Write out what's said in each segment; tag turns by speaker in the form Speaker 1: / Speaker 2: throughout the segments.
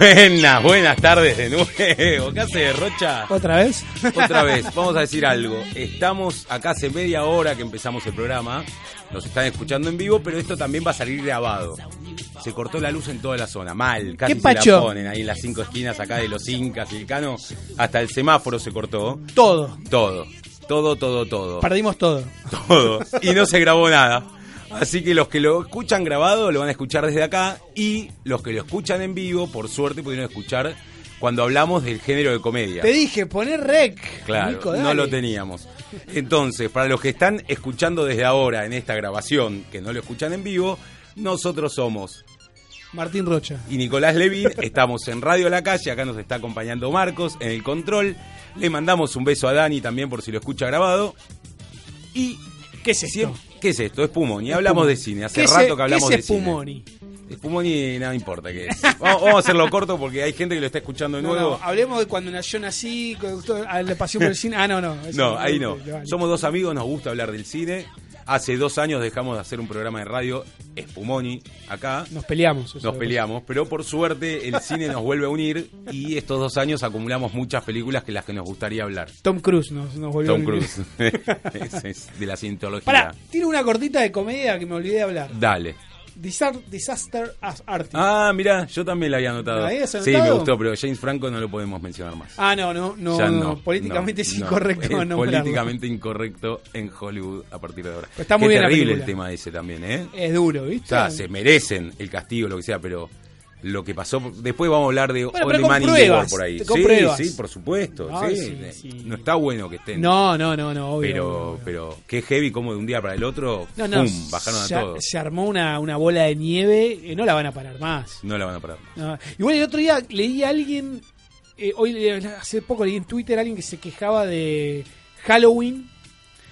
Speaker 1: Buenas, buenas tardes de nuevo. ¿Qué hace Rocha?
Speaker 2: ¿Otra vez?
Speaker 1: Otra vez, vamos a decir algo. Estamos acá hace media hora que empezamos el programa. Nos están escuchando en vivo, pero esto también va a salir grabado. Se cortó la luz en toda la zona, mal. Casi
Speaker 2: ¿Qué
Speaker 1: se la
Speaker 2: pacho?
Speaker 1: ponen ahí en las cinco esquinas acá de los Incas y el Cano. Hasta el semáforo se cortó.
Speaker 2: Todo.
Speaker 1: Todo, todo, todo, todo.
Speaker 2: Perdimos todo.
Speaker 1: todo. Y no se grabó nada. Así que los que lo escuchan grabado lo van a escuchar desde acá y los que lo escuchan en vivo, por suerte, pudieron escuchar cuando hablamos del género de comedia.
Speaker 2: Te dije, poner rec.
Speaker 1: Claro,
Speaker 2: Nico,
Speaker 1: no
Speaker 2: dale.
Speaker 1: lo teníamos. Entonces, para los que están escuchando desde ahora en esta grabación, que no lo escuchan en vivo, nosotros somos
Speaker 2: Martín Rocha.
Speaker 1: y Nicolás Levin. Estamos en Radio La Calle, acá nos está acompañando Marcos en el control. Le mandamos un beso a Dani también por si lo escucha grabado. Y
Speaker 2: ¿Qué es esto?
Speaker 1: Siem- ¿Qué es esto? Es Pumoni. Hablamos de cine. Hace
Speaker 2: ¿Qué es-
Speaker 1: rato que hablamos
Speaker 2: ¿qué
Speaker 1: de
Speaker 2: es
Speaker 1: cine.
Speaker 2: Spumoni?
Speaker 1: Es Pumoni, no importa qué es. Vamos, vamos a hacerlo corto porque hay gente que lo está escuchando de
Speaker 2: No,
Speaker 1: nuevo.
Speaker 2: no, hablemos de cuando nació nací, con todo- a la pasión por el cine. Ah, no, no. eso
Speaker 1: No, ahí no.
Speaker 2: vale.
Speaker 1: Somos dos amigos, nos gusta hablar del cine. Hace dos años dejamos de hacer un programa de radio, Espumoni, acá.
Speaker 2: Nos peleamos. eso
Speaker 1: Nos
Speaker 2: es.
Speaker 1: peleamos, pero por suerte el cine nos vuelve a unir y estos dos años acumulamos muchas películas que las que nos gustaría hablar.
Speaker 2: Tom Cruise nos, nos volvió.
Speaker 1: Tom
Speaker 2: a unir.
Speaker 1: Cruise, Ese es de la cientología.
Speaker 2: Pará, tiene una cortita de comedia que me olvidé de hablar.
Speaker 1: Dale.
Speaker 2: Disar- Disaster as Artist. Ah.
Speaker 1: Ah, mirá, yo también la había anotado.
Speaker 2: ¿La habías
Speaker 1: Sí, me
Speaker 2: anotado?
Speaker 1: gustó, pero James Franco no lo podemos mencionar más.
Speaker 2: Ah, no, no, no,
Speaker 1: Ya
Speaker 2: no, Políticamente es
Speaker 1: no,
Speaker 2: incorrecto
Speaker 1: es
Speaker 2: nombrarlo.
Speaker 1: políticamente incorrecto en Hollywood a partir de ahora.
Speaker 2: Pero está muy
Speaker 1: Qué
Speaker 2: bien la
Speaker 1: terrible el
Speaker 2: película.
Speaker 1: tema ese también, ¿eh?
Speaker 2: Es duro, ¿viste?
Speaker 1: O sea, se merecen el castigo, lo que sea, pero lo que pasó. Después vamos a hablar de
Speaker 2: Bueno,
Speaker 1: Only
Speaker 2: pero
Speaker 1: Man in
Speaker 2: con
Speaker 1: the World
Speaker 2: pruebas,
Speaker 1: por ahí.
Speaker 2: te- con pruebas.
Speaker 1: sí, por supuesto.
Speaker 2: No,
Speaker 1: sí.
Speaker 2: sí, sí.
Speaker 1: No está bueno que estén.
Speaker 2: No, no, no, no, obvio. obvio,
Speaker 1: pero,
Speaker 2: obvio.
Speaker 1: pero qué heavy, como de un día para el otro,
Speaker 2: No, no,
Speaker 1: ¡pum! bajaron
Speaker 2: se,
Speaker 1: a todos.
Speaker 2: se armó una, una bola de nieve, eh, no la van a parar más.
Speaker 1: No la van a parar.
Speaker 2: No. Igual el otro día leí a alguien, eh, hoy eh, hace poco leí en Twitter a alguien que se quejaba de Halloween.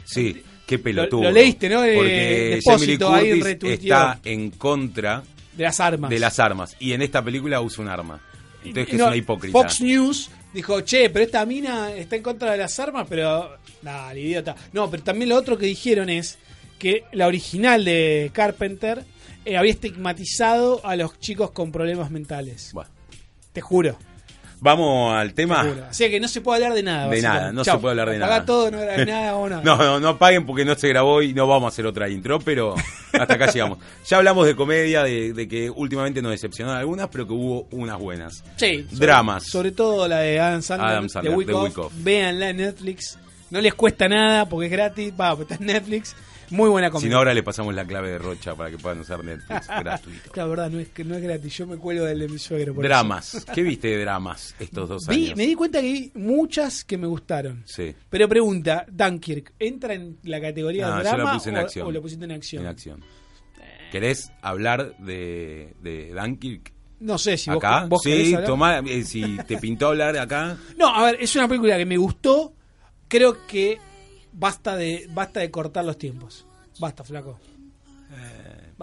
Speaker 1: Sí, qué pelotudo.
Speaker 2: lo leíste, ¿no? Eh,
Speaker 1: Porque Jamie Lee
Speaker 2: Despósito, ahí
Speaker 1: Curtis
Speaker 2: retuiteó.
Speaker 1: está en contra
Speaker 2: De las armas.
Speaker 1: de las armas. Y en esta película usa un arma. Entonces que
Speaker 2: No,
Speaker 1: es una hipócrita.
Speaker 2: Fox News dijo, che, pero esta mina está en contra de las armas, pero... Dale, idiota. No, pero también lo otro que dijeron es que la original de Carpenter eh, había estigmatizado a los chicos con problemas mentales.
Speaker 1: Bueno,
Speaker 2: Te juro.
Speaker 1: vamos al tema.
Speaker 2: Seguro. Así que no se puede hablar de nada.
Speaker 1: Ah. De nada,
Speaker 2: básicamente.
Speaker 1: no
Speaker 2: Chau.
Speaker 1: se puede hablar de
Speaker 2: Apagá
Speaker 1: nada.
Speaker 2: todo, no hablar de nada o nada.
Speaker 1: No, no, no apaguen porque no se grabó y no vamos a hacer otra intro, pero hasta acá llegamos. Ya hablamos de comedia, de, de que últimamente nos decepcionaron algunas, pero que hubo unas buenas.
Speaker 2: Sí, sobre-
Speaker 1: Dramas.
Speaker 2: Sobre todo la de Adam Sandler,
Speaker 1: Adam Sandler,
Speaker 2: The Week
Speaker 1: The
Speaker 2: Off.
Speaker 1: Week Off.
Speaker 2: Véanla en Netflix. No les cuesta nada porque es gratis. Va, pues está en Netflix. Muy buena
Speaker 1: Si
Speaker 2: comedia.
Speaker 1: no, ahora le pasamos la clave de Rocha para que puedan usar Netflix gratuito.
Speaker 2: La verdad, no es, que no es gratis. Yo me cuelgo del de mi suegro. por
Speaker 1: Dramas. ¿Qué viste de dramas estos dos
Speaker 2: eso. Vi-
Speaker 1: años?
Speaker 2: me di cuenta que vi muchas que me gustaron.
Speaker 1: Sí.
Speaker 2: Pero pregunta, Dunkirk, ¿entra en la categoría
Speaker 1: No,
Speaker 2: de
Speaker 1: Ah, yo la
Speaker 2: drama
Speaker 1: puse en
Speaker 2: o,
Speaker 1: acción.
Speaker 2: o lo pusiste en acción?
Speaker 1: En acción. ¿Querés hablar de, de Dunkirk?
Speaker 2: No sé si vos-
Speaker 1: acá?
Speaker 2: vos, querés
Speaker 1: sí,
Speaker 2: hablar.
Speaker 1: tomá, eh, si te pintó hablar acá.
Speaker 2: No, a ver, es una película que me gustó. Creo que basta de basta de cortar los tiempos. Basta, flaco.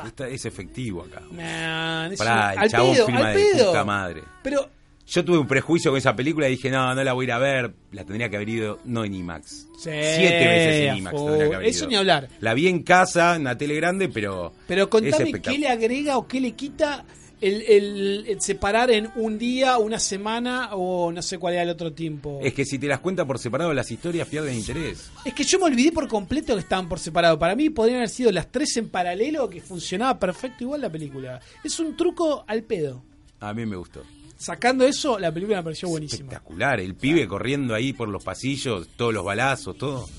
Speaker 1: Esta- es efectivo acá.
Speaker 2: Nah, es
Speaker 1: Pará,
Speaker 2: un-
Speaker 1: el chabón firma de puta madre.
Speaker 2: Pero
Speaker 1: Yo tuve un prejuicio con esa película y dije, no, no la voy a ir a ver. La tendría que haber ido no en IMAX.
Speaker 2: Sí,
Speaker 1: Siete veces en IMAX
Speaker 2: afu-
Speaker 1: tendría que haber
Speaker 2: eso
Speaker 1: ido.
Speaker 2: ni hablar.
Speaker 1: La vi en casa, en la tele grande, pero.
Speaker 2: pero
Speaker 1: es
Speaker 2: contame
Speaker 1: espectacular.
Speaker 2: qué le agrega o qué le quita el, el- el separar en un día, una semana o no sé cuál era el otro tiempo.
Speaker 1: Es que si te las cuenta por separado, las historias pierden interés.
Speaker 2: Es que yo me olvidé por completo que estaban por separado. Para mí podrían haber sido las tres en paralelo que funcionaba perfecto igual la película. Es un truco al pedo.
Speaker 1: A mí me gustó.
Speaker 2: Sacando eso, la película me pareció buenísima.
Speaker 1: Espectacular. El pibe corriendo ahí por los pasillos, todos los balazos, todo.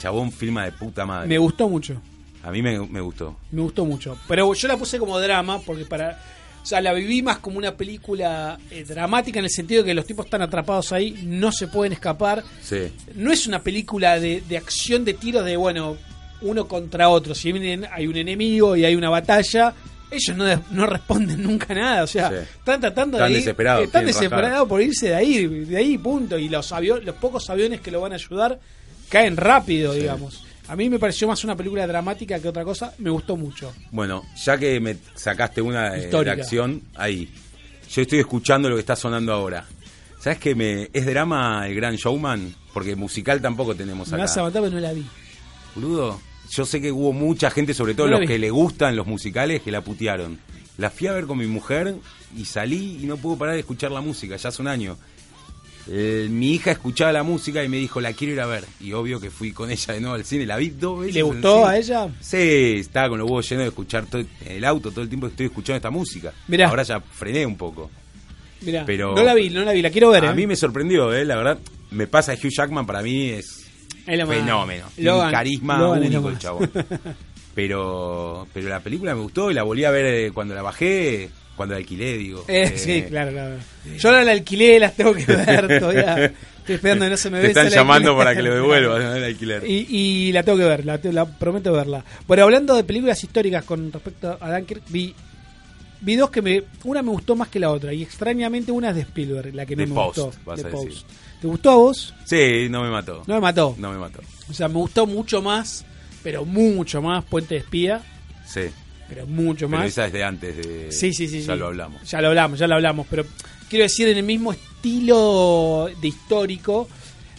Speaker 1: Chabón, filma de puta madre.
Speaker 2: Me gustó mucho,
Speaker 1: A mí me, me gustó.
Speaker 2: me gustó mucho. Pero yo la puse como drama porque para... O sea, la viví más como una película eh, dramática en el sentido de que los tipos están atrapados ahí, no se pueden escapar.
Speaker 1: Sí.
Speaker 2: No es una película de, de acción de tiros de, bueno, uno contra otro. Si bien hay un enemigo y hay una batalla, ellos no, de- no responden nunca nada. O sea,
Speaker 1: Sí.
Speaker 2: están tratando
Speaker 1: Están
Speaker 2: de. ir-
Speaker 1: desesperados,
Speaker 2: Están
Speaker 1: quieren rascar.
Speaker 2: desesperados por irse de ahí, de ahí, punto. Y los, avio- los pocos aviones que lo van a ayudar caen rápido, digamos. A mí me pareció más una película dramática que otra cosa. Me gustó mucho.
Speaker 1: Bueno, ya que me sacaste una de, de
Speaker 2: Histórica.
Speaker 1: acción, ahí. Yo estoy escuchando lo que está sonando ahora. ¿Sabes que me, es drama el gran showman? Porque musical tampoco tenemos
Speaker 2: Me vas a
Speaker 1: acá.
Speaker 2: matar, pero no la vi.
Speaker 1: Boludo, yo sé que hubo mucha gente, sobre todo
Speaker 2: No la
Speaker 1: los
Speaker 2: vi.
Speaker 1: que le gustan los musicales, que la putearon. La fui a ver con mi mujer y salí y no puedo parar de escuchar la música, ya hace un año. Eh, mi hija escuchaba la música y me dijo, la quiero ir a ver. Y obvio que fui con ella de nuevo al cine, la vi dos veces.
Speaker 2: ¿Le
Speaker 1: en el
Speaker 2: gustó
Speaker 1: cine.
Speaker 2: a ella?
Speaker 1: Sí, estaba con los huevos llenos de escuchar todo, en el auto todo el tiempo que estoy escuchando esta música.
Speaker 2: Mirá.
Speaker 1: Ahora ya frené un poco.
Speaker 2: Mirá,
Speaker 1: Pero-
Speaker 2: no la vi, no la vi, la quiero ver.
Speaker 1: a
Speaker 2: ¿eh?
Speaker 1: mí me sorprendió, eh, la verdad. Me pasa Hugh Jackman, para mí es
Speaker 2: Es lo más.
Speaker 1: fenómeno. Tiene
Speaker 2: Logan-
Speaker 1: un carisma
Speaker 2: Logan es lo
Speaker 1: único el
Speaker 2: más.
Speaker 1: chabón. Pero, pero la película me gustó y la volví a ver eh, cuando la bajé, cuando la alquilé, digo.
Speaker 2: Eh,
Speaker 1: Eh,
Speaker 2: sí, claro, claro. Yo ahora la alquilé, las tengo que ver todavía. Estoy esperando que no se me
Speaker 1: Te
Speaker 2: vea,
Speaker 1: están
Speaker 2: se la alquilé.
Speaker 1: llamando para que lo devuelvas ¿no? el alquiler.
Speaker 2: Y, y la tengo que ver, la, te- la prometo verla. Bueno, hablando de películas históricas con respecto a Dunkirk, vi, vi dos que me. Una me gustó más que la otra. Y extrañamente una es de Spielberg, la que no
Speaker 1: The
Speaker 2: me
Speaker 1: Post,
Speaker 2: gustó.
Speaker 1: vas
Speaker 2: The
Speaker 1: a decir.
Speaker 2: ¿Te gustó a vos?
Speaker 1: Sí, no me mató.
Speaker 2: No me mató.
Speaker 1: No me mató.
Speaker 2: O sea, me gustó mucho más, pero mucho más Puente de Espía,
Speaker 1: Sí.
Speaker 2: pero mucho
Speaker 1: Pero
Speaker 2: más.
Speaker 1: esa es de antes de.
Speaker 2: Sí, sí, sí.
Speaker 1: Ya
Speaker 2: sí.
Speaker 1: lo hablamos.
Speaker 2: Ya lo hablamos, ya lo hablamos. Pero quiero decir, en el mismo estilo de histórico,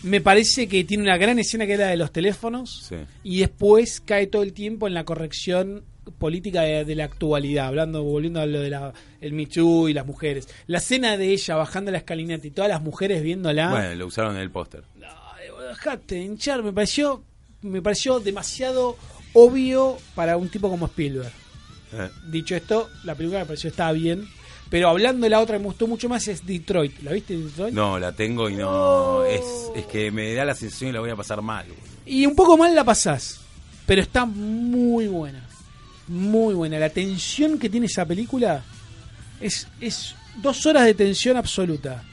Speaker 2: me parece que tiene una gran escena que era de los teléfonos.
Speaker 1: Sí.
Speaker 2: Y después cae todo el tiempo en la corrección política de, de la actualidad, hablando, volviendo a lo de la, el Me Too y las mujeres. La escena de ella bajando la escalinata y todas las mujeres viéndola.
Speaker 1: Bueno, lo usaron en el póster.
Speaker 2: Ay, boludo, dejate de hinchar, me pareció, me pareció demasiado obvio para un tipo como Spielberg.
Speaker 1: Eh.
Speaker 2: Dicho esto, la película me pareció estaba bien. Pero hablando de la otra que me gustó mucho más es Detroit. ¿La viste Detroit?
Speaker 1: No, la tengo y no. Es, es que me da la sensación y la voy a pasar mal. boludo.
Speaker 2: Y un poco mal la pasás. Pero está muy buena. Muy buena. La tensión que tiene esa película es, es dos horas de tensión absoluta.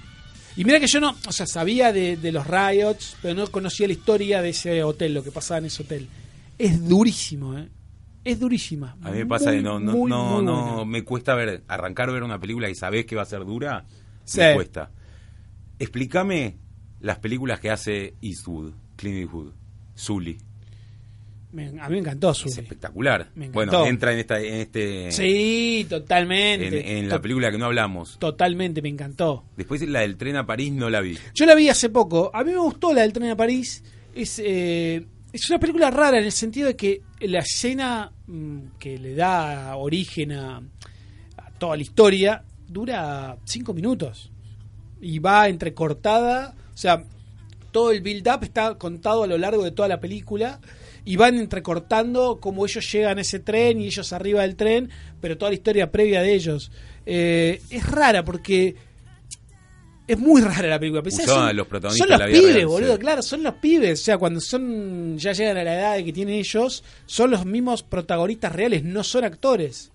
Speaker 2: Y mira que yo no, o sea, sabía de, de los riots, pero no conocía la historia de ese hotel, lo que pasaba en ese hotel. Es durísimo, ¿eh? Es durísima.
Speaker 1: A mí me pasa
Speaker 2: Muy,
Speaker 1: que no, no,
Speaker 2: muy,
Speaker 1: no,
Speaker 2: muy
Speaker 1: no,
Speaker 2: buena.
Speaker 1: me cuesta ver, arrancar a ver una película que sabés que va a ser dura,
Speaker 2: Sí.
Speaker 1: me cuesta. Explícame las películas que hace Eastwood, Clint Eastwood, Zully.
Speaker 2: Me- a mí me encantó su.
Speaker 1: Es espectacular.
Speaker 2: Me encantó.
Speaker 1: Bueno, entra en esta, en este,
Speaker 2: Sí,
Speaker 1: en,
Speaker 2: totalmente.
Speaker 1: en la
Speaker 2: To-
Speaker 1: película que no hablamos.
Speaker 2: Totalmente, me encantó.
Speaker 1: Después la del tren a París no la vi.
Speaker 2: Yo la vi hace poco. A mí me gustó la del tren a París. Es, eh, es una película rara en el sentido de que la escena mm, que le da origen a, a toda la historia dura cinco minutos y va entrecortada. O sea, todo el build-up está contado a lo largo de toda la película y van entrecortando cómo ellos llegan a ese tren y ellos arriba del tren, pero toda la historia previa de ellos. Eh, es rara porque es muy rara la película. Pensá,
Speaker 1: Usaban a los protagonistas
Speaker 2: son los
Speaker 1: de la vida
Speaker 2: pibes,
Speaker 1: real,
Speaker 2: boludo,
Speaker 1: sí.
Speaker 2: claro, son los pibes. O sea, cuando son ya llegan a la edad que tienen ellos, son los mismos protagonistas reales, no son actores.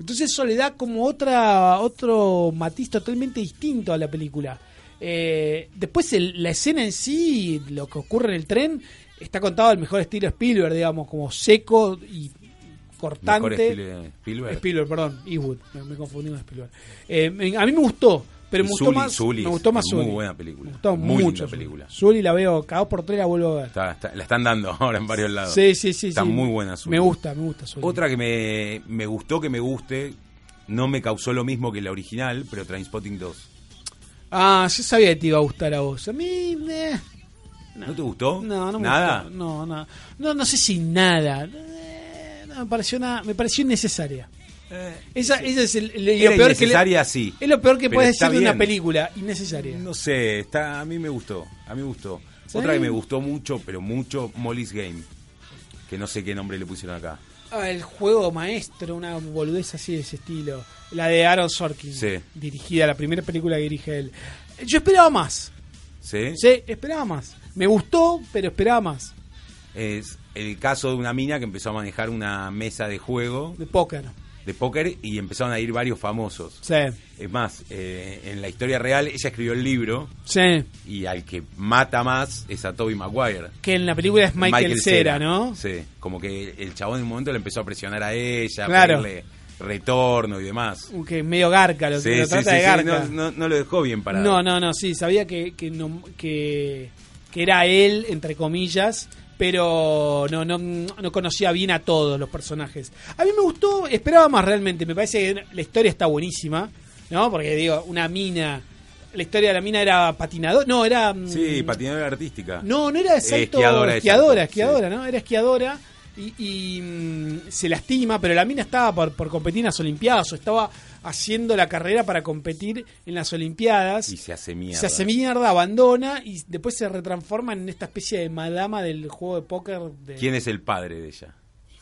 Speaker 2: Entonces eso le da como otra otro matiz totalmente distinto a la película. Eh, después el- la escena en sí, lo que ocurre en el tren, está contado al mejor estilo Spielberg, digamos, como seco y
Speaker 1: Mejor
Speaker 2: cortante.
Speaker 1: Spiel- Spielberg.
Speaker 2: Spielberg, perdón, Eastwood, me, me confundí con Spielberg. Eh, me- a mí me gustó, pero me
Speaker 1: Y
Speaker 2: gustó
Speaker 1: Zully,
Speaker 2: más,
Speaker 1: Zully
Speaker 2: me
Speaker 1: es
Speaker 2: gustó más
Speaker 1: muy
Speaker 2: Zully.
Speaker 1: buena película.
Speaker 2: Me gustó
Speaker 1: Muy
Speaker 2: mucho
Speaker 1: linda
Speaker 2: Zully.
Speaker 1: película.
Speaker 2: Zully la veo, cada dos por tres la vuelvo a ver.
Speaker 1: Está- está- la están dando ahora en varios lados.
Speaker 2: Sí, sí, sí.
Speaker 1: Está
Speaker 2: sí.
Speaker 1: muy buena Zully.
Speaker 2: Me gusta, me gusta Zully.
Speaker 1: Otra que me, me gustó, que me guste, no me causó lo mismo que la original, pero Trainspotting 2.
Speaker 2: Ah, yo sabía que te iba a gustar a vos. A mí, eh,
Speaker 1: ¿No te gustó?
Speaker 2: No, no me
Speaker 1: ¿Nada?
Speaker 2: gustó. No, no. No, no sé si nada. Eh, no, me, pareció una- me pareció innecesaria.
Speaker 1: Eh,
Speaker 2: Esa, esa es el, el-
Speaker 1: Era
Speaker 2: lo peor que le-
Speaker 1: innecesaria, sí.
Speaker 2: Es lo peor que
Speaker 1: Pero
Speaker 2: puedes
Speaker 1: está
Speaker 2: decir de una
Speaker 1: bien.
Speaker 2: película. Innecesaria.
Speaker 1: No sé, está, a mí me gustó. A mí me gustó.
Speaker 2: ¿Sí?
Speaker 1: Otra que me gustó mucho, pero mucho, Molly's Game. Que no sé qué nombre le pusieron acá.
Speaker 2: Ah, el juego maestro, una boludez así de ese estilo. La de Aaron Sorkin.
Speaker 1: Sí.
Speaker 2: Dirigida, la primera película que dirige él. Yo esperaba más.
Speaker 1: ¿Sí?
Speaker 2: Sí, esperaba más. Me gustó, pero esperaba más.
Speaker 1: Es el caso de una mina que empezó a manejar una mesa de juego
Speaker 2: De póker.
Speaker 1: de póker y empezaron a ir varios famosos.
Speaker 2: Sí,
Speaker 1: Es más, eh, en la historia real ella escribió el libro
Speaker 2: sí.
Speaker 1: y al que mata más es a Toby Maguire.
Speaker 2: Que en la película es Michael, Cera,
Speaker 1: Cera,
Speaker 2: ¿no?
Speaker 1: Sí, como que el chabón en un momento le empezó a presionar a ella,
Speaker 2: Claro.
Speaker 1: a pedirle retorno y demás.
Speaker 2: Un Que es medio garca, lo,
Speaker 1: Sí,
Speaker 2: que lo
Speaker 1: sí,
Speaker 2: trata
Speaker 1: sí,
Speaker 2: de
Speaker 1: sí,
Speaker 2: garca.
Speaker 1: no, no- no lo dejó bien parado.
Speaker 2: No, no, no, sí, sabía que, que, no- que, que era él, entre comillas, pero no, no, no conocía bien a todos los personajes. A mí me gustó, esperaba más realmente, me parece que la historia está buenísima, ¿no? Porque digo, una mina, la historia de la mina era patinador, no, era... mm,
Speaker 1: Sí, patinadora artística.
Speaker 2: No, no era de salto,
Speaker 1: esquiadora de
Speaker 2: esquiadora,
Speaker 1: salto,
Speaker 2: esquiadora, ¿no? Era esquiadora y, y, mm, se lastima, pero la mina estaba por, por competir en las Olimpiadas o estaba haciendo la carrera para competir en las Olimpiadas.
Speaker 1: Y se hace mierda.
Speaker 2: Se hace mierda, abandona y después se retransforma en esta especie de madama del juego de póker. de-
Speaker 1: ¿Quién es el padre de ella?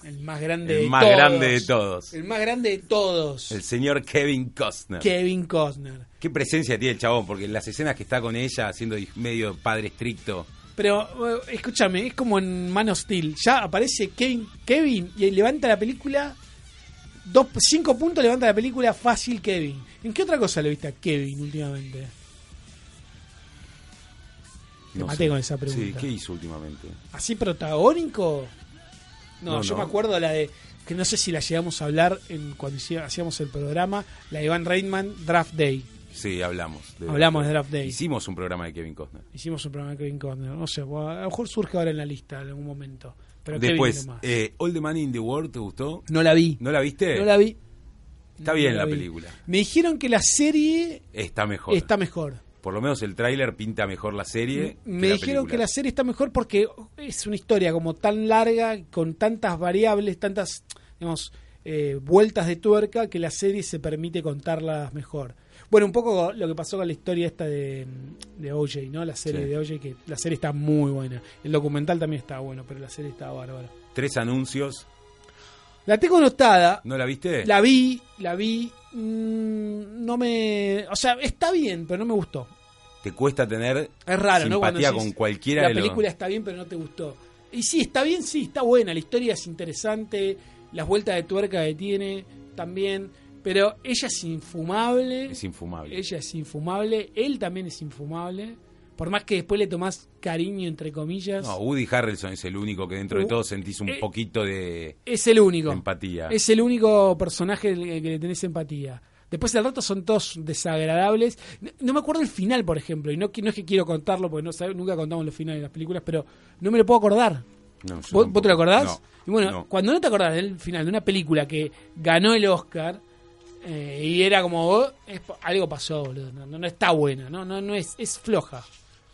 Speaker 2: El más grande
Speaker 1: El
Speaker 2: de
Speaker 1: más
Speaker 2: todos.
Speaker 1: grande de todos.
Speaker 2: El más grande de todos.
Speaker 1: El señor Kevin Costner.
Speaker 2: Kevin Costner.
Speaker 1: Qué presencia tiene el chabón, porque en las escenas que está con ella, haciendo medio padre estricto,
Speaker 2: Pero eh, escúchame, es como en Man of Steel. Ya aparece Kevin, Kevin y levanta la película. Dos, cinco puntos levanta la película fácil Kevin. ¿En qué otra cosa le viste a Kevin últimamente? Te
Speaker 1: No
Speaker 2: maté
Speaker 1: sé.
Speaker 2: con esa pregunta.
Speaker 1: Sí, ¿qué hizo últimamente?
Speaker 2: ¿Así protagónico? No,
Speaker 1: No,
Speaker 2: yo
Speaker 1: no.
Speaker 2: me acuerdo la de. Que no sé si la llegamos a hablar en, cuando hici- hacíamos el programa. La de Ivan Reitman, Draft Day.
Speaker 1: Sí, hablamos. de-
Speaker 2: Hablamos de Draft Day.
Speaker 1: Hicimos un programa de Kevin Costner.
Speaker 2: Hicimos un programa de Kevin Corner. No sé, a lo mejor surge ahora en la lista en algún momento. Pero Kevin
Speaker 1: Después,
Speaker 2: nomás.
Speaker 1: eh, All the Money in the World, ¿te gustó?
Speaker 2: no la vi.
Speaker 1: ¿No la viste?
Speaker 2: No la vi.
Speaker 1: Está bien
Speaker 2: No
Speaker 1: la
Speaker 2: vi.
Speaker 1: película.
Speaker 2: Me dijeron que la serie
Speaker 1: Está mejor.
Speaker 2: está mejor.
Speaker 1: Por lo menos el tráiler pinta mejor la serie.
Speaker 2: Me dijeron que la serie está mejor porque es una historia como tan larga, con tantas variables, tantas, digamos, eh, vueltas de tuerca, que la serie se permite contarlas mejor. Bueno, un poco lo que pasó con la historia esta de, de OJ, ¿no? La serie
Speaker 1: Sí.
Speaker 2: de OJ, que la serie está muy buena. El documental también está bueno, pero la serie está bárbara.
Speaker 1: película. Tres anuncios.
Speaker 2: La tengo anotada,
Speaker 1: ¿No la viste?
Speaker 2: la vi, la vi, mm, no me... O sea, está bien, pero no me gustó.
Speaker 1: Te cuesta tener
Speaker 2: Es raro, ¿no? Cuando
Speaker 1: simpatía
Speaker 2: decís,
Speaker 1: con cualquiera
Speaker 2: La
Speaker 1: de los...
Speaker 2: película está bien, pero no te gustó. Y sí, está bien, sí, está buena. La historia es interesante. Las vueltas de tuerca que tiene también. Pero ella es infumable.
Speaker 1: Es infumable.
Speaker 2: Ella es infumable. Él también es infumable. Por más que después le tomás cariño, entre comillas.
Speaker 1: No, uh, Woody Harrelson es el único que dentro de
Speaker 2: Uh,
Speaker 1: todo sentís un
Speaker 2: eh,
Speaker 1: poquito de
Speaker 2: es el único.
Speaker 1: empatía.
Speaker 2: Es el único personaje al que le tenés empatía. Después el rato son todos desagradables. No, no me acuerdo el final, por ejemplo, y no, que- no es que quiero contarlo porque no sabe- nunca contamos los finales de las películas, pero no me lo puedo acordar.
Speaker 1: No, yo
Speaker 2: ¿Vos, vos te lo
Speaker 1: tampoco.
Speaker 2: acordás?
Speaker 1: No,
Speaker 2: y bueno,
Speaker 1: no.
Speaker 2: cuando no te acordás del final de una película que ganó el Oscar eh, y era como oh, es po- algo pasó, boludo, no, no- no está buena, no no no es es floja.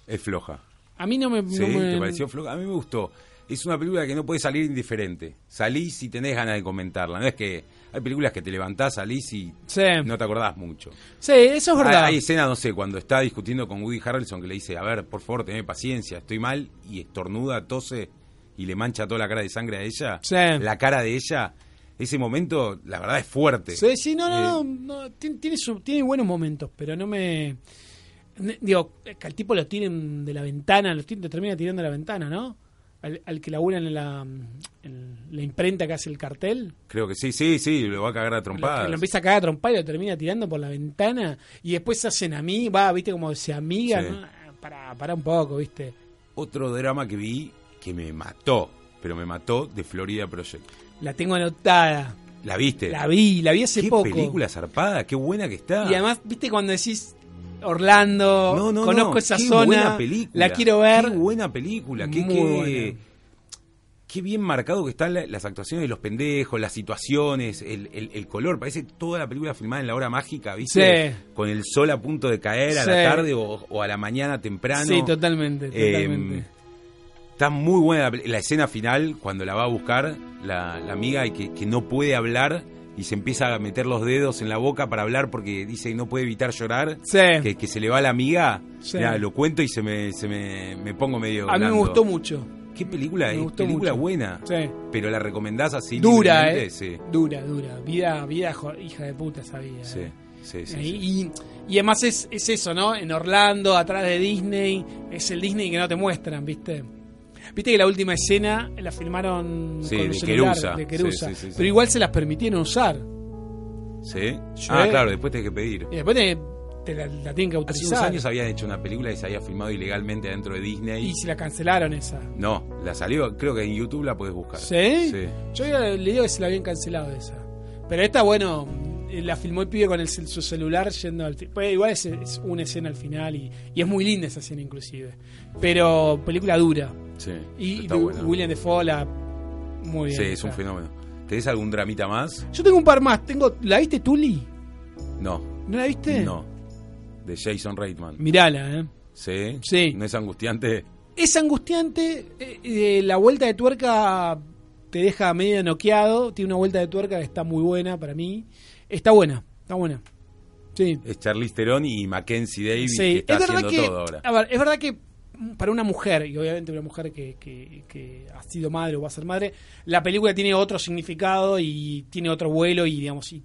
Speaker 1: Es floja.
Speaker 2: A mí no me, no
Speaker 1: Sí,
Speaker 2: me-
Speaker 1: te pareció floja. A mí me gustó. Es una película que no puede salir indiferente. Salís y tenés ganas de comentarla. No es que hay películas que te levantás, salís y
Speaker 2: Sí.
Speaker 1: no te acordás mucho.
Speaker 2: Sí, eso es verdad.
Speaker 1: Hay, hay escena, no sé, cuando está discutiendo con Woody Harrelson que le dice, a ver, por favor, tené paciencia, estoy mal, y estornuda, tose y le mancha toda la cara de sangre a ella.
Speaker 2: Sí.
Speaker 1: La cara de ella. Ese momento, la verdad, es fuerte.
Speaker 2: Sí, sí, no, no,
Speaker 1: Eh,
Speaker 2: no, no, tiene, tiene, su- tiene buenos momentos, pero no me... ne- Digo, es que al tipo lo tienen de la ventana, lo, tienen- lo termina tirando de la ventana, ¿no? Al, al que laburan en la, en la imprenta que hace el cartel.
Speaker 1: Creo que sí, sí, sí, lo va a cagar a
Speaker 2: Lo,
Speaker 1: trompadas.
Speaker 2: lo empieza a cagar a trompar y lo termina tirando por la ventana. Y después se hacen a mí, va, viste, como se amiga.
Speaker 1: Sí.
Speaker 2: Para, para un poco, viste.
Speaker 1: Otro drama que vi que me mató, pero me mató, de Florida Project.
Speaker 2: La tengo anotada.
Speaker 1: ¿La viste?
Speaker 2: La vi, la vi hace
Speaker 1: Qué
Speaker 2: poco.
Speaker 1: película zarpada, qué buena que está.
Speaker 2: Y además, viste, cuando decís Orlando,
Speaker 1: No, no,
Speaker 2: conozco
Speaker 1: no,
Speaker 2: esa
Speaker 1: qué
Speaker 2: zona,
Speaker 1: buena película,
Speaker 2: la quiero ver.
Speaker 1: Qué buena película, qué,
Speaker 2: Muy
Speaker 1: qué-
Speaker 2: buena.
Speaker 1: qué bien marcado que están la- las actuaciones de los pendejos, las situaciones, el, el- el color. Parece toda la película filmada en la hora mágica, ¿viste?
Speaker 2: Sí.
Speaker 1: Con el sol a punto de caer a
Speaker 2: Sí.
Speaker 1: la tarde o, o a la mañana temprano.
Speaker 2: Sí, totalmente,
Speaker 1: Eh,
Speaker 2: totalmente.
Speaker 1: Está muy buena la, peli- la escena final, cuando la va a buscar la, la amiga y que, que no puede hablar y se empieza a meter los dedos en la boca para hablar porque dice que no puede evitar llorar
Speaker 2: Sí.
Speaker 1: que, que se le va la amiga.
Speaker 2: Sí.
Speaker 1: Mirá, lo cuento y se me, se me, me pongo medio.
Speaker 2: a mí me
Speaker 1: blando.
Speaker 2: gustó mucho.
Speaker 1: Qué película,
Speaker 2: me
Speaker 1: es
Speaker 2: gustó
Speaker 1: película
Speaker 2: mucho.
Speaker 1: buena.
Speaker 2: Sí.
Speaker 1: Pero la recomendás así.
Speaker 2: Dura,
Speaker 1: libremente,
Speaker 2: eh. Dura, dura. Vida, vida jo- hija de puta esa vida.
Speaker 1: Sí,
Speaker 2: eh.
Speaker 1: sí, sí. sí, sí.
Speaker 2: Y, y- y además es, es eso, ¿no? En Orlando, atrás de Disney, es el Disney que no te muestran, ¿viste? Viste que la última escena la filmaron
Speaker 1: Sí,
Speaker 2: con un
Speaker 1: de
Speaker 2: celular
Speaker 1: Querusa.
Speaker 2: de Querusa,
Speaker 1: Sí, sí, sí, sí.
Speaker 2: pero igual se las permitieron usar.
Speaker 1: ¿Sí?
Speaker 2: Sí.
Speaker 1: Ah, claro, después tenés que pedir.
Speaker 2: Y después te, te la, la tienen que
Speaker 1: Hace unos
Speaker 2: autorizar.
Speaker 1: años habían hecho una película que se había filmado ilegalmente dentro de Disney.
Speaker 2: Y si la cancelaron esa.
Speaker 1: No, la salió, creo que en YouTube la podés buscar.
Speaker 2: ¿Sí? Yo era- le digo que se la habían cancelado esa. Pero esta, bueno, eh, la filmó el pibe con el cel- su celular yendo al. ti- Pues igual es, es una escena al final y, y es muy linda esa escena, inclusive. Pero película dura.
Speaker 1: Sí,
Speaker 2: Y,
Speaker 1: está
Speaker 2: Du-
Speaker 1: buena.
Speaker 2: William Defoe la. Muy bien.
Speaker 1: Sí, es un
Speaker 2: está.
Speaker 1: fenómeno. ¿Tenés algún dramita más?
Speaker 2: Yo tengo un par más. Tengo, ¿La viste Tuli?
Speaker 1: No.
Speaker 2: ¿No la viste?
Speaker 1: No. De Jason Reitman.
Speaker 2: Mirala, ¿eh?
Speaker 1: ¿Sí?
Speaker 2: Sí.
Speaker 1: ¿No es angustiante?
Speaker 2: Es angustiante. eh, eh, la vuelta de tuerca te deja medio noqueado. Tiene una vuelta de tuerca que está muy buena para mí. Está buena, está buena. Sí.
Speaker 1: Es Charlize Theron y Mackenzie Davis
Speaker 2: Sí,
Speaker 1: que está
Speaker 2: es verdad
Speaker 1: haciendo
Speaker 2: que, Ah.
Speaker 1: todo ahora.
Speaker 2: a ver, es verdad que mm, para una mujer, y obviamente una mujer que, que- que ha sido madre o va a ser madre, la película tiene otro significado y tiene otro vuelo y digamos y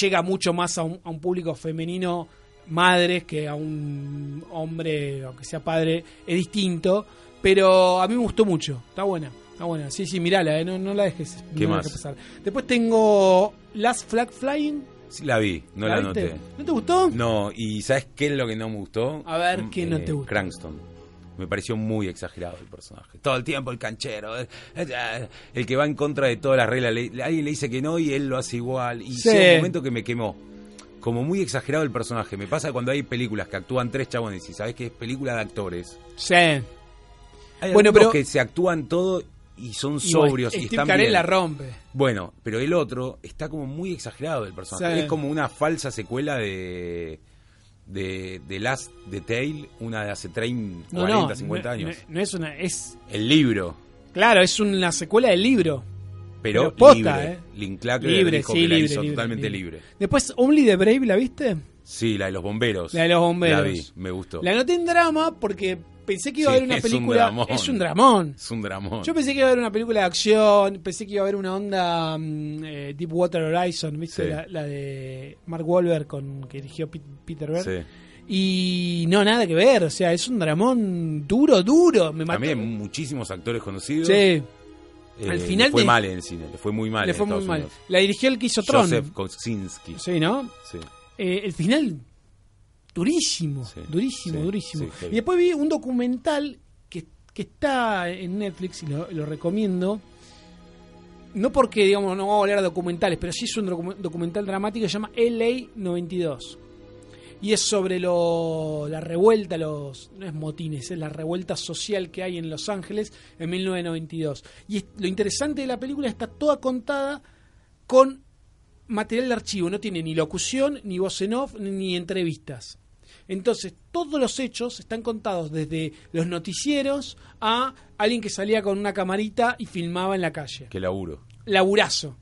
Speaker 2: llega mucho más a un, a un público femenino madres que a un hombre, aunque sea padre, es distinto. Pero a mí me gustó mucho, está buena, está buena. Sí, sí, mirala, eh, no, no la dejes.
Speaker 1: ¿Qué
Speaker 2: no la
Speaker 1: más?
Speaker 2: dejes pasar. Después tengo Last Flag Flying.
Speaker 1: Sí, la vi, no la,
Speaker 2: viste?
Speaker 1: noté.
Speaker 2: ¿No te gustó?
Speaker 1: No, y ¿sabes qué es lo que no me gustó?
Speaker 2: A ver, ¿qué
Speaker 1: Mm,
Speaker 2: no te gustó?
Speaker 1: Cranston. Me pareció muy exagerado el personaje. Todo el tiempo el canchero, eh, eh, el que va en contra de todas las reglas. Le- alguien le dice que no y él lo hace igual. Y
Speaker 2: Sí.
Speaker 1: llega un momento que me quemó. Como muy exagerado el personaje. Me pasa cuando hay películas que actúan tres chabones y sabes que es película de actores.
Speaker 2: Sí.
Speaker 1: Hay
Speaker 2: Bueno,
Speaker 1: bueno,
Speaker 2: pero-
Speaker 1: que se actúan todo y son
Speaker 2: Y bueno,
Speaker 1: sobrios y,
Speaker 2: Steve
Speaker 1: están
Speaker 2: Carell
Speaker 1: bien.
Speaker 2: la rompe.
Speaker 1: Bueno, pero el otro está como muy exagerado el personaje.
Speaker 2: Sí.
Speaker 1: Es como una falsa secuela de, de, de Last The Tale, una de hace 30, 40, 50
Speaker 2: no,
Speaker 1: años.
Speaker 2: No, no es una. Es,
Speaker 1: El libro,
Speaker 2: claro, es una secuela del libro.
Speaker 1: pero,
Speaker 2: Pero posta,
Speaker 1: libre.
Speaker 2: eh.
Speaker 1: Linklater
Speaker 2: Libre,
Speaker 1: dijo
Speaker 2: sí,
Speaker 1: que la
Speaker 2: libre,
Speaker 1: hizo
Speaker 2: libre,
Speaker 1: totalmente libre.
Speaker 2: Después, Only the Brave, ¿la viste?
Speaker 1: Sí, la de los bomberos.
Speaker 2: La de los bomberos.
Speaker 1: La vi, me gustó.
Speaker 2: La noté en drama porque pensé que iba a
Speaker 1: Sí,
Speaker 2: haber una
Speaker 1: es un
Speaker 2: película.
Speaker 1: dramón.
Speaker 2: es un dramón.
Speaker 1: Es un dramón.
Speaker 2: Yo pensé que iba a haber una película de acción, pensé que iba a haber una onda mm, eh, Deepwater Horizon, ¿viste?
Speaker 1: Sí.
Speaker 2: La, la de Mark Wahlberg con, que dirigió Pit- Peter Berg.
Speaker 1: Sí.
Speaker 2: Y no, nada que ver, o sea, es un dramón duro, duro. Me mató.
Speaker 1: También muchísimos actores conocidos.
Speaker 2: Sí.
Speaker 1: Eh,
Speaker 2: Al final
Speaker 1: le fue
Speaker 2: de-
Speaker 1: mal en el cine, le fue muy mal.
Speaker 2: Le
Speaker 1: en
Speaker 2: fue muy
Speaker 1: Estados
Speaker 2: mal.
Speaker 1: Unidos.
Speaker 2: La dirigió el que hizo Tron.
Speaker 1: Joseph Kosinski.
Speaker 2: Sí, ¿no?
Speaker 1: Sí.
Speaker 2: Eh, el final, durísimo,
Speaker 1: Sí,
Speaker 2: durísimo,
Speaker 1: sí,
Speaker 2: durísimo.
Speaker 1: sí, heavy.
Speaker 2: y después vi un documental que, que está en Netflix y lo, lo recomiendo. No porque, digamos, no vamos a hablar de documentales, pero sí es un docu- documental dramático que se llama LA 92. Y es sobre lo, la revuelta, los, no es motines, es la revuelta social que hay en Los Ángeles en 1992. Y es- lo interesante de la película está toda contada con material de archivo, no tiene ni locución, ni voz en off, ni entrevistas. Entonces, todos los hechos están contados desde los noticieros a alguien que salía con una camarita y filmaba en la calle.
Speaker 1: Qué laburo.
Speaker 2: Laburazo.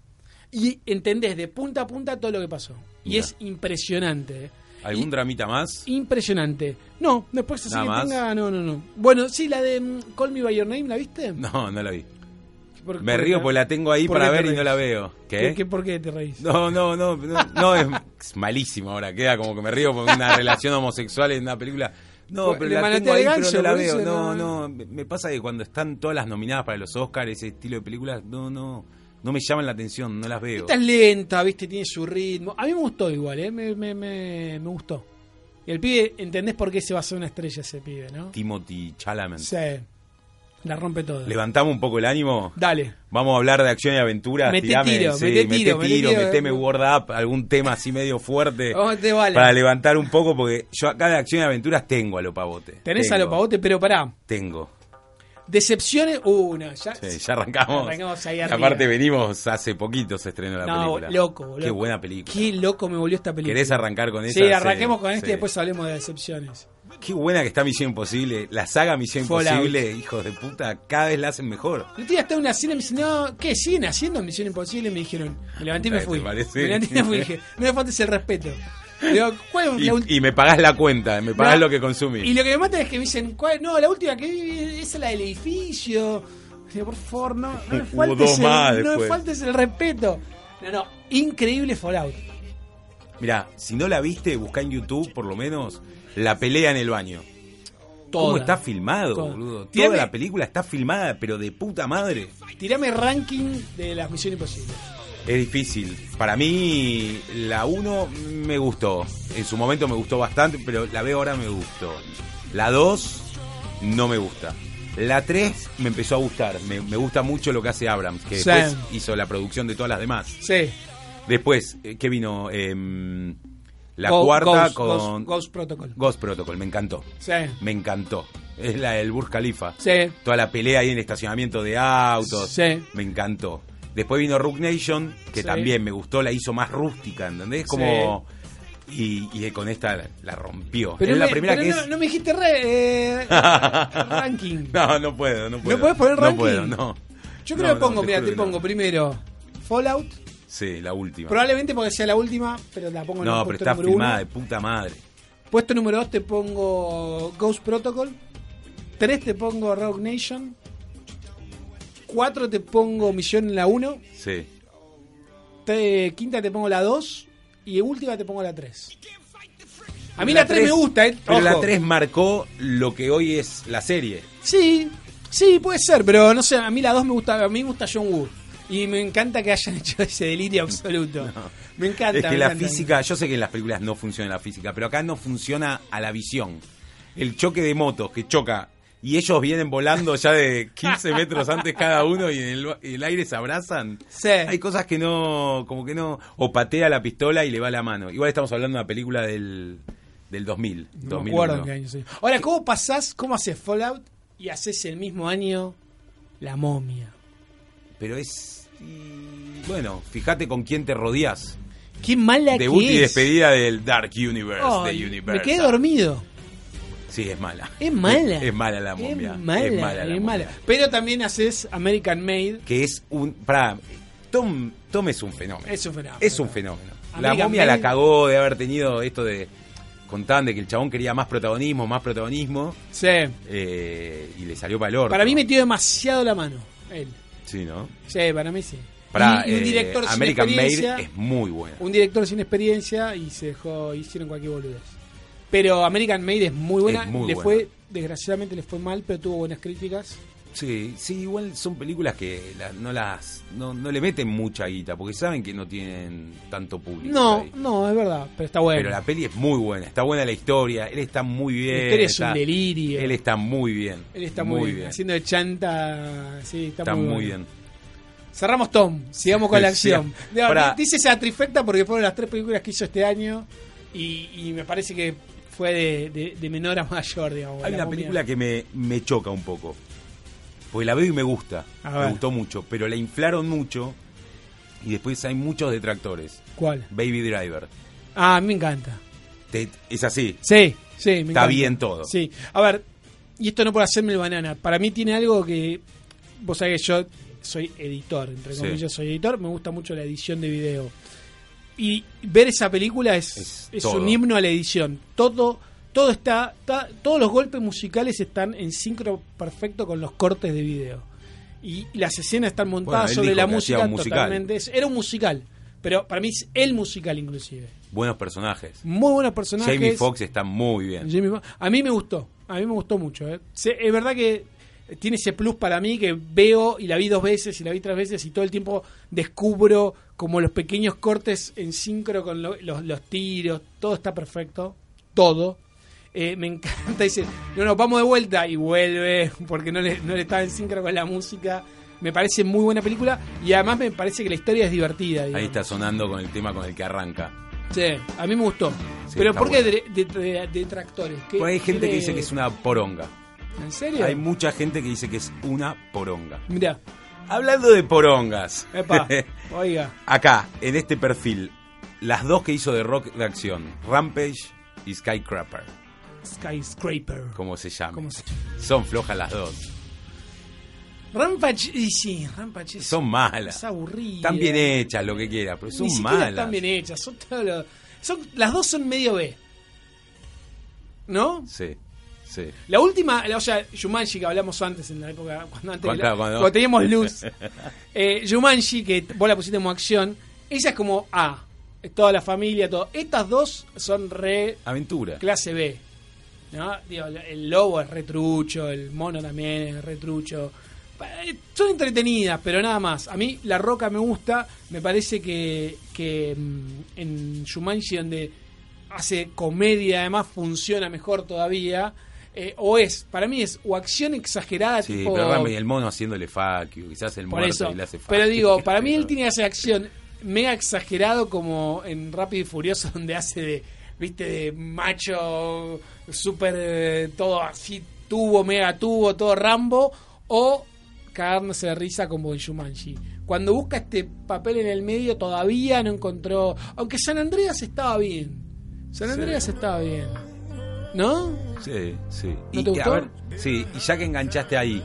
Speaker 2: Y entendés de punta a punta todo lo que pasó. Y
Speaker 1: Mirá.
Speaker 2: es impresionante. ¿eh?
Speaker 1: ¿Algún
Speaker 2: Y-
Speaker 1: dramita más?
Speaker 2: Impresionante. No, después así
Speaker 1: Nada
Speaker 2: que
Speaker 1: más.
Speaker 2: tenga... No, no, no. Bueno, sí, la de mm, Call Me By Your Name, ¿la viste?
Speaker 1: No, no la vi.
Speaker 2: Por-
Speaker 1: Me río porque la tengo ahí
Speaker 2: ¿Por
Speaker 1: para
Speaker 2: qué te
Speaker 1: ver y no
Speaker 2: reís?
Speaker 1: la veo.
Speaker 2: ¿Qué,
Speaker 1: ¿Qué?
Speaker 2: qué- por qué te reís?
Speaker 1: No, no, no, no, no, es, es malísimo ahora. Queda como que me río por una relación homosexual en una película. No,
Speaker 2: Pues,
Speaker 1: pero
Speaker 2: le
Speaker 1: la
Speaker 2: manotea
Speaker 1: tengo
Speaker 2: el
Speaker 1: ahí, pero
Speaker 2: gancho,
Speaker 1: no la
Speaker 2: por
Speaker 1: veo.
Speaker 2: eso
Speaker 1: No,
Speaker 2: no-
Speaker 1: no, me- me pasa que cuando están todas las nominadas para los Oscars, ese estilo de películas, no, no, no me llaman la atención, no las veo.
Speaker 2: Esta es lenta, viste, tiene su ritmo. A mí me gustó igual, ¿eh? me, me, me, me gustó. Y el pibe, entendés por qué se va a hacer una estrella ese pibe, ¿no?
Speaker 1: Timothy Chalamet.
Speaker 2: Sí. La rompe todo.
Speaker 1: Levantamos un poco el ánimo.
Speaker 2: Dale.
Speaker 1: Vamos a hablar de acción y aventura.
Speaker 2: Mete
Speaker 1: tirame,
Speaker 2: tiro,
Speaker 1: sí,
Speaker 2: mete
Speaker 1: mete tiro,
Speaker 2: tiro, mete tiro.
Speaker 1: meteme Word Up, algún tema así medio fuerte.
Speaker 2: Vamos, te vale.
Speaker 1: Para levantar un poco, porque yo acá de acción y aventuras tengo a lo pavote.
Speaker 2: Tenés
Speaker 1: tengo,
Speaker 2: a lo pavote, pero pará.
Speaker 1: Tengo.
Speaker 2: Decepciones. Uh, no, ya.
Speaker 1: Sí, ya arrancamos.
Speaker 2: Arrancamos ahí
Speaker 1: Y
Speaker 2: arriba.
Speaker 1: aparte venimos hace poquito se estrenó la
Speaker 2: No,
Speaker 1: película.
Speaker 2: loco, boludo.
Speaker 1: Qué buena película.
Speaker 2: Qué loco me volvió esta película.
Speaker 1: ¿Querés arrancar con esa?
Speaker 2: Sí, arranquemos
Speaker 1: Sí,
Speaker 2: con este
Speaker 1: sí.
Speaker 2: y después hablemos de decepciones.
Speaker 1: Qué buena que está Misión Imposible. La saga Misión
Speaker 2: Fallout.
Speaker 1: Imposible, hijos de puta, cada vez la hacen mejor.
Speaker 2: El otro día estaba en una cena y me dicen, no, ¿qué? ¿Siguen haciendo Misión Imposible? Me dijeron, me levanté y me
Speaker 1: ¿Te
Speaker 2: fui.
Speaker 1: parece?
Speaker 2: Me levanté y me fui. Dije, no me faltes el respeto. Digo, ¿cuál es la ult-
Speaker 1: Y, y me pagás la cuenta, me pagás
Speaker 2: No.
Speaker 1: lo que consumí.
Speaker 2: Y lo que me mata es que me dicen, ¿cuál? No, la última que vi es la del edificio. Digo, por favor, no, no me
Speaker 1: Hubo
Speaker 2: faltes,
Speaker 1: dos
Speaker 2: el,
Speaker 1: más
Speaker 2: no me
Speaker 1: después.
Speaker 2: faltes el respeto. No, no, increíble Fallout.
Speaker 1: Mirá, si no la viste, buscá en YouTube, por lo menos, la pelea en el baño.
Speaker 2: Toda.
Speaker 1: ¿Cómo está filmado,
Speaker 2: Toda.
Speaker 1: boludo? Toda
Speaker 2: Tirame-
Speaker 1: la película está filmada, pero de puta madre.
Speaker 2: Tirame ranking de las Misiones Imposibles.
Speaker 1: Es difícil. Para mí, la 1 me gustó. En su momento me gustó bastante, pero la veo ahora me gustó. La 2 no me gusta. La 3 me empezó a gustar. Me, me gusta mucho lo que hace Abrams, que
Speaker 2: Sí.
Speaker 1: después hizo la producción de todas las demás.
Speaker 2: Sí.
Speaker 1: Después, eh, ¿qué vino? Em, la
Speaker 2: Go-
Speaker 1: cuarta
Speaker 2: Ghost-
Speaker 1: con
Speaker 2: Ghost- Ghost Protocol.
Speaker 1: Ghost Protocol, me encantó.
Speaker 2: Sí.
Speaker 1: Me encantó. Es la del Burj Khalifa.
Speaker 2: Sí.
Speaker 1: Toda la pelea ahí en el estacionamiento de autos.
Speaker 2: Sí.
Speaker 1: Me encantó. Después vino Rook Nation, que
Speaker 2: Sí.
Speaker 1: también me gustó, la hizo más rústica, ¿entendés? Como. Y, y con esta la, la rompió.
Speaker 2: Pero,
Speaker 1: es la
Speaker 2: me-
Speaker 1: primera
Speaker 2: pero
Speaker 1: que
Speaker 2: no,
Speaker 1: es.
Speaker 2: no me dijiste re- eh, ranking.
Speaker 1: No, no puedo, no puedo.
Speaker 2: ¿No podés poner ranking?
Speaker 1: No puedo, no.
Speaker 2: Yo
Speaker 1: No,
Speaker 2: creo que
Speaker 1: no,
Speaker 2: pongo,
Speaker 1: te
Speaker 2: mira,
Speaker 1: juro
Speaker 2: te
Speaker 1: que no.
Speaker 2: pongo primero Fallout.
Speaker 1: Sí, la última.
Speaker 2: Probablemente porque sea la última, pero la pongo en
Speaker 1: no,
Speaker 2: el
Speaker 1: pero
Speaker 2: puesto
Speaker 1: está
Speaker 2: número uno.
Speaker 1: filmada de puta madre.
Speaker 2: Puesto número 2 te pongo Ghost Protocol. 3 te pongo Rogue Nation. 4 te pongo Misión en la 1.
Speaker 1: Sí.
Speaker 2: Quinta te pongo la 2. Y última te pongo la 3. A mí la 3 me
Speaker 1: tres-
Speaker 2: gusta, ¿eh?
Speaker 1: Pero la
Speaker 2: Ojo.
Speaker 1: 3 marcó lo que hoy es la serie.
Speaker 2: Sí, sí, puede ser, pero no sé, a mí la 2 me gusta, a mí me gusta John Woo. Y me encanta que hayan hecho ese delirio absoluto. Me encanta.
Speaker 1: Es que
Speaker 2: me
Speaker 1: la
Speaker 2: encanta.
Speaker 1: física, yo sé que en las películas no funciona la física, pero acá no funciona a la visión. El choque de motos que choca y ellos vienen volando ya de 15 metros antes cada uno y en el, y el aire se abrazan.
Speaker 2: Sí.
Speaker 1: Hay cosas que no, como que no, o patea la pistola y le va la mano. Igual estamos hablando de una película del, del 2000.
Speaker 2: No me
Speaker 1: 2001.
Speaker 2: acuerdo en qué año, sí. Ahora, ¿cómo pasás, cómo haces Fallout y haces el mismo año La momia?
Speaker 1: Pero es... y, bueno, fíjate con quién te rodeas.
Speaker 2: Qué mala
Speaker 1: Debut
Speaker 2: que
Speaker 1: y
Speaker 2: es.
Speaker 1: despedida del Dark Universe,
Speaker 2: Oh,
Speaker 1: de
Speaker 2: me
Speaker 1: Universal.
Speaker 2: quedé dormido.
Speaker 1: Sí, es mala.
Speaker 2: Es mala.
Speaker 1: Es, mala la momia.
Speaker 2: Es mala,
Speaker 1: Es mala. la
Speaker 2: es
Speaker 1: momia.
Speaker 2: mala. Pero también haces American Made.
Speaker 1: Que es un. Pará, Tom, Tom es un fenómeno.
Speaker 2: Es un fenómeno.
Speaker 1: Es un fenómeno. La
Speaker 2: Amiga
Speaker 1: momia
Speaker 2: Mel-
Speaker 1: la cagó de haber tenido esto de. Contaban de que el chabón quería más protagonismo, más protagonismo.
Speaker 2: Sí.
Speaker 1: eh, y le salió valor.
Speaker 2: Para mí metió demasiado la mano. Él.
Speaker 1: Sí, ¿no?
Speaker 2: Sí, para mí sí.
Speaker 1: Pará,
Speaker 2: Y- y un
Speaker 1: eh,
Speaker 2: director sin
Speaker 1: American
Speaker 2: experiencia.
Speaker 1: Made es muy buena.
Speaker 2: un director sin experiencia y se dejó, hicieron cualquier boludez. Pero American Made es muy buena,
Speaker 1: Es muy
Speaker 2: le
Speaker 1: buena.
Speaker 2: fue, desgraciadamente le fue mal, pero tuvo buenas críticas.
Speaker 1: Sí, sí, igual son películas que la- no las. No, no le meten mucha guita porque saben que no tienen tanto público.
Speaker 2: No,
Speaker 1: ahí.
Speaker 2: no, es verdad, pero está bueno.
Speaker 1: Pero la peli es muy buena, está buena la historia, él está muy bien.
Speaker 2: La historia es
Speaker 1: está-
Speaker 2: un delirio.
Speaker 1: Él está muy bien.
Speaker 2: Él está muy, bien, haciendo de chanta, sí, está,
Speaker 1: Está
Speaker 2: muy,
Speaker 1: muy
Speaker 2: bueno.
Speaker 1: bien.
Speaker 2: Cerramos Tom, sigamos con la
Speaker 1: Sí.
Speaker 2: acción. No,
Speaker 1: Pará.
Speaker 2: Dice esa trifecta porque fueron las tres películas que hizo este año y, y me parece que fue de, de- de menor a mayor, digamos.
Speaker 1: Hay
Speaker 2: la
Speaker 1: una
Speaker 2: momia.
Speaker 1: película que me, me choca un poco. Porque la veo y me gusta.
Speaker 2: A
Speaker 1: Me
Speaker 2: ver.
Speaker 1: gustó mucho. Pero la inflaron mucho. Y después hay muchos detractores.
Speaker 2: ¿Cuál?
Speaker 1: Baby Driver.
Speaker 2: Ah, me encanta.
Speaker 1: Te- es así.
Speaker 2: Sí, sí, me
Speaker 1: Está
Speaker 2: encanta.
Speaker 1: bien todo.
Speaker 2: Sí, a ver, y esto no por hacerme el banana, para mí tiene algo que, vos sabés que yo soy editor, entre
Speaker 1: Sí.
Speaker 2: comillas soy editor, me gusta mucho la edición de video. Y ver esa película es,
Speaker 1: Es
Speaker 2: es,
Speaker 1: todo.
Speaker 2: un himno a la edición. Todo, todo está, está- todos los golpes musicales están en sincro perfecto con los cortes de video. Y las escenas están montadas
Speaker 1: él
Speaker 2: sobre
Speaker 1: dijo
Speaker 2: la
Speaker 1: que hacía
Speaker 2: música
Speaker 1: un musical.
Speaker 2: totalmente. Es- Era un musical, pero para mí es el musical inclusive.
Speaker 1: Buenos personajes.
Speaker 2: Muy buenos personajes.
Speaker 1: Jamie Foxx está muy bien.
Speaker 2: Jamie Foxx. A mí me gustó, a mí me gustó mucho. eh. Se- es verdad que tiene ese plus para mí que veo y la vi dos veces y la vi tres veces y todo el tiempo descubro como los pequeños cortes en sincro con lo- los, los tiros, todo está perfecto, todo. Eh, me encanta, dice, no, no, vamos de vuelta y vuelve porque no le, no le estaba en sincro con la música. Me parece muy buena película y además me parece que la historia es divertida. digamos.
Speaker 1: Ahí está sonando con el tema con el que arranca.
Speaker 2: Sí, a mí me gustó.
Speaker 1: Sí,
Speaker 2: Pero
Speaker 1: está
Speaker 2: ¿por qué
Speaker 1: bueno.
Speaker 2: de- de- de- detractores? ¿Qué-
Speaker 1: Pues hay gente
Speaker 2: qué
Speaker 1: que
Speaker 2: le-
Speaker 1: dice que es una poronga.
Speaker 2: ¿En serio?
Speaker 1: Hay mucha gente que dice que es una poronga.
Speaker 2: Mirá,
Speaker 1: Hablando de porongas.
Speaker 2: epa, oiga.
Speaker 1: acá, en este perfil, las dos que hizo de rock de acción, Rampage y Skycrapper,
Speaker 2: Skyscraper.
Speaker 1: como se llama.
Speaker 2: ¿Cómo se-
Speaker 1: Son flojas las dos.
Speaker 2: Rampage, y sí, Rampage es,
Speaker 1: Son malas.
Speaker 2: es aburrida.
Speaker 1: Están bien hechas, lo que quieras, pero son
Speaker 2: Ni siquiera
Speaker 1: malas.
Speaker 2: están bien hechas. Son todo lo- son- las dos son medio B. ¿No?
Speaker 1: Sí, sí.
Speaker 2: La última, la- o sea, Jumanji que hablamos antes en la época, cuando antes
Speaker 1: Cuando-
Speaker 2: de la-
Speaker 1: cuando-
Speaker 2: cuando teníamos luz. Eh, Jumanji, que vos la pusiste como acción, esa es como A, es toda la familia, todo. Estas dos son re
Speaker 1: Aventura.
Speaker 2: clase B. ¿no? Digo, el lobo es retrucho, el mono también es retrucho. eh, son entretenidas, pero nada más. A mí La Roca me gusta, me parece que, que mm, en Shumanji donde hace comedia además funciona mejor todavía. Eh, o es, para mí es, o acción exagerada
Speaker 1: Sí,
Speaker 2: tipo...
Speaker 1: pero bueno, y el mono haciéndole faquio, quizás el
Speaker 2: Por
Speaker 1: muerto
Speaker 2: eso.
Speaker 1: y le hace faquio.
Speaker 2: Pero digo, para mí él tiene que hacer acción mega exagerado como en Rápido y Furioso, donde hace de, viste, de macho, súper, eh, todo así, tubo, mega tubo, todo Rambo, o cagándose de risa como en Shumanji. Cuando busca este papel en el medio todavía no encontró... Aunque San Andreas estaba bien. San Andreas estaba bien. ¿No?
Speaker 1: Sí, sí.
Speaker 2: ¿No
Speaker 1: y,
Speaker 2: te
Speaker 1: y
Speaker 2: gustó?
Speaker 1: A ver, sí, y ya que enganchaste ahí,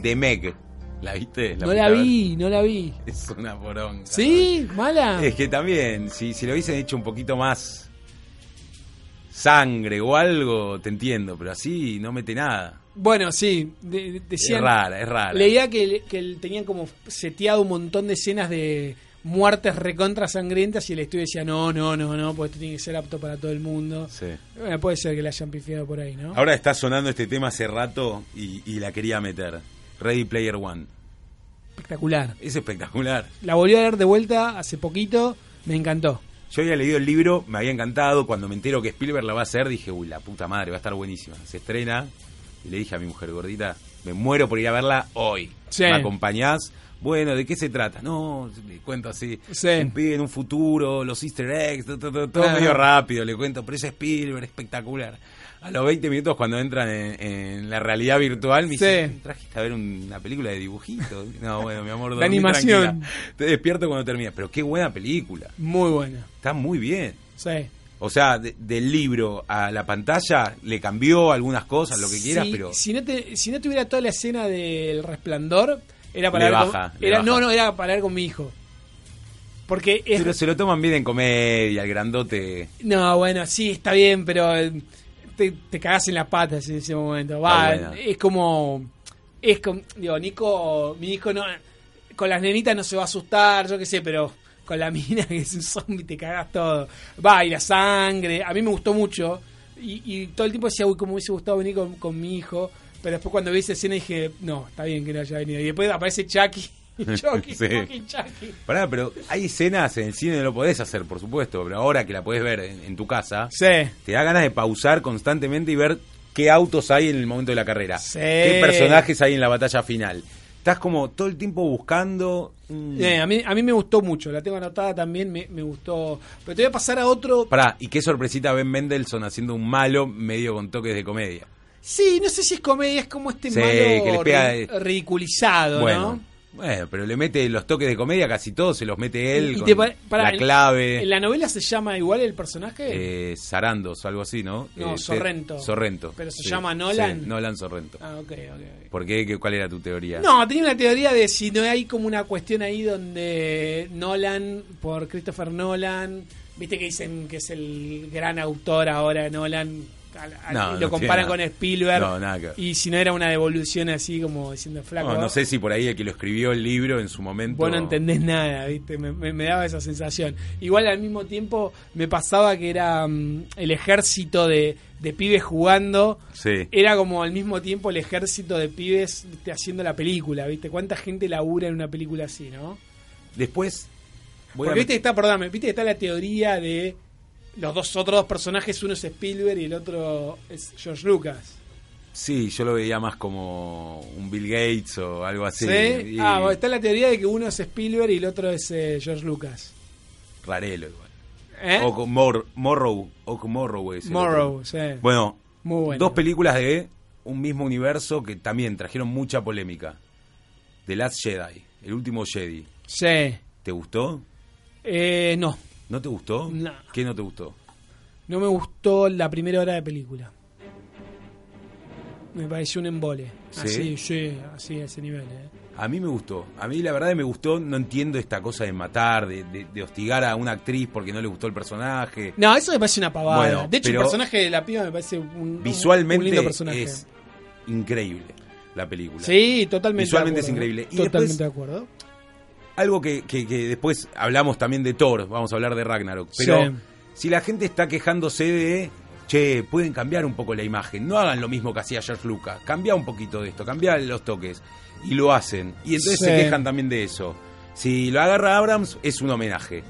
Speaker 1: de Meg, ¿la viste?
Speaker 2: no la
Speaker 1: fuiste a
Speaker 2: vi, no la vi.
Speaker 1: ver? Es una poronga.
Speaker 2: ¿Sí? ¿Mala?
Speaker 1: Es que también, si, si lo hubiesen hecho un poquito más sangre o algo, te entiendo, pero así no mete nada.
Speaker 2: Bueno, sí. de- de-
Speaker 1: Es
Speaker 2: decían,
Speaker 1: rara, es rara.
Speaker 2: Leía que, le- que le tenían como seteado un montón de escenas de muertes recontra sangrientas y el estudio decía, no, no, no, no, porque esto tiene que ser apto para todo el mundo.
Speaker 1: Sí.
Speaker 2: Bueno, puede ser que la hayan pifiado por ahí, ¿no?
Speaker 1: Ahora está sonando este tema hace rato y, y la quería meter. Ready Player One.
Speaker 2: Espectacular.
Speaker 1: Es espectacular.
Speaker 2: La volví a leer de vuelta hace poquito, me encantó.
Speaker 1: Yo había leído el libro, me había encantado. Cuando me entero que Spielberg la va a hacer, dije, uy, la puta madre, va a estar buenísima. Se estrena y le dije a mi mujer gordita, me muero por ir a verla hoy.
Speaker 2: Sí.
Speaker 1: ¿Me acompañás? Bueno, ¿de qué se trata? No, le cuento así.
Speaker 2: Sí.
Speaker 1: Un pibe en un futuro, los easter eggs, to- to- to- todo,
Speaker 2: Ajá.
Speaker 1: medio rápido, le cuento. Pero es Spielberg, espectacular. A los 20 minutos cuando entran en, en la realidad virtual, me
Speaker 2: Sí.
Speaker 1: dicen, trajiste a ver una película de dibujitos. No, bueno, mi amor,
Speaker 2: La
Speaker 1: dormí
Speaker 2: animación.
Speaker 1: tranquila. Te despierto cuando terminas. Pero qué buena película.
Speaker 2: Muy buena.
Speaker 1: Está muy bien.
Speaker 2: Sí.
Speaker 1: O sea, de- del libro a la pantalla le cambió algunas cosas, Ah, lo que quieras,
Speaker 2: si,
Speaker 1: pero
Speaker 2: si no te- si no tuviera toda la escena del resplandor, era para
Speaker 1: Le
Speaker 2: ver con-
Speaker 1: baja, le
Speaker 2: era,
Speaker 1: baja.
Speaker 2: No, no, era para ver con mi hijo. Porque es
Speaker 1: pero se lo toman bien en comedia, el grandote.
Speaker 2: No, bueno, sí, está bien, pero eh, te, te cagás en las patas en ese momento. Va,
Speaker 1: Está buena.
Speaker 2: es como. Es como. Digo, Nico, mi hijo no. Con las nenitas no se va a asustar, yo qué sé, pero con la mina que es un zombie te cagás todo. Va, y la sangre. A mí me gustó mucho. Y, y todo el tiempo decía, uy, cómo me hubiese gustado venir con, con mi hijo. Pero después cuando vi esa escena dije, no, está bien que no haya venido. Y después aparece Chucky. Chucky,
Speaker 1: Sí.
Speaker 2: Chucky, Chucky.
Speaker 1: Pará, pero hay escenas en el cine no lo podés hacer, por supuesto, pero ahora que la podés ver en, en tu casa,
Speaker 2: Sí.
Speaker 1: te da ganas de pausar constantemente y ver qué autos hay en el momento de la carrera,
Speaker 2: Sí.
Speaker 1: qué personajes hay en la batalla final. Estás como todo el tiempo buscando... mm,
Speaker 2: Eh, a, mí, a mí me gustó mucho, la tengo anotada también, me, me gustó. Pero te voy a pasar a otro.
Speaker 1: Pará, y qué sorpresita Ben Mendelssohn haciendo un malo medio con toques de comedia.
Speaker 2: Sí, no sé si es comedia, es como este
Speaker 1: Sí,
Speaker 2: malo
Speaker 1: que les pega-
Speaker 2: ri- ridiculizado,
Speaker 1: Bueno,
Speaker 2: ¿no?
Speaker 1: bueno, pero le mete los toques de comedia, casi todos se los mete él.
Speaker 2: Y- y
Speaker 1: con
Speaker 2: te pa- pará,
Speaker 1: la
Speaker 2: en-
Speaker 1: clave.
Speaker 2: ¿En la novela se llama igual el personaje?
Speaker 1: eh, Sarandos, algo así, ¿no?
Speaker 2: No,
Speaker 1: Eh, te-
Speaker 2: Sorrento.
Speaker 1: Sorrento.
Speaker 2: Pero se llama Nolan.
Speaker 1: sí, Nolan Sorrento.
Speaker 2: Ah, ok, ok, ok.
Speaker 1: ¿Por qué? ¿Qué- ¿Cuál era tu teoría?
Speaker 2: No, tenía una teoría de si no hay como una cuestión ahí donde Nolan, por Christopher Nolan, viste que dicen que es el gran autor ahora Nolan, al- al-
Speaker 1: No,
Speaker 2: y
Speaker 1: no
Speaker 2: lo comparan
Speaker 1: tiene
Speaker 2: con
Speaker 1: nada.
Speaker 2: Spielberg,
Speaker 1: No, nada que ver.
Speaker 2: y si no era una devolución así como diciendo flaco.
Speaker 1: No, no sé si por ahí el que lo escribió el libro en su momento.
Speaker 2: Vos no entendés nada, ¿viste? Me, me- me daba esa sensación. Igual al mismo tiempo me pasaba que era mm, el ejército de, de pibes jugando.
Speaker 1: Sí.
Speaker 2: Era como al mismo tiempo el ejército de pibes ¿viste? haciendo la película, ¿viste? ¿Cuánta gente labura en una película así, no?
Speaker 1: Después. voy
Speaker 2: Porque
Speaker 1: a-
Speaker 2: viste que está, perdóname, viste que está la teoría de los dos otros dos personajes, uno es Spielberg y el otro es George Lucas.
Speaker 1: Sí, yo lo veía más como un Bill Gates o algo así.
Speaker 2: ¿Sí?
Speaker 1: Y-
Speaker 2: Ah, bueno, está la teoría de que uno es Spielberg y el otro es eh, George Lucas.
Speaker 1: Rarelo igual.
Speaker 2: ¿Eh?
Speaker 1: O con Mor- Morrow. O con Morrow es el otro.
Speaker 2: Morrow, sí.
Speaker 1: Bueno,
Speaker 2: Muy bueno.
Speaker 1: dos películas de un mismo universo que también trajeron mucha polémica. The Last Jedi, El último Jedi.
Speaker 2: Sí.
Speaker 1: ¿Te gustó?
Speaker 2: Eh, no,
Speaker 1: ¿No te gustó?
Speaker 2: No.
Speaker 1: ¿Qué no te gustó?
Speaker 2: no me gustó la primera hora de película. Me pareció un embole.
Speaker 1: ¿Sí?
Speaker 2: Así, sí, así a ese nivel. eh.
Speaker 1: A mí me gustó. A mí la verdad me gustó. No entiendo esta cosa de matar, de, de- de hostigar a una actriz porque no le gustó el personaje.
Speaker 2: No, eso me parece una pavada.
Speaker 1: Bueno,
Speaker 2: de hecho, el
Speaker 1: pero-
Speaker 2: personaje de la piba me parece un,
Speaker 1: Visualmente
Speaker 2: un lindo personaje.
Speaker 1: es increíble la película.
Speaker 2: Sí, totalmente. de
Speaker 1: Visualmente es
Speaker 2: acuerdo.
Speaker 1: increíble. Y
Speaker 2: totalmente
Speaker 1: después-
Speaker 2: de acuerdo.
Speaker 1: Algo que, que- que después hablamos también de Thor, vamos a hablar de Ragnarok. Pero
Speaker 2: Sí.
Speaker 1: si la gente está quejándose de. che, pueden cambiar un poco la imagen, no hagan lo mismo que hacía George Lucas, cambia un poquito de esto, cambia los toques. Y lo hacen. Y entonces se
Speaker 2: Sí.
Speaker 1: quejan también de eso. Si lo agarra Abrams, es un homenaje.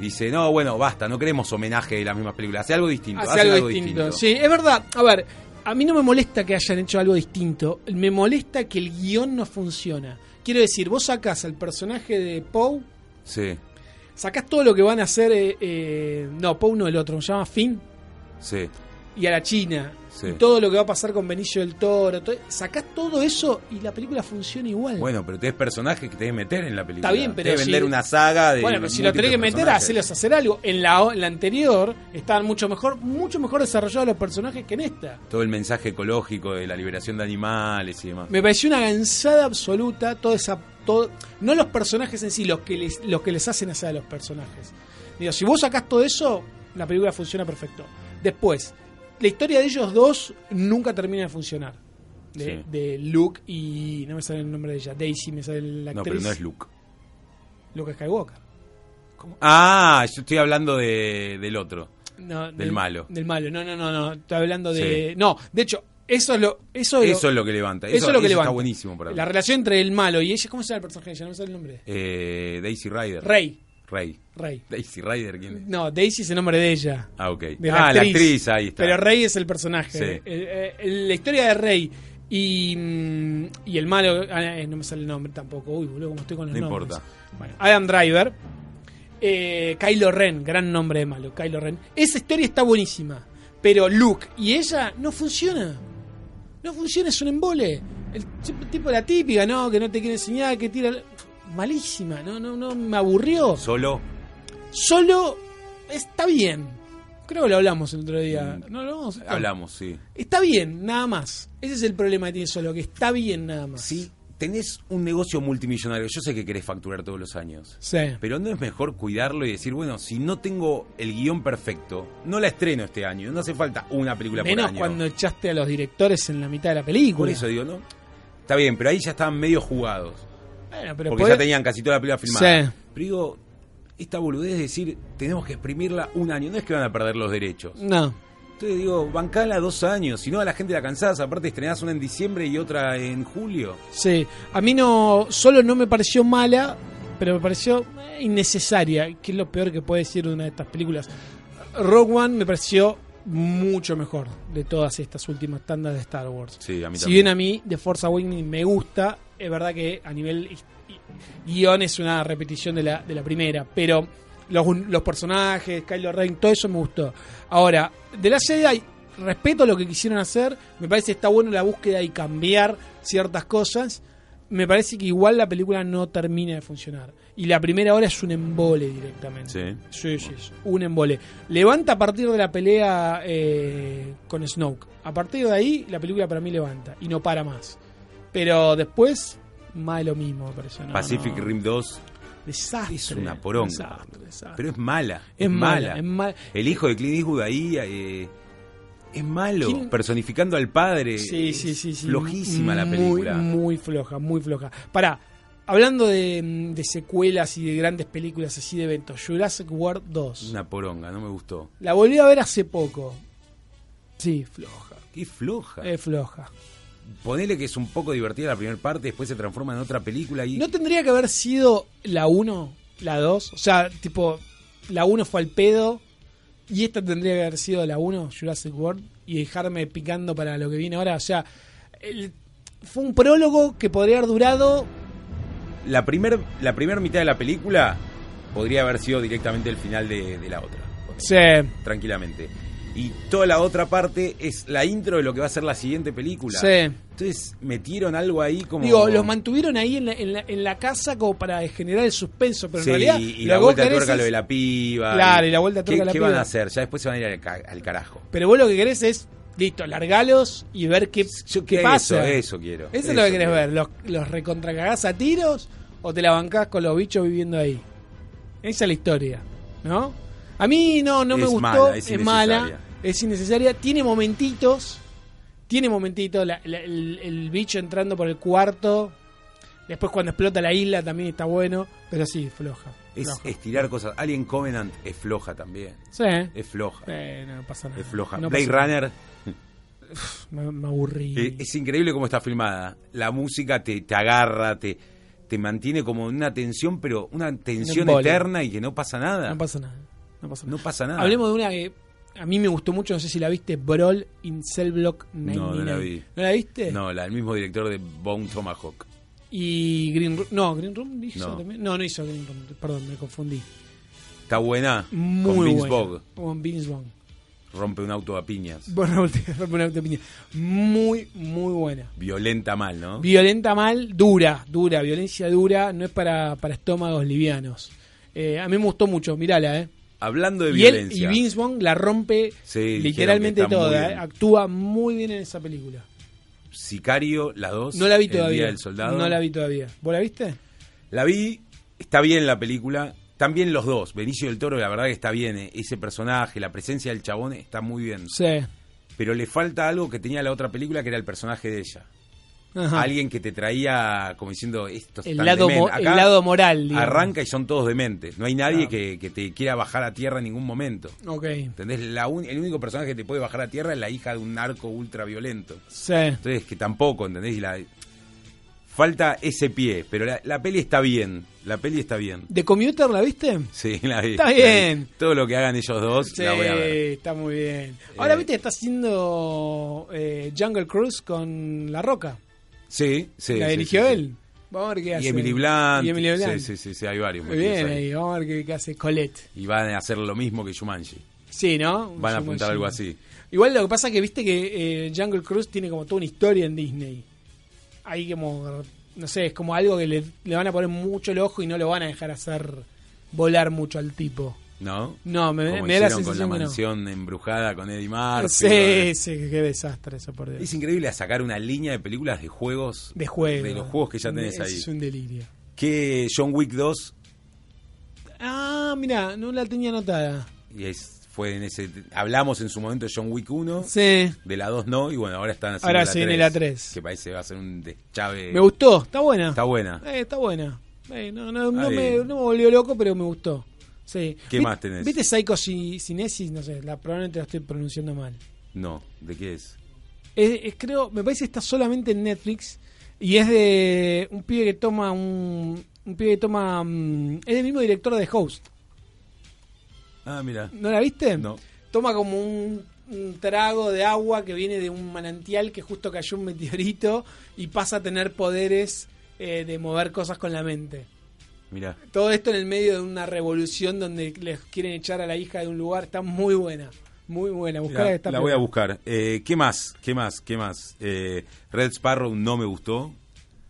Speaker 1: Dice, no, bueno, basta, no queremos homenaje de las mismas películas, hace algo distinto.
Speaker 2: Hace
Speaker 1: hacen
Speaker 2: algo, distinto. Sí, es verdad. A ver, a mí no me molesta que hayan hecho algo distinto. Me molesta que el guión no funciona. Quiero decir, vos sacás al personaje de Poe,
Speaker 1: Sí,
Speaker 2: sacás todo lo que van a hacer. eh, eh, no, Poe no el otro, se llama Finn.
Speaker 1: sí.
Speaker 2: Y a la China.
Speaker 1: Sí.
Speaker 2: Y todo lo que va a pasar con Benicio del Toro. todo- sacás todo eso y la película funciona igual.
Speaker 1: Bueno, pero tenés personajes que tenés que meter en la película.
Speaker 2: Está bien, pero
Speaker 1: Tenés que
Speaker 2: si-
Speaker 1: vender una saga de.
Speaker 2: Bueno, pero si lo
Speaker 1: múltiples
Speaker 2: tenés que meter,
Speaker 1: personajes.
Speaker 2: hacelos hacer algo. En la, o- en la anterior estaban mucho mejor, mucho mejor desarrollados los personajes que en esta.
Speaker 1: Todo el mensaje ecológico de la liberación de animales y demás.
Speaker 2: Me pareció una gansada absoluta toda esa. Todo, no los personajes en sí, los que les, los que les hacen hacer a los personajes. Digo, si vos sacás todo eso, la película funciona perfecto. Después, la historia de ellos dos nunca termina de funcionar. De,
Speaker 1: Sí.
Speaker 2: de Luke y. No me sale el nombre de ella. Daisy me sale la
Speaker 1: No,
Speaker 2: actriz.
Speaker 1: pero no es Luke.
Speaker 2: Luke Skywalker.
Speaker 1: Ah, yo estoy hablando de, del otro.
Speaker 2: No,
Speaker 1: malo.
Speaker 2: Del malo, no, no, no, no. Estoy hablando de.
Speaker 1: Sí.
Speaker 2: No, de hecho, eso es lo. Eso es,
Speaker 1: Eso
Speaker 2: lo,
Speaker 1: es lo que levanta.
Speaker 2: eso es lo que levanta.
Speaker 1: está buenísimo para mí.
Speaker 2: La relación entre el malo y ella. ¿Cómo se llama el personaje? de ella? no me sale el nombre.
Speaker 1: Eh, Daisy Ryder.
Speaker 2: Rey.
Speaker 1: Rey.
Speaker 2: Rey.
Speaker 1: Daisy Ryder, ¿quién es?
Speaker 2: No, Daisy es el nombre de ella.
Speaker 1: Ah, ok.
Speaker 2: De
Speaker 1: ah, la actriz, ahí está.
Speaker 2: Pero Rey es el personaje.
Speaker 1: Sí.
Speaker 2: El- eh, el- la historia de Rey y, mm, y el malo. ah, eh, no me sale el nombre tampoco. Uy, boludo, como estoy con los
Speaker 1: No
Speaker 2: nombres.
Speaker 1: importa.
Speaker 2: Bueno, Adam Driver. eh, Kylo Ren, gran nombre de malo, Kylo Ren. Esa historia está buenísima. Pero Luke y ella no funciona. No funciona, es un embole. El ch- tipo la típica, ¿no? Que no te quiere enseñar, que tira. la- Malísima, no, no, no, me aburrió.
Speaker 1: Solo.
Speaker 2: Solo está bien. Creo que lo hablamos el otro día. ¿No lo hablamos?
Speaker 1: Mm. Hablamos, sí.
Speaker 2: Está bien, nada más. Ese es el problema que tiene Solo, que está bien nada más.
Speaker 1: Si tenés un negocio multimillonario, yo sé que querés facturar todos los años.
Speaker 2: Sí.
Speaker 1: Pero no es mejor cuidarlo y decir, bueno, si no tengo el guión perfecto, no la estreno este año. No hace falta una película por
Speaker 2: Menos
Speaker 1: año.
Speaker 2: cuando echaste a los directores en la mitad de la película.
Speaker 1: Por eso digo, ¿no? Está bien, pero ahí ya estaban medio jugados.
Speaker 2: Bueno, pero
Speaker 1: porque
Speaker 2: podés-
Speaker 1: ya tenían casi toda la película filmada.
Speaker 2: Sí.
Speaker 1: Pero digo, esta boludez es decir, tenemos que exprimirla un año. No es que van a perder los derechos.
Speaker 2: No.
Speaker 1: Entonces digo, bancala dos años. Si no, a la gente la cansás. Aparte, estrenás una en diciembre y otra en julio.
Speaker 2: Sí, a mí no, solo no me pareció mala, pero me pareció eh, innecesaria, que es lo peor que puede decir de una de estas películas. Rogue One me pareció mucho mejor de todas estas últimas tandas de Star Wars.
Speaker 1: Sí, a mí
Speaker 2: si
Speaker 1: también.
Speaker 2: bien a mí The Force Awakens me gusta, es verdad que a nivel hi- hi- guión es una repetición de la, de la primera, pero los, un- los personajes, Kylo Ren, todo eso me gustó. Ahora, de la Jedi, respeto lo que quisieron hacer, me parece que está bueno la búsqueda y cambiar ciertas cosas, me parece que igual la película no termina de funcionar. Y la primera hora es un embole directamente.
Speaker 1: Sí.
Speaker 2: Sí, sí, es un embole. Levanta a partir de la pelea eh, con Snoke. A partir de ahí, la película para mí levanta y no para más. Pero después, más de lo mismo, me parece. No,
Speaker 1: Pacific
Speaker 2: no.
Speaker 1: Rim 2,
Speaker 2: Desastre.
Speaker 1: Es una poronga.
Speaker 2: Desastre, desastre.
Speaker 1: pero es mala.
Speaker 2: Ah. Es
Speaker 1: Es,
Speaker 2: mala,
Speaker 1: mala. Eh,
Speaker 2: es mala.
Speaker 1: El hijo de Clint Eastwood ahí eh, es malo.
Speaker 2: ¿Quién?
Speaker 1: Personificando al padre.
Speaker 2: Sí,
Speaker 1: Es
Speaker 2: sí, sí, sí.
Speaker 1: Flojísima la
Speaker 2: Muy,
Speaker 1: película.
Speaker 2: Muy floja, muy floja. Pará, hablando de, mm, de secuelas y de grandes películas así de eventos, Jurassic World 2.
Speaker 1: Una poronga, no me gustó.
Speaker 2: La volví a ver hace poco. Sí, floja.
Speaker 1: Qué floja.
Speaker 2: Es floja.
Speaker 1: Ponele que es un poco divertida la primera parte, después se transforma en otra película y.
Speaker 2: ¿No tendría que haber sido la 1, la 2? O sea, tipo, la 1 fue al pedo y esta tendría que haber sido la 1, Jurassic World, y dejarme picando para lo que viene ahora. O sea, el- fue un prólogo que podría haber durado
Speaker 1: La primera la primer mitad de la película podría haber sido directamente el final de, de la otra. ponele,
Speaker 2: se
Speaker 1: Tranquilamente. Y toda la otra parte es la intro de lo que va a ser la siguiente película.
Speaker 2: Sí.
Speaker 1: Entonces metieron algo ahí como.
Speaker 2: Digo, los mantuvieron ahí en la, en la- en la casa como para generar el suspenso, pero
Speaker 1: Sí,
Speaker 2: en realidad.
Speaker 1: y la
Speaker 2: lo que vos
Speaker 1: vuelta de
Speaker 2: querés
Speaker 1: tuerca,
Speaker 2: es-
Speaker 1: lo de la piba.
Speaker 2: Claro, y la vuelta de
Speaker 1: ¿Qué-
Speaker 2: tuerca a la
Speaker 1: ¿Qué
Speaker 2: piba.
Speaker 1: van a hacer? Ya después se van a ir al, ca- al carajo.
Speaker 2: Pero vos lo que querés es, listo, largalos y ver qué, qué
Speaker 1: Eso,
Speaker 2: pasa.
Speaker 1: Eso quiero.
Speaker 2: Eso, es lo que querés
Speaker 1: quiero.
Speaker 2: ver. ¿Los, los recontracagás a tiros o te la bancás con los bichos viviendo ahí? Esa es la historia, ¿no? A mí no, no me
Speaker 1: Es
Speaker 2: gustó,
Speaker 1: mala,
Speaker 2: es,
Speaker 1: es
Speaker 2: mala,
Speaker 1: innecesaria.
Speaker 2: es innecesaria, tiene momentitos, tiene momentitos, la- la- el, el bicho entrando por el cuarto, Después cuando explota la isla también está bueno, pero sí, floja.
Speaker 1: Es e-
Speaker 2: floja.
Speaker 1: estirar cosas. Alien Covenant es floja también.
Speaker 2: Sí.
Speaker 1: Es floja.
Speaker 2: Eh, no pasa nada.
Speaker 1: Es floja.
Speaker 2: No
Speaker 1: Blade
Speaker 2: pues pasa nada.
Speaker 1: Runner.
Speaker 2: Me, me aburrí.
Speaker 1: Eh, Es increíble cómo está filmada. La música te, te agarra, te, te mantiene como en una tensión, pero una tensión
Speaker 2: embole.
Speaker 1: eterna y que no pasa nada.
Speaker 2: No pasa nada. No pasa nada.
Speaker 1: No pasa nada.
Speaker 2: Hablemos de una que a mí me gustó mucho, no sé si la viste, Brawl in Cell Block 99.
Speaker 1: No, no la vi.
Speaker 2: ¿No la viste?
Speaker 1: No, la- el mismo director de Bone Tomahawk.
Speaker 2: Y Green Room. No, Green Room hizo
Speaker 1: No.
Speaker 2: también. No, no hizo Green Room. Perdón, me confundí.
Speaker 1: Está buena.
Speaker 2: Muy
Speaker 1: Con Vince
Speaker 2: buena.
Speaker 1: Vogue.
Speaker 2: Con Vince Vaughn.
Speaker 1: Rompe un auto a piñas.
Speaker 2: Bueno, te rompo una autopiña. Muy, muy buena.
Speaker 1: Violenta mal, ¿no?
Speaker 2: Violenta mal, dura, dura, violencia dura, no es para, para estómagos livianos. Eh, a mí me gustó mucho, mirala, ¿eh?
Speaker 1: Hablando de
Speaker 2: Y, él, y
Speaker 1: violencia.
Speaker 2: Vince Vaughn la rompe
Speaker 1: Sí, dijeron que
Speaker 2: literalmente
Speaker 1: está muy
Speaker 2: toda,
Speaker 1: bien.
Speaker 2: ¿eh? actúa muy bien en esa película.
Speaker 1: Sicario, las dos.
Speaker 2: No la vi
Speaker 1: El
Speaker 2: todavía.
Speaker 1: Día del soldado.
Speaker 2: No la vi todavía. ¿Vos la viste?
Speaker 1: La vi, está bien la película. También los dos. Benicio del Toro, la verdad que está bien. eh. Ese personaje, la presencia del chabón está muy bien.
Speaker 2: Sí.
Speaker 1: Pero le falta algo que tenía la otra película, que era el personaje de ella.
Speaker 2: Ajá.
Speaker 1: Alguien que te traía, como diciendo, estos
Speaker 2: El
Speaker 1: tan
Speaker 2: lado,
Speaker 1: demen-
Speaker 2: mo- el
Speaker 1: Acá
Speaker 2: lado moral. digamos.
Speaker 1: Arranca y son todos dementes. No hay nadie
Speaker 2: Claro.
Speaker 1: que, que te quiera bajar a tierra en ningún momento.
Speaker 2: Ok.
Speaker 1: ¿Entendés? La un- el único personaje que te puede bajar a tierra es la hija de un narco ultra violento.
Speaker 2: Sí.
Speaker 1: Entonces, que tampoco, ¿entendés? Y la- falta ese pie, pero la, la peli está bien. La peli está bien.
Speaker 2: ¿De Commuter la viste?
Speaker 1: Sí, la vi.
Speaker 2: Está
Speaker 1: la vi.
Speaker 2: bien.
Speaker 1: Todo lo que hagan ellos dos,
Speaker 2: Sí,
Speaker 1: la voy a ver.
Speaker 2: está muy bien. Ahora,
Speaker 1: Eh,
Speaker 2: viste, está haciendo eh, Jungle Cruise con La Roca.
Speaker 1: Sí, sí.
Speaker 2: la
Speaker 1: sí,
Speaker 2: dirigió
Speaker 1: sí, sí.
Speaker 2: él. Vamos a ver qué hace.
Speaker 1: Y Emily Blunt.
Speaker 2: Y Emily Blunt.
Speaker 1: Sí, sí, sí, sí, hay varios.
Speaker 2: Muy
Speaker 1: metidos
Speaker 2: bien,
Speaker 1: ahí.
Speaker 2: ahí. Vamos a ver qué, qué hace Colette.
Speaker 1: Y van a hacer lo mismo que Shumanji.
Speaker 2: Sí, ¿no? Un
Speaker 1: Van a
Speaker 2: Jim
Speaker 1: apuntar
Speaker 2: Jim.
Speaker 1: algo así.
Speaker 2: Igual lo que pasa es que viste que eh, Jungle Cruise tiene como toda una historia en Disney. Ahí como, no sé, es como algo que le, le van a poner mucho el ojo y no lo van a dejar hacer volar mucho al tipo.
Speaker 1: ¿No?
Speaker 2: No, me,
Speaker 1: Como
Speaker 2: me da la
Speaker 1: hicieron con la
Speaker 2: sensación que no.
Speaker 1: mansión embrujada con Eddie Murphy.
Speaker 2: Sí, sí, qué desastre eso por Dios.
Speaker 1: Es increíble sacar una línea de películas de juegos.
Speaker 2: de juego.
Speaker 1: De los juegos que ya tenés
Speaker 2: Eso
Speaker 1: ahí.
Speaker 2: Es un delirio.
Speaker 1: Que John Wick 2
Speaker 2: Ah, mira, no la tenía anotada.
Speaker 1: y es- fue en ese hablamos en su momento de John Wick 1
Speaker 2: Sí.
Speaker 1: de la 2 no y bueno ahora están haciendo
Speaker 2: Ahora se viene la 3.
Speaker 1: que parece que va a ser un deschave
Speaker 2: Me gustó, está buena.
Speaker 1: está buena
Speaker 2: Eh, está buena. Eh, no, no, no
Speaker 1: Ah,
Speaker 2: me,
Speaker 1: bien.
Speaker 2: no me volvió loco, pero me gustó. Sí.
Speaker 1: ¿Qué
Speaker 2: Vi-
Speaker 1: más tenés?
Speaker 2: ¿Viste Psycho Ci- Cinesis? No sé, la, probablemente la estoy pronunciando mal.
Speaker 1: no de qué es
Speaker 2: Es, es- creo, me parece que está solamente en Netflix y es de un pibe que toma un, un pibe que toma mm, es el mismo director de Host.
Speaker 1: ah mira
Speaker 2: ¿No la viste?
Speaker 1: No.
Speaker 2: Toma como un, un trago de agua que viene de un manantial que justo cayó un meteorito y pasa a tener poderes eh, de mover cosas con la mente.
Speaker 1: mira
Speaker 2: Todo esto en el medio de una revolución donde les quieren echar a la hija de un lugar. Está muy buena. Muy buena. Buscala que
Speaker 1: la,
Speaker 2: está
Speaker 1: la voy a
Speaker 2: piola.
Speaker 1: buscar Eh, qué más qué más qué más Eh, Red Sparrow no me gustó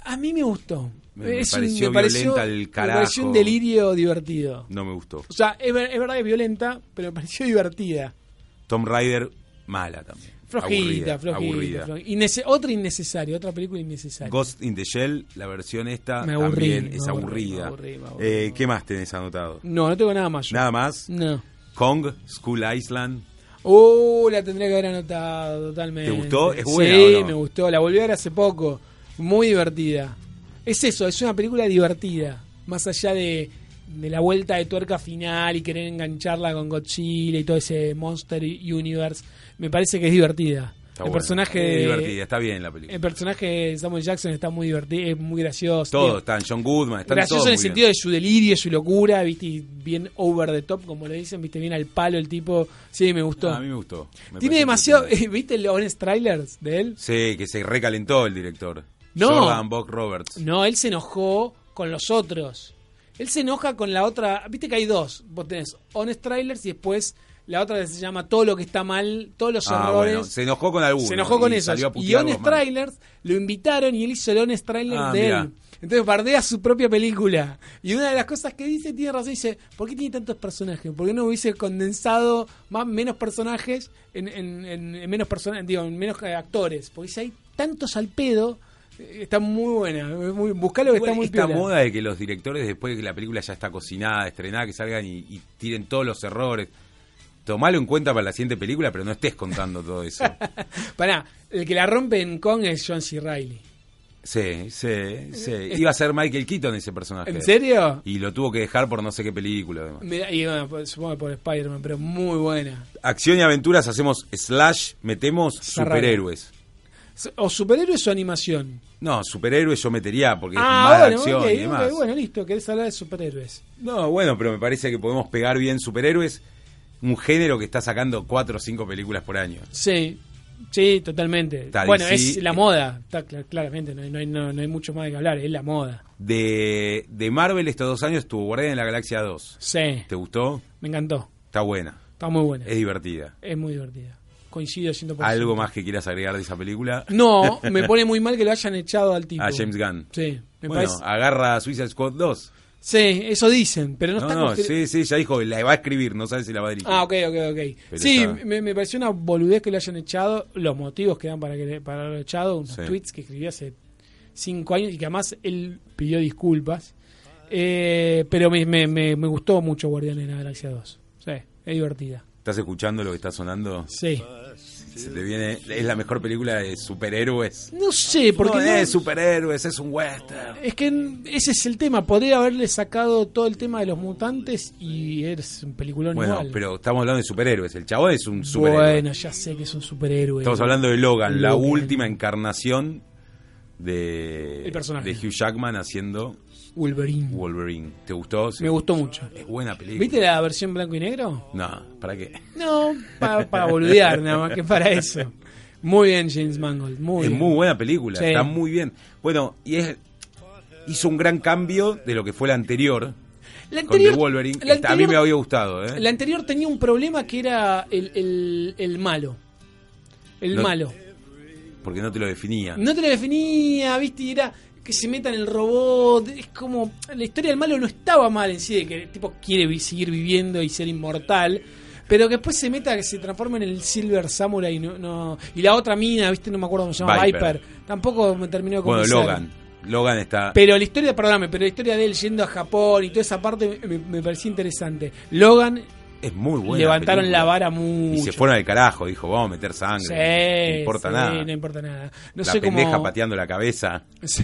Speaker 2: A mí me gustó.
Speaker 1: Me- me
Speaker 2: Es un-
Speaker 1: pareció violenta al
Speaker 2: me
Speaker 1: carajo.
Speaker 2: pareció un delirio divertido.
Speaker 1: no me gustó
Speaker 2: O sea, es, ver- es verdad que es violenta, pero me pareció divertida.
Speaker 1: Tom Rider mala también
Speaker 2: Flojita,
Speaker 1: Aburrida,
Speaker 2: flojita.
Speaker 1: aburrida.
Speaker 2: flojita. Innece- otra innecesaria, otra película innecesaria.
Speaker 1: Ghost in the Shell la versión esta
Speaker 2: Me aburrí,
Speaker 1: también
Speaker 2: me
Speaker 1: es
Speaker 2: aburrí, me
Speaker 1: aburrida
Speaker 2: aburrí, me aburrí, me
Speaker 1: Eh,
Speaker 2: aburrí.
Speaker 1: qué más tenés anotado
Speaker 2: No, no tengo nada más. yo.
Speaker 1: nada más
Speaker 2: No.
Speaker 1: Kong School Island
Speaker 2: Uh, la tendría que haber anotado totalmente.
Speaker 1: ¿Te gustó? ¿Es buena
Speaker 2: Sí,
Speaker 1: o no?
Speaker 2: me gustó. La volví a ver hace poco. Muy divertida. Es eso, es una película divertida. Más allá de, de la vuelta de tuerca final y querer engancharla con Godzilla y todo ese Monster Universe. Me parece que es divertida.
Speaker 1: Está
Speaker 2: el
Speaker 1: buena.
Speaker 2: personaje
Speaker 1: Es
Speaker 2: de-
Speaker 1: divertida, está bien la película.
Speaker 2: el personaje de Samuel Jackson está muy divertido, es muy gracioso.
Speaker 1: todos están, John Goodman, están
Speaker 2: gracioso
Speaker 1: todos
Speaker 2: en
Speaker 1: muy
Speaker 2: el sentido de su delirio, su locura, viste, y bien over the top, como le dicen, viste, bien al palo el tipo. Sí, me
Speaker 1: bien.
Speaker 2: gustó.
Speaker 1: Ah, a mí me gustó. Me
Speaker 2: Tiene
Speaker 1: pareció
Speaker 2: demasiado.
Speaker 1: que-
Speaker 2: ¿Viste los honest trailers de él?
Speaker 1: Sí, que se recalentó el director.
Speaker 2: No.
Speaker 1: Jordan Buck Roberts.
Speaker 2: No, él se enojó con los otros. Él se enoja con la otra. Viste que hay dos. Vos tenés honest trailers y después la otra que se llama todo lo que está mal, todos los
Speaker 1: Ah,
Speaker 2: errores.
Speaker 1: bueno, se enojó con alguno.
Speaker 2: Se enojó con
Speaker 1: y
Speaker 2: eso.
Speaker 1: salió a
Speaker 2: Y
Speaker 1: putear a
Speaker 2: Honest
Speaker 1: Guzmán.
Speaker 2: Trailers lo invitaron y él hizo el Honest Trailer
Speaker 1: Ah,
Speaker 2: de
Speaker 1: mirá.
Speaker 2: él. Entonces bardea su propia película. Y una de las cosas que dice, tiene razón, dice, ¿por qué tiene tantos personajes? ¿Por qué no hubiese condensado más menos personajes en, en- en- en menos personajes, digo, en menos eh, actores? Porque si hay tantos al pedo, eh, está muy buena. es Muy, buscalo que
Speaker 1: Igual
Speaker 2: está muy
Speaker 1: esta
Speaker 2: piola.
Speaker 1: moda de que los directores, después de que la película ya está cocinada, estrenada, que salgan y, y tiren todos los errores. Tomalo en cuenta para la siguiente película, pero no estés contando todo eso.
Speaker 2: Pará, el que la rompe en Kong es John C. Reilly.
Speaker 1: Sí, sí, sí. Iba a ser Michael Keaton ese personaje.
Speaker 2: ¿En serio?
Speaker 1: Y lo tuvo que dejar por no sé qué película. además.
Speaker 2: Mirá, y bueno, pues, supongo que por Spider-Man, pero muy buena.
Speaker 1: Acción y aventuras hacemos slash, metemos
Speaker 2: Está
Speaker 1: superhéroes.
Speaker 2: S- ¿O superhéroes o animación?
Speaker 1: No, superhéroes yo metería porque
Speaker 2: ah,
Speaker 1: es más de
Speaker 2: bueno,
Speaker 1: acción
Speaker 2: ok,
Speaker 1: y
Speaker 2: ok,
Speaker 1: demás.
Speaker 2: bueno, listo, querés hablar de superhéroes.
Speaker 1: No, bueno, pero me parece que podemos pegar bien superhéroes, un género que está sacando cuatro o cinco películas por año.
Speaker 2: Sí, sí, totalmente.
Speaker 1: Está
Speaker 2: bueno,
Speaker 1: DC. eh,
Speaker 2: es la moda, está cla- claramente, no hay, no, hay, no- no hay mucho más que hablar, es la moda.
Speaker 1: De, de Marvel estos dos años estuvo Guardián de la Galaxia 2.
Speaker 2: Sí,
Speaker 1: ¿Te gustó?
Speaker 2: me encantó,
Speaker 1: Está buena,
Speaker 2: está muy buena,
Speaker 1: es
Speaker 2: es,
Speaker 1: divertida.
Speaker 2: muy divertida. Coincido 100%.
Speaker 1: Eh, ¿Algo más que quieras agregar de esa película?
Speaker 2: No, me pone muy mal que lo hayan echado al tipo.
Speaker 1: A James Gunn.
Speaker 2: Sí, me
Speaker 1: bueno,
Speaker 2: parece.
Speaker 1: agarra a Suicide Squad 2.
Speaker 2: Sí, eso dicen, pero no,
Speaker 1: No, no,
Speaker 2: está
Speaker 1: sí,
Speaker 2: constru-
Speaker 1: sí, ya dijo, la va a escribir, no sabe si la va a dirigir.
Speaker 2: Ah, ok, ok, ok.
Speaker 1: Pero
Speaker 2: sí,
Speaker 1: está-
Speaker 2: me, me pareció una boludez que lo hayan echado, los motivos que dan para que le- para haberlo echado, unos
Speaker 1: Sí.
Speaker 2: tweets que escribió hace cinco años y que además él pidió disculpas. Eh, pero me, me, me, me gustó mucho Guardianes de la Galaxia 2. Sí, es divertida.
Speaker 1: ¿Estás escuchando lo que está sonando?
Speaker 2: Sí.
Speaker 1: Se te viene, es la mejor película de superhéroes.
Speaker 2: No sé, porque
Speaker 1: no,
Speaker 2: no-
Speaker 1: es superhéroes, es un western.
Speaker 2: es que n- ese es el tema. Podría haberle sacado todo el tema de los mutantes y es un peliculón
Speaker 1: Bueno,
Speaker 2: igual.
Speaker 1: pero estamos hablando de superhéroes. El chavo es un superhéroe.
Speaker 2: bueno, ya sé que es un superhéroe.
Speaker 1: Estamos hablando de Logan, la
Speaker 2: Logan.
Speaker 1: última encarnación de,
Speaker 2: El personaje.
Speaker 1: de Hugh Jackman haciendo
Speaker 2: Wolverine.
Speaker 1: Wolverine. ¿Te gustó? Sí.
Speaker 2: Me gustó mucho.
Speaker 1: Es buena película.
Speaker 2: ¿Viste la versión blanco y negro?
Speaker 1: No, ¿para qué?
Speaker 2: No, para boludear nada más que para eso. Muy bien, James Mangold. Muy
Speaker 1: es
Speaker 2: bien.
Speaker 1: muy buena película,
Speaker 2: Sí.
Speaker 1: está muy bien. Bueno, y es hizo un gran cambio de lo que fue la anterior,
Speaker 2: La
Speaker 1: con The Wolverine.
Speaker 2: la
Speaker 1: que a mí me
Speaker 2: anterior-
Speaker 1: había gustado. ¿eh?
Speaker 2: la anterior tenía un problema que era el, el- el malo. El
Speaker 1: No-
Speaker 2: malo.
Speaker 1: Porque no te lo definía.
Speaker 2: No te lo definía, viste, y era que se meta en el robot. Es como. La historia del malo no estaba mal en sí, de que el tipo quiere vi- seguir viviendo y ser inmortal. Pero que después se meta, que se transforme en el Silver Samurai. No, no- y la otra mina, viste, no me acuerdo cómo se llama, Viper.
Speaker 1: Viper.
Speaker 2: Tampoco me terminó de
Speaker 1: bueno,
Speaker 2: convencer.
Speaker 1: Logan. Logan está...
Speaker 2: Pero la historia, perdóname, pero la historia de él yendo a Japón y toda esa parte me, me parecía interesante. Logan
Speaker 1: es muy buena
Speaker 2: levantaron
Speaker 1: película.
Speaker 2: la vara
Speaker 1: Y
Speaker 2: mucho.
Speaker 1: se fueron al carajo, dijo, vamos a meter sangre.
Speaker 2: Sí,
Speaker 1: no importa
Speaker 2: sí,
Speaker 1: nada.
Speaker 2: No importa nada. No
Speaker 1: la
Speaker 2: sé cómo.
Speaker 1: pendeja pateando la cabeza.
Speaker 2: Sí.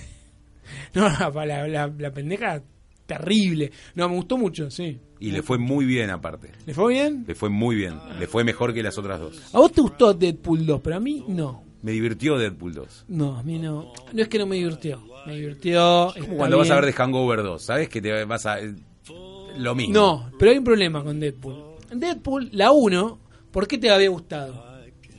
Speaker 2: No, la, la- la- la pendeja terrible. No, me gustó mucho, sí.
Speaker 1: Y le fue muy bien aparte.
Speaker 2: ¿Le fue bien?
Speaker 1: Le fue muy bien. Le fue mejor que las otras dos.
Speaker 2: ¿A vos te gustó Deadpool 2? Pero a mí no.
Speaker 1: Me divirtió Deadpool 2.
Speaker 2: No, a mí no. No es que no me divirtió. Me divirtió. está
Speaker 1: Como cuando vas a
Speaker 2: bien.
Speaker 1: ver The Hangover 2, ¿sabes? Que te vas a... eh, Lo mismo.
Speaker 2: No, pero hay un problema con Deadpool. Deadpool, la 1, ¿por qué te había gustado?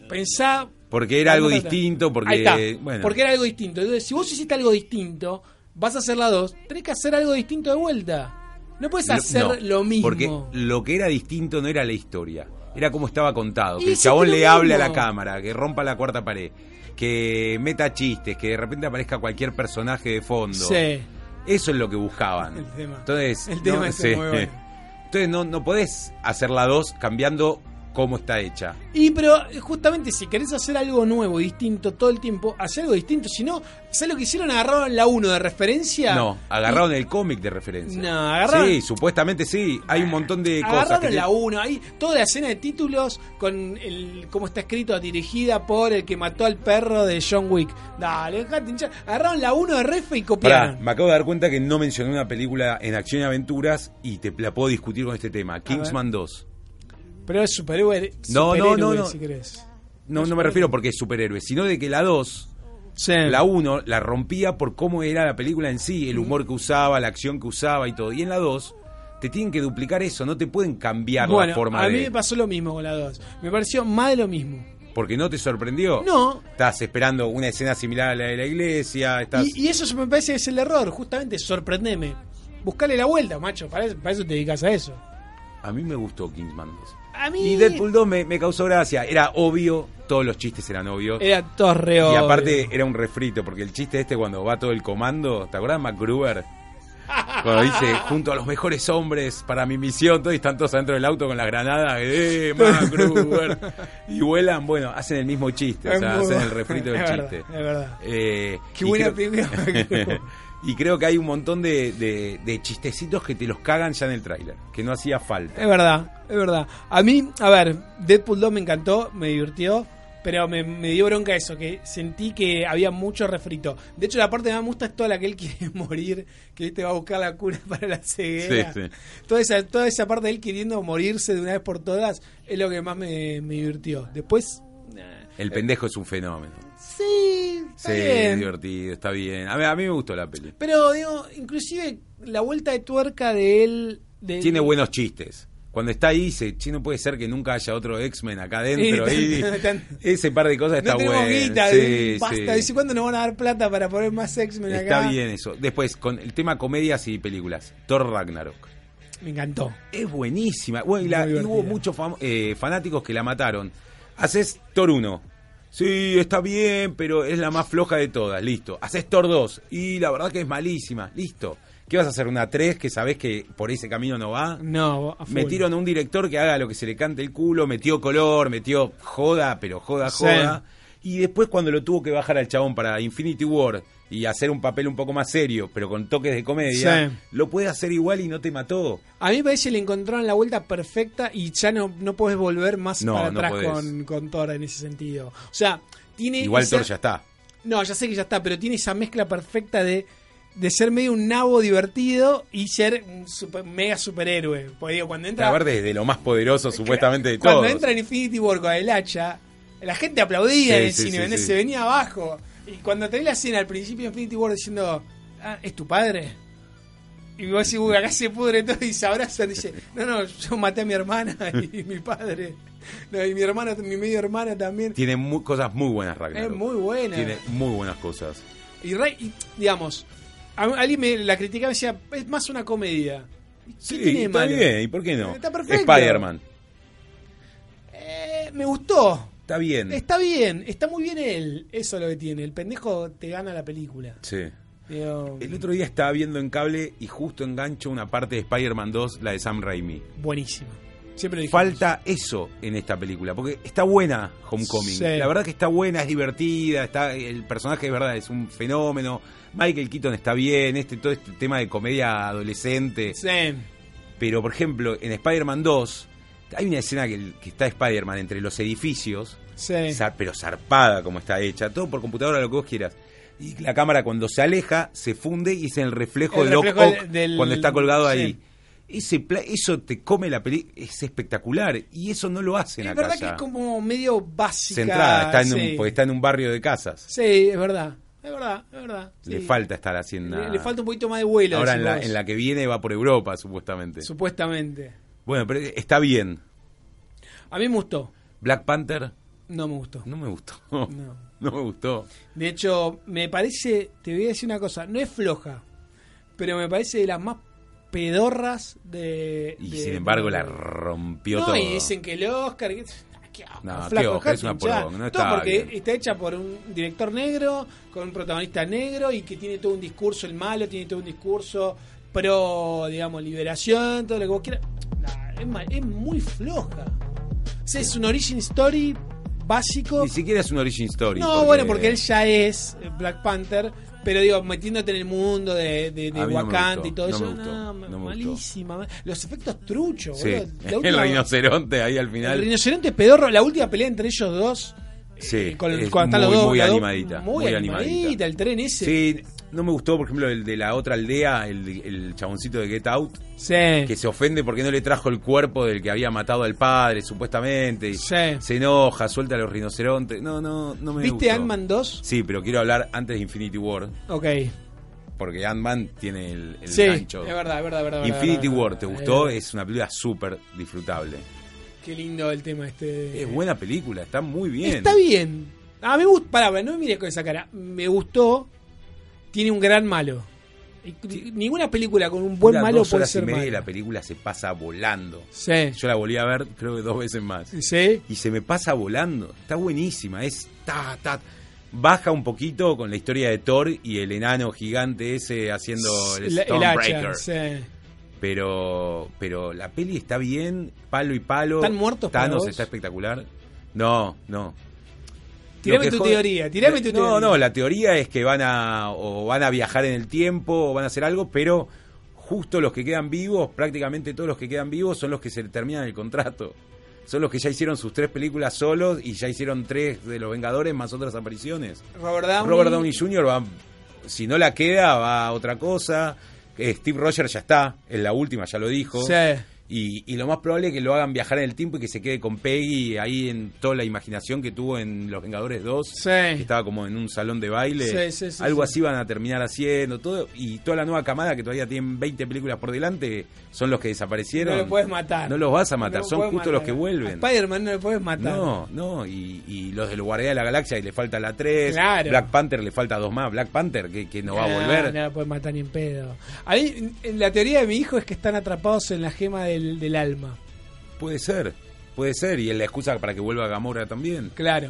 Speaker 2: Pensá.
Speaker 1: Porque era algo
Speaker 2: Ahí está.
Speaker 1: distinto,
Speaker 2: Ahí
Speaker 1: porque...
Speaker 2: está.
Speaker 1: Bueno,
Speaker 2: Porque era algo distinto. Entonces, si vos hiciste algo distinto, vas a hacer la 2, tenés que hacer algo distinto de vuelta. No puedes
Speaker 1: lo-
Speaker 2: hacer
Speaker 1: no,
Speaker 2: lo mismo.
Speaker 1: Porque lo que era distinto no era la historia. Era como estaba contado.
Speaker 2: Y
Speaker 1: Que el
Speaker 2: sí,
Speaker 1: chabón
Speaker 2: pero
Speaker 1: le
Speaker 2: lo
Speaker 1: hable a la
Speaker 2: mismo.
Speaker 1: cámara, que rompa la cuarta pared, que meta chistes, que de repente aparezca cualquier personaje de fondo.
Speaker 2: Sí.
Speaker 1: Eso es lo que buscaban.
Speaker 2: El tema.
Speaker 1: Entonces,
Speaker 2: El tema
Speaker 1: no,
Speaker 2: ese
Speaker 1: sí.
Speaker 2: es muy bueno.
Speaker 1: Entonces no, no podés hacer la 2 cambiando cómo está hecha.
Speaker 2: Y pero eh, justamente si querés hacer algo nuevo, distinto todo el tiempo, hacer algo distinto. Si no, ¿sabes lo que hicieron? Agarraron la 1 de referencia.
Speaker 1: No, agarraron el cómic de referencia.
Speaker 2: No, agarraron-
Speaker 1: Sí, supuestamente sí. Hay un montón de cosas. que
Speaker 2: Agarraron
Speaker 1: te-
Speaker 2: la 1, ahí toda la escena de títulos con el cómo está escrito, dirigida por el que mató al perro de John Wick. Dale, dejate hinchar. Agarraron la 1 de refe y
Speaker 1: Pará,
Speaker 2: copiaron.
Speaker 1: me acabo de dar cuenta que no mencioné una película en acción y aventuras y te la puedo discutir con este tema. Kingsman 2.
Speaker 2: Pero es superhéroe.
Speaker 1: No, no,
Speaker 2: superhéroe,
Speaker 1: no, no.
Speaker 2: Si querés.
Speaker 1: No, no me refiero porque es superhéroe, sino de que la 2, la 1, la rompía por cómo era la película en sí, el humor que usaba, la acción que usaba y todo. Y en la 2, te tienen que duplicar eso, no te pueden cambiar
Speaker 2: bueno,
Speaker 1: la forma
Speaker 2: a mí
Speaker 1: de.
Speaker 2: me pasó lo mismo con la 2. Me pareció más de lo mismo.
Speaker 1: Porque no te sorprendió.
Speaker 2: No.
Speaker 1: Estás esperando una escena similar a la de la iglesia, estás.
Speaker 2: Y, y eso me parece que es el error, justamente, sorprendeme. Buscale la vuelta, macho, para eso, para eso te dedicas a eso.
Speaker 1: A mí me gustó Kingsman 2.
Speaker 2: A mí
Speaker 1: Y Deadpool 2 me, me causó gracia. Era obvio, todos los chistes eran obvios.
Speaker 2: era torreo.
Speaker 1: Y aparte era un refrito, porque el chiste este cuando va todo el comando, ¿te acuerdas MacGruber? Cuando dice, junto a los mejores hombres para mi misión, todos y están todos adentro del auto con las granadas, ¡eh, MacGruber! Y vuelan, bueno, hacen el mismo chiste, o sea, hacen el refrito del
Speaker 2: Es verdad,
Speaker 1: chiste.
Speaker 2: es verdad.
Speaker 1: Eh,
Speaker 2: Qué
Speaker 1: y
Speaker 2: buena
Speaker 1: creo-
Speaker 2: película, MacGruber.
Speaker 1: y creo que hay un montón de, de- de chistecitos que te los cagan ya en el tráiler, que no hacía falta.
Speaker 2: Es verdad, es verdad. A mí, a ver, Deadpool 2 me encantó, me divirtió, Pero me, me dio bronca eso, que sentí que había mucho refrito. De hecho, la parte que más me gusta es toda la que él quiere morir, que te va a buscar la cura para la ceguera.
Speaker 1: Sí, sí.
Speaker 2: Toda, esa, toda esa parte de él queriendo morirse de una vez por todas es lo que más me, me divirtió. Después,
Speaker 1: El pendejo es un fenómeno.
Speaker 2: sí, está
Speaker 1: Sí, es
Speaker 2: bien.
Speaker 1: divertido, está bien. A mí, a mí me gustó la peli.
Speaker 2: Pero digo, inclusive la vuelta de tuerca de él. de-
Speaker 1: Tiene buenos chistes. Cuando está ahí dice, "Che, no puede ser que nunca haya otro X-Men acá adentro.
Speaker 2: Sí,
Speaker 1: ahí".
Speaker 2: tan- tan-
Speaker 1: ese par de cosas está
Speaker 2: no tenemos
Speaker 1: bueno.
Speaker 2: guita,
Speaker 1: Sí,
Speaker 2: de-
Speaker 1: sí.
Speaker 2: basta. Dice, ¿cuándo nos van a dar plata para poner más X-Men acá?
Speaker 1: Está bien eso. Después, con el tema comedias y películas. Thor Ragnarok.
Speaker 2: Me encantó.
Speaker 1: Es buenísima. Bueno, y, la-
Speaker 2: Muy
Speaker 1: y hubo
Speaker 2: divertida.
Speaker 1: muchos fam- eh, fanáticos que la mataron. Haces Thor 1. Sí, está bien, pero es la más floja de todas. Listo. Haces Thor 2. Y la verdad que es malísima. Listo. ¿Qué vas a hacer? ¿Una 3 que sabés que por ese camino no va?
Speaker 2: No, a full.
Speaker 1: Metieron a un director que haga lo que se le cante el culo, metió color, metió joda, pero joda,
Speaker 2: Sí.
Speaker 1: joda. Y después cuando lo tuvo que bajar al chabón para Infinity War y hacer un papel un poco más serio, pero con toques de comedia,
Speaker 2: Sí.
Speaker 1: lo puede hacer igual y no te mató.
Speaker 2: A mí me parece que le encontraron la vuelta perfecta y ya no, no puedes volver más
Speaker 1: No,
Speaker 2: para
Speaker 1: no
Speaker 2: atrás
Speaker 1: podés.
Speaker 2: con, con Thor en ese sentido. O sea, tiene.
Speaker 1: Igual
Speaker 2: esa-
Speaker 1: Thor ya está.
Speaker 2: No, ya sé que ya está, pero tiene esa mezcla perfecta de, de ser medio un nabo divertido y ser un super- mega superhéroe. Porque digo, cuando entra.
Speaker 1: A ver, desde lo más poderoso supuestamente de
Speaker 2: Cuando
Speaker 1: todos.
Speaker 2: entra en Infinity War con el hacha, la gente aplaudía
Speaker 1: Sí,
Speaker 2: en el
Speaker 1: sí, sí,
Speaker 2: cine,
Speaker 1: sí.
Speaker 2: se venía abajo. Y cuando tenés la escena al principio de Infinity War diciendo, "Ah, ¿es tu padre? Y vos decís, "Uy, acá se pudre todo y se abrazan. Dice, no, no, yo maté a mi hermana y mi padre. No, y mi hermana, mi medio hermana también.
Speaker 1: Tiene mu- cosas muy buenas, Ragnarok.
Speaker 2: Es muy buena.
Speaker 1: Tiene muy buenas cosas.
Speaker 2: Y, Ray- y, digamos, a- alguien me la criticaba y decía, es más una comedia. ¿Y qué
Speaker 1: Sí,
Speaker 2: tiene de
Speaker 1: está
Speaker 2: malo?
Speaker 1: bien. ¿Y por qué no?
Speaker 2: Está perfecto.
Speaker 1: Spider-Man.
Speaker 2: Eh, me gustó.
Speaker 1: Está bien.
Speaker 2: Está bien, está muy bien él. Eso es lo que tiene. El pendejo te gana la película.
Speaker 1: Sí.
Speaker 2: Digo,
Speaker 1: El otro día estaba viendo en cable y justo engancho una parte de Spider-Man 2, la de Sam Raimi.
Speaker 2: buenísimo. Siempre lo dije.
Speaker 1: Falta eso en esta película, porque está buena Homecoming.
Speaker 2: Sí.
Speaker 1: La verdad que está buena, es divertida, está el personaje de verdad es un fenómeno. Michael Keaton está bien, este todo este tema de comedia adolescente.
Speaker 2: Sí.
Speaker 1: Pero, por ejemplo, en Spider-Man 2, hay una escena que, que está Spider-Man entre los edificios,
Speaker 2: Sí.
Speaker 1: zar- pero zarpada como está hecha, todo por computadora, lo que vos quieras. Y la cámara cuando se aleja, se funde y es en el reflejo,
Speaker 2: El
Speaker 1: de Doc
Speaker 2: reflejo
Speaker 1: Ock
Speaker 2: del- del-
Speaker 1: cuando está colgado
Speaker 2: sí.
Speaker 1: ahí. Ese pla- eso te come la peli, es espectacular y eso no lo hacen
Speaker 2: Es
Speaker 1: acá.
Speaker 2: verdad
Speaker 1: ya.
Speaker 2: que es como medio básica.
Speaker 1: Centrada, está en un-
Speaker 2: sí.
Speaker 1: porque está en un barrio de casas.
Speaker 2: Sí, es verdad. Es verdad, es verdad.
Speaker 1: Le
Speaker 2: sí.
Speaker 1: falta estar haciendo.
Speaker 2: Le, le falta un poquito más de vuelo.
Speaker 1: Ahora en
Speaker 2: decís
Speaker 1: la,
Speaker 2: vos.
Speaker 1: en la que viene va por Europa, supuestamente.
Speaker 2: Supuestamente.
Speaker 1: bueno, pero está bien.
Speaker 2: A mí me gustó.
Speaker 1: Black Panther
Speaker 2: No me gustó.
Speaker 1: No me gustó. No. me gustó.
Speaker 2: De hecho, me parece, te voy a decir una cosa, no es floja, pero me parece de las más pedorras de...
Speaker 1: Y
Speaker 2: de-
Speaker 1: sin embargo la
Speaker 2: de-
Speaker 1: rompió
Speaker 2: No,
Speaker 1: todo.
Speaker 2: y dicen que el Oscar... que- Ah, qué asco,
Speaker 1: No, qué
Speaker 2: flaco,
Speaker 1: Oscar,
Speaker 2: dejate
Speaker 1: es una
Speaker 2: hinchar.
Speaker 1: poronga, no
Speaker 2: Todo
Speaker 1: está
Speaker 2: porque
Speaker 1: bien.
Speaker 2: está hecha por un director negro, con un protagonista negro y que tiene todo un discurso, el malo tiene todo un discurso pro, digamos, liberación, todo lo que vos quieras. Nah, es, ma- es muy floja. O sea, es un origin story básico.
Speaker 1: Ni siquiera es un origin story.
Speaker 2: No, bueno, porque él ya es eh, Black Panther, pero digo, metiéndote en el mundo de, de, de
Speaker 1: A mí no me
Speaker 2: Wakanda
Speaker 1: gustó,
Speaker 2: y todo
Speaker 1: no
Speaker 2: eso,
Speaker 1: me gustó,
Speaker 2: no,
Speaker 1: no me
Speaker 2: malísima. mal- Los efectos truchos,
Speaker 1: Sí,
Speaker 2: boludo. La
Speaker 1: el
Speaker 2: última-
Speaker 1: rinoceronte ahí al
Speaker 2: el
Speaker 1: final.
Speaker 2: rinoceronte pedorro, la última pelea entre ellos dos. eh,
Speaker 1: Sí,
Speaker 2: con-
Speaker 1: es
Speaker 2: cuando están los
Speaker 1: muy,
Speaker 2: dos,
Speaker 1: muy
Speaker 2: los dos-
Speaker 1: animadita,
Speaker 2: Muy,
Speaker 1: muy
Speaker 2: animadita,
Speaker 1: animadita.
Speaker 2: el tren ese.
Speaker 1: Sí, no me gustó, por ejemplo, el de la otra aldea, el, el chaboncito de Get Out,
Speaker 2: Sí.
Speaker 1: que se ofende porque no le trajo el cuerpo del que había matado al padre, supuestamente. y
Speaker 2: Sí.
Speaker 1: Se enoja, suelta a los rinocerontes. No, no, no me
Speaker 2: ¿Viste
Speaker 1: gustó.
Speaker 2: Ant-Man 2?
Speaker 1: Sí, pero quiero hablar antes de Infinity War,
Speaker 2: Ok.
Speaker 1: porque Ant-Man tiene el, el
Speaker 2: sí,
Speaker 1: gancho.
Speaker 2: es verdad, es verdad, es verdad. es
Speaker 1: Infinity
Speaker 2: verdad, Eh.
Speaker 1: War, ¿te
Speaker 2: es
Speaker 1: gustó?
Speaker 2: verdad.
Speaker 1: Es una película súper disfrutable.
Speaker 2: Qué lindo el tema este.
Speaker 1: Es buena película, está muy bien.
Speaker 2: Está bien. Ah, me gusta. Pará, no me mires con esa cara. Me gustó. Tiene un gran malo. Y- Ninguna película con un buen
Speaker 1: Dura
Speaker 2: malo
Speaker 1: dos
Speaker 2: puede
Speaker 1: horas
Speaker 2: ser
Speaker 1: y media y
Speaker 2: mala.
Speaker 1: la película se pasa volando.
Speaker 2: Sí.
Speaker 1: Yo la volví a ver, creo que dos veces más.
Speaker 2: Sí.
Speaker 1: Y se me pasa volando. Está buenísima. Es ta, ta. Baja un poquito con la historia de Thor y el enano gigante ese haciendo el
Speaker 2: La- el hacha.
Speaker 1: Stormbreaker.
Speaker 2: sí.
Speaker 1: Pero, pero la peli está bien, palo y palo.
Speaker 2: ¿Están muertos para
Speaker 1: Thanos
Speaker 2: vos?
Speaker 1: está espectacular. No, no.
Speaker 2: Tirame
Speaker 1: Lo que
Speaker 2: tu teoría, tirame tu
Speaker 1: no,
Speaker 2: teoría.
Speaker 1: No, la teoría es que van a, o van a viajar en el tiempo o van a hacer algo, pero justo los que quedan vivos, prácticamente todos los que quedan vivos son los que se terminan el contrato. son los que ya hicieron sus tres películas solos y ya hicieron tres de Los Vengadores más otras apariciones.
Speaker 2: Robert Downey.
Speaker 1: Robert Downey Jr. va, si no la queda, va a otra cosa. Eh, Steve Rogers ya está, en la última ya lo dijo.
Speaker 2: Sí.
Speaker 1: Y, y lo más probable es que lo hagan viajar en el tiempo y que se quede con Peggy ahí en toda la imaginación que tuvo en Los Vengadores 2.
Speaker 2: Sí.
Speaker 1: que estaba como en un salón de baile.
Speaker 2: Sí, sí, sí,
Speaker 1: Algo
Speaker 2: sí.
Speaker 1: así van a terminar haciendo. todo Y toda la nueva camada que todavía tienen 20 películas por delante son los que desaparecieron.
Speaker 2: No lo puedes matar.
Speaker 1: No los vas a matar,
Speaker 2: No lo
Speaker 1: son
Speaker 2: puedes
Speaker 1: justo
Speaker 2: matar.
Speaker 1: los que vuelven.
Speaker 2: A Spider-Man no lo puedes matar.
Speaker 1: No, no, y, y los del Guardia de la Galaxia y le falta la 3.
Speaker 2: Claro.
Speaker 1: Black Panther le falta dos más. Black Panther que, que no va a
Speaker 2: Nah,
Speaker 1: volver.
Speaker 2: Ah, No lo puedes matar ni en pedo. A mí, en la teoría de mi hijo es que están atrapados en la gema del, del alma.
Speaker 1: Puede ser, puede ser. Y es la excusa para que vuelva Gamora también.
Speaker 2: Claro.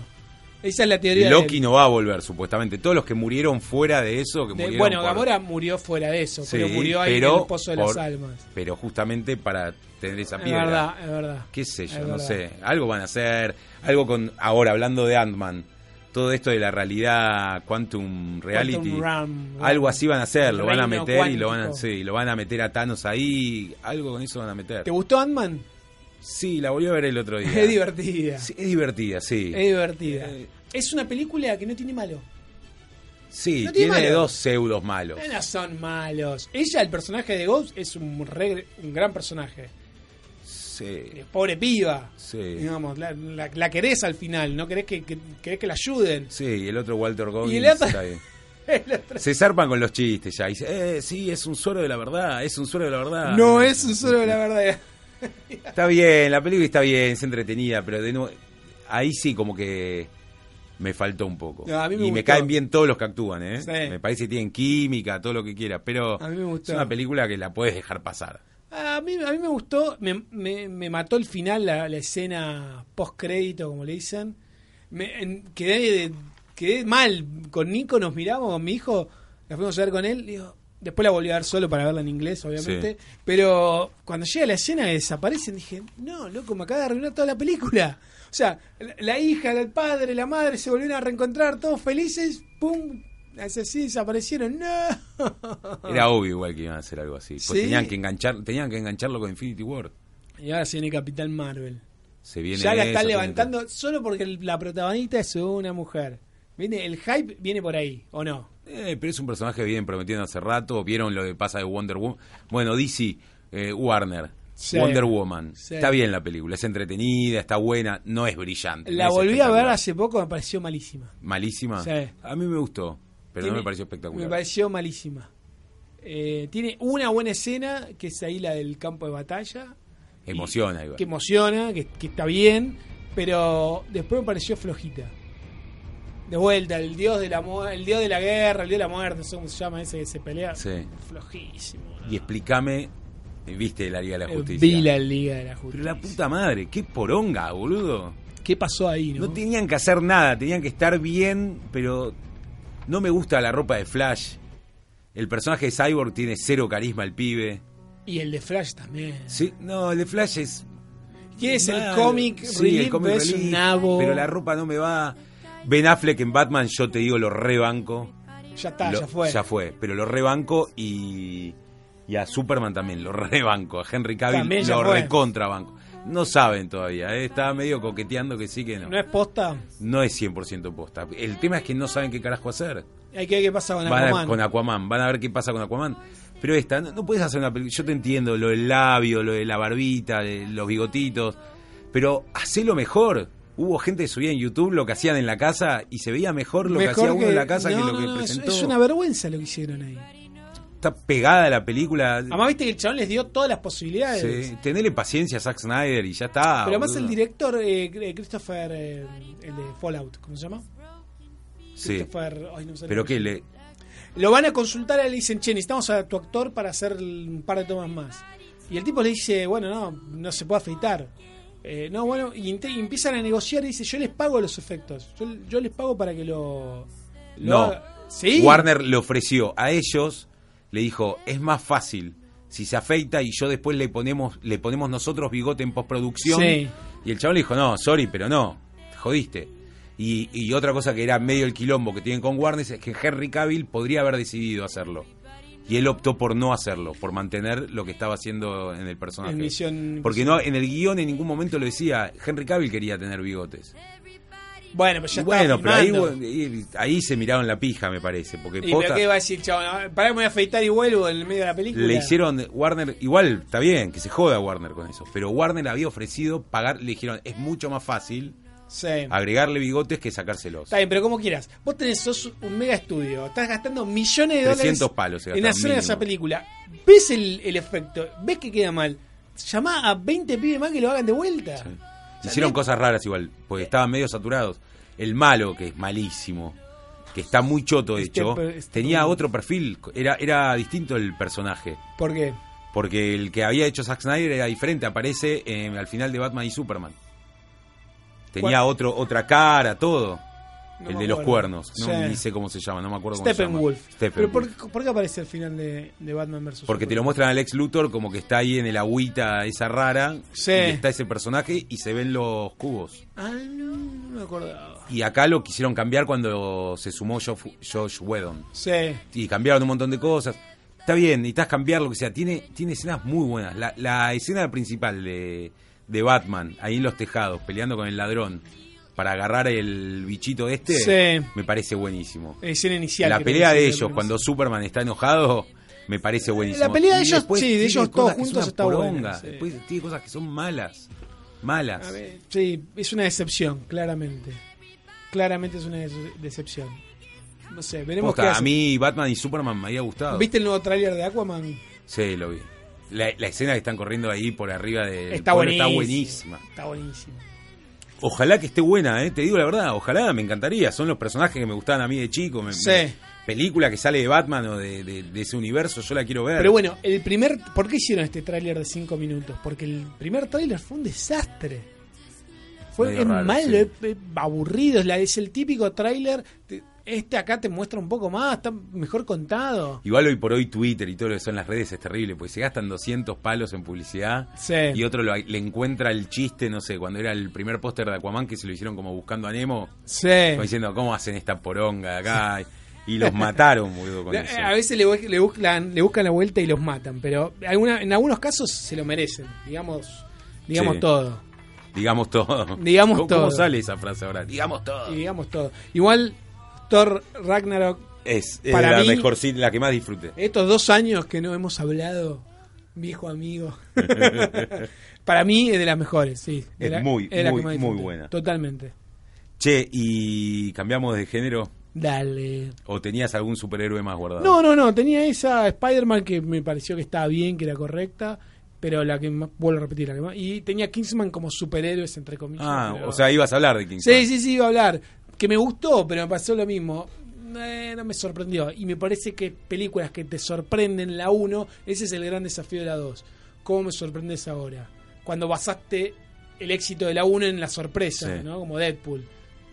Speaker 2: Esa es la
Speaker 1: Y
Speaker 2: teoría de
Speaker 1: Loki
Speaker 2: él.
Speaker 1: no va a volver, supuestamente. Todos los que murieron fuera de eso, que
Speaker 2: De-
Speaker 1: murieron
Speaker 2: bueno,
Speaker 1: por-
Speaker 2: Gamora murió fuera de eso,
Speaker 1: Sí,
Speaker 2: pero murió ahí
Speaker 1: pero
Speaker 2: en el pozo de las
Speaker 1: por-
Speaker 2: almas.
Speaker 1: Pero justamente para tener esa
Speaker 2: Es
Speaker 1: piedra.
Speaker 2: verdad, es verdad.
Speaker 1: qué sé yo,
Speaker 2: Es
Speaker 1: no
Speaker 2: verdad.
Speaker 1: sé, algo van a hacer, algo con, ahora hablando de Ant-Man, todo esto de la realidad quantum reality,
Speaker 2: realm,
Speaker 1: algo
Speaker 2: realm.
Speaker 1: así van a hacer,
Speaker 2: El
Speaker 1: lo van a
Speaker 2: reino
Speaker 1: meter y lo van a,
Speaker 2: cuántico.
Speaker 1: sí, lo van a meter a Thanos ahí, algo con eso van a meter.
Speaker 2: ¿Te gustó Ant-Man?
Speaker 1: Sí, la volví a ver el otro día.
Speaker 2: Es divertida.
Speaker 1: Sí, es divertida, sí.
Speaker 2: Es divertida.
Speaker 1: Eh,
Speaker 2: es una película que no tiene malo.
Speaker 1: sí,
Speaker 2: no tiene
Speaker 1: tiene
Speaker 2: malo.
Speaker 1: dos pseudos malos.
Speaker 2: No son malos. Ella, el personaje de Ghost, es un, re- un gran personaje.
Speaker 1: Sí,
Speaker 2: Eh, Pobre piba.
Speaker 1: sí.
Speaker 2: Digamos, la, la- la querés al final, no querés que, que- querés que la ayuden.
Speaker 1: Sí, y el otro Walter Goggins.
Speaker 2: Y el otro-
Speaker 1: está ahí. Se zarpan con los chistes ya. y dice, eh, sí, es un suero de la verdad, es un suero de la verdad.
Speaker 2: Ah, No es un solo la verdad.
Speaker 1: Está bien, la película está bien, es entretenida, pero de nuevo, ahí sí como que me faltó un poco.
Speaker 2: No, a mí me
Speaker 1: y me
Speaker 2: gustó.
Speaker 1: caen bien todos los que actúan, ¿eh?
Speaker 2: Sí.
Speaker 1: Me parece que tienen química, todo lo que quieras, pero
Speaker 2: A mí me gustó.
Speaker 1: es una película que la puedes dejar pasar.
Speaker 2: A mí, a mí me gustó, me, me- me mató el final, la, la escena post-crédito, como le dicen. Me, en- quedé, de- quedé mal. Con Nico nos miramos, con mi hijo, la fuimos a ver con él. Digo, después la volví a ver solo para verla en inglés, obviamente.
Speaker 1: Sí.
Speaker 2: Pero cuando llega la escena que desaparecen, dije, no, loco, me acaba de arruinar toda la película. O sea, la, la hija, el padre, la madre se volvieron a reencontrar, todos felices, pum, así desaparecieron. No.
Speaker 1: Era obvio igual que iban a hacer algo así. Pues
Speaker 2: Ah. Sí.
Speaker 1: tenían que enganchar, tenían que engancharlo con Infinity War.
Speaker 2: Y ahora se viene Capitán Marvel.
Speaker 1: Se viene
Speaker 2: ya la
Speaker 1: eso,
Speaker 2: están
Speaker 1: tiene-
Speaker 2: levantando solo porque el- la protagonista es una mujer. Viene, el hype viene por ahí, ¿o no?
Speaker 1: Eh, pero es un personaje bien prometiendo hace rato. Vieron lo que pasa de Wonder Woman. Bueno, DC, eh, Warner,
Speaker 2: Sí.
Speaker 1: Wonder Woman.
Speaker 2: Sí.
Speaker 1: Está bien la película, es entretenida, está buena, no es brillante. no
Speaker 2: La
Speaker 1: es
Speaker 2: volví a ver
Speaker 1: espectacular.
Speaker 2: hace poco, me pareció malísima.
Speaker 1: Malísima.
Speaker 2: Sí.
Speaker 1: A mí me gustó, pero no
Speaker 2: Tiene-
Speaker 1: me pareció espectacular.
Speaker 2: Me pareció malísima. Eh, tiene una buena escena, que es ahí la del campo de batalla,
Speaker 1: Emociona igual.
Speaker 2: que emociona, que, que está bien, pero después me pareció flojita. De vuelta, el dios de la mu- el dios de la guerra, el dios de la muerte, eso cómo se llama ese que se pelea.
Speaker 1: Sí.
Speaker 2: Flojísimo.
Speaker 1: Y explícame, viste la Liga de la
Speaker 2: Eh,
Speaker 1: Justicia.
Speaker 2: Vi la Liga de la
Speaker 1: Pero
Speaker 2: Justicia.
Speaker 1: la puta madre, qué poronga, boludo.
Speaker 2: ¿Qué pasó ahí?
Speaker 1: No tenían que hacer nada, tenían que estar bien, pero no me gusta la ropa de Flash. El personaje de Cyborg tiene cero carisma el pibe.
Speaker 2: Y el de Flash también.
Speaker 1: Sí, no, el de Flash es.
Speaker 2: ¿Quién es el
Speaker 1: mal.
Speaker 2: cómic
Speaker 1: Sí,
Speaker 2: relief,
Speaker 1: el cómic
Speaker 2: pero es
Speaker 1: relief,
Speaker 2: un nabo.
Speaker 1: Pero la ropa no me va. Ben Affleck en Batman, yo te digo, lo rebanco.
Speaker 2: Ya está,
Speaker 1: Lo-
Speaker 2: ya fue.
Speaker 1: Ya fue, pero lo rebanco y. Y a Superman también, lo rebanco. A Henry Cavill
Speaker 2: También ya
Speaker 1: lo
Speaker 2: fue.
Speaker 1: recontrabanco. No saben todavía, eh, estaba medio coqueteando que sí que no.
Speaker 2: No es posta.
Speaker 1: No es 100% posta. El tema es que no saben qué carajo hacer.
Speaker 2: Hay que ver qué pasa con
Speaker 1: Van a-
Speaker 2: Aquaman.
Speaker 1: con Aquaman, van a ver qué pasa con Aquaman. Pero esta, no, puedes hacer una película. Yo te entiendo lo del labio, lo de la barbita, de los bigotitos. Pero hacelo mejor. Hubo gente que subía en YouTube lo que hacían en la casa y se veía mejor lo que hacía uno en la casa
Speaker 2: No,
Speaker 1: que lo
Speaker 2: no,
Speaker 1: que
Speaker 2: no, es-
Speaker 1: presentó.
Speaker 2: Es, una vergüenza lo que hicieron ahí.
Speaker 1: Está pegada la película.
Speaker 2: Además, viste que el chabón les dio todas las posibilidades.
Speaker 1: Sí, Tenele paciencia a Zack Snyder y ya está.
Speaker 2: Pero además
Speaker 1: boludo.
Speaker 2: el director, eh, eh, Christopher, eh, el de Fallout, ¿cómo se llama?
Speaker 1: Sí.
Speaker 2: Christopher, ay, no me sale
Speaker 1: Pero
Speaker 2: el
Speaker 1: que
Speaker 2: nombre.
Speaker 1: le.
Speaker 2: Lo van a consultar y le dicen, che, necesitamos a tu actor para hacer un par de tomas más. Y el tipo le dice, bueno, no, no se puede afeitar. Eh, no, bueno, y, int- y empiezan a negociar y dice, yo les pago los efectos. Yo, yo les pago para que lo... lo
Speaker 1: No.
Speaker 2: haga". ¿Sí?
Speaker 1: Warner le ofreció a ellos, le dijo, es más fácil si se afeita y yo después le ponemos, le ponemos nosotros bigote en postproducción.
Speaker 2: Sí.
Speaker 1: Y el chabón le dijo, no, sorry, pero no, te jodiste. Y, y otra cosa que era medio el quilombo que tienen con Warner es que Henry Cavill podría haber decidido hacerlo. Y él optó por no hacerlo, por mantener lo que estaba haciendo en el personaje.
Speaker 2: En Misión
Speaker 1: Porque no, en el guión en ningún momento lo decía, Henry Cavill quería tener bigotes.
Speaker 2: Bueno, pues ya
Speaker 1: Y
Speaker 2: estaba
Speaker 1: bueno, pero ahí,
Speaker 2: filmando.
Speaker 1: bueno, y- ahí se miraron la pija, me parece. Porque
Speaker 2: ¿Y
Speaker 1: posta-
Speaker 2: pero qué va a decir, chabón? A ver, Pará, que me voy a afeitar y vuelvo en el medio de la película.
Speaker 1: le hicieron Warner, igual está bien, que se joda Warner con eso, pero Warner había ofrecido pagar, le dijeron, es mucho más fácil
Speaker 2: Sí.
Speaker 1: agregarle bigotes que sacárselos.
Speaker 2: Está bien, pero como quieras. Vos tenés sos un mega estudio. Estás gastando millones de
Speaker 1: 300
Speaker 2: dólares
Speaker 1: palos se
Speaker 2: en
Speaker 1: gastaron,
Speaker 2: hacer
Speaker 1: mínimo.
Speaker 2: esa película. Ves el, el efecto, ves que queda mal. Llamá a 20 pibes más que lo hagan de vuelta.
Speaker 1: Hicieron cosas raras igual, porque estaban medio saturados. El malo, que es malísimo, que está muy choto de
Speaker 2: Este
Speaker 1: hecho,
Speaker 2: per- este-
Speaker 1: tenía otro perfil, era, era distinto el personaje.
Speaker 2: ¿Por qué?
Speaker 1: Porque el que había hecho Zack Snyder era diferente, aparece eh, al final de Batman y Superman. Tenía
Speaker 2: ¿Cuál?
Speaker 1: otro, otra cara, todo.
Speaker 2: No
Speaker 1: el
Speaker 2: me
Speaker 1: de los
Speaker 2: acuerdo.
Speaker 1: cuernos. No
Speaker 2: Sí.
Speaker 1: ni sé cómo se llama, no me acuerdo cómo se llama.
Speaker 2: Steppenwolf. ¿Pero
Speaker 1: Steppenwolf.
Speaker 2: por, por qué aparece el final de, de Batman vs.
Speaker 1: Porque te lo
Speaker 2: Superman?
Speaker 1: muestran al ex Luthor como que está ahí en el agüita esa rara.
Speaker 2: Sí.
Speaker 1: Y está ese personaje y se ven los cubos.
Speaker 2: Ah, no, no me acordaba.
Speaker 1: Y acá lo quisieron cambiar cuando se sumó Josh, Josh Whedon.
Speaker 2: Sí.
Speaker 1: Y cambiaron un montón de cosas. Está bien, necesitas cambiar lo que sea. Tiene, tiene escenas muy buenas. La, la escena principal de, de Batman, ahí en los tejados, peleando con el ladrón para agarrar el bichito este,
Speaker 2: Sí.
Speaker 1: me parece buenísimo.
Speaker 2: Escena inicial.
Speaker 1: la
Speaker 2: creo
Speaker 1: pelea
Speaker 2: que
Speaker 1: de
Speaker 2: sí,
Speaker 1: ellos,
Speaker 2: creo que
Speaker 1: cuando
Speaker 2: sí.
Speaker 1: Superman está enojado, me parece buenísimo.
Speaker 2: La pelea de
Speaker 1: Y
Speaker 2: ellos,
Speaker 1: después
Speaker 2: sí, de
Speaker 1: tiene
Speaker 2: ellos todos
Speaker 1: cosas que es
Speaker 2: juntos
Speaker 1: una
Speaker 2: está buena,
Speaker 1: poronga.
Speaker 2: sí.
Speaker 1: Después tiene cosas que son malas. Malas.
Speaker 2: A ver, sí, es una decepción, claramente. Claramente es una des- decepción. No sé, veremos
Speaker 1: Posta,
Speaker 2: qué
Speaker 1: a
Speaker 2: hace.
Speaker 1: mí Batman y Superman me había gustado.
Speaker 2: ¿Viste el nuevo tráiler de Aquaman?
Speaker 1: Sí, lo vi. La, la escena que están corriendo ahí por arriba del
Speaker 2: Está
Speaker 1: pueblo
Speaker 2: buenísimo.
Speaker 1: está buenísima.
Speaker 2: Está buenísimo.
Speaker 1: Ojalá que esté buena, ¿eh? te digo la verdad, ojalá, me encantaría. Son los personajes que me gustaban a mí de chico. me-
Speaker 2: Sí.
Speaker 1: me- película que sale de Batman o de, de- de ese universo, yo la quiero ver.
Speaker 2: Pero bueno, el primer... ¿Por qué hicieron este tráiler de 5 minutos? Porque el primer tráiler fue un desastre. Fue
Speaker 1: Medio
Speaker 2: es
Speaker 1: raro,
Speaker 2: malo,
Speaker 1: sí.
Speaker 2: es, es aburrido. Es, la- es el típico tráiler... te- Este acá te muestra un poco más, está mejor contado.
Speaker 1: Igual hoy por hoy Twitter y todo lo que son las redes es terrible, porque se gastan 200 palos en publicidad
Speaker 2: Sí.
Speaker 1: y otro lo- le encuentra el chiste, no sé, cuando era el primer póster de Aquaman que se lo hicieron como buscando a Nemo,
Speaker 2: Sí.
Speaker 1: como diciendo, ¿cómo hacen esta poronga de acá? Y los mataron, boludo, con
Speaker 2: Eh,
Speaker 1: eso.
Speaker 2: A veces le, bu- le buscan, le buscan la vuelta y los matan, pero alguna- en algunos casos se lo merecen, digamos, digamos
Speaker 1: Sí.
Speaker 2: todo.
Speaker 1: Digamos todo.
Speaker 2: Digamos
Speaker 1: ¿Cómo,
Speaker 2: todo.
Speaker 1: ¿Cómo sale esa frase ahora? Digamos todo.
Speaker 2: Y digamos todo. Igual Thor Ragnarok,
Speaker 1: Es, es
Speaker 2: Para
Speaker 1: la
Speaker 2: mí-
Speaker 1: mejor, sí, la que más disfruté.
Speaker 2: estos dos años que no hemos hablado, viejo amigo, para mí es de las mejores, sí. de
Speaker 1: Es
Speaker 2: la-
Speaker 1: muy,
Speaker 2: es la que
Speaker 1: muy,
Speaker 2: más
Speaker 1: muy
Speaker 2: disfruté.
Speaker 1: buena.
Speaker 2: Totalmente.
Speaker 1: Che, y cambiamos de género.
Speaker 2: Dale.
Speaker 1: ¿O tenías algún superhéroe más guardado?
Speaker 2: No, no, no, tenía esa Spider-Man que me pareció que estaba bien, que era correcta. Pero la que más, vuelvo a repetir, la que más. Y tenía Kingsman como superhéroes, entre comillas.
Speaker 1: Ah,
Speaker 2: pero-
Speaker 1: o sea, ibas a hablar de King
Speaker 2: Sí, sí, sí, iba a hablar. Que me gustó, pero me pasó lo mismo. Eh, no me sorprendió. Y me parece que películas que te sorprenden la 1, ese es el gran desafío de la 2. ¿Cómo me sorprendes ahora? Cuando basaste el éxito de la 1 en la sorpresa,
Speaker 1: Sí.
Speaker 2: ¿no? Como Deadpool.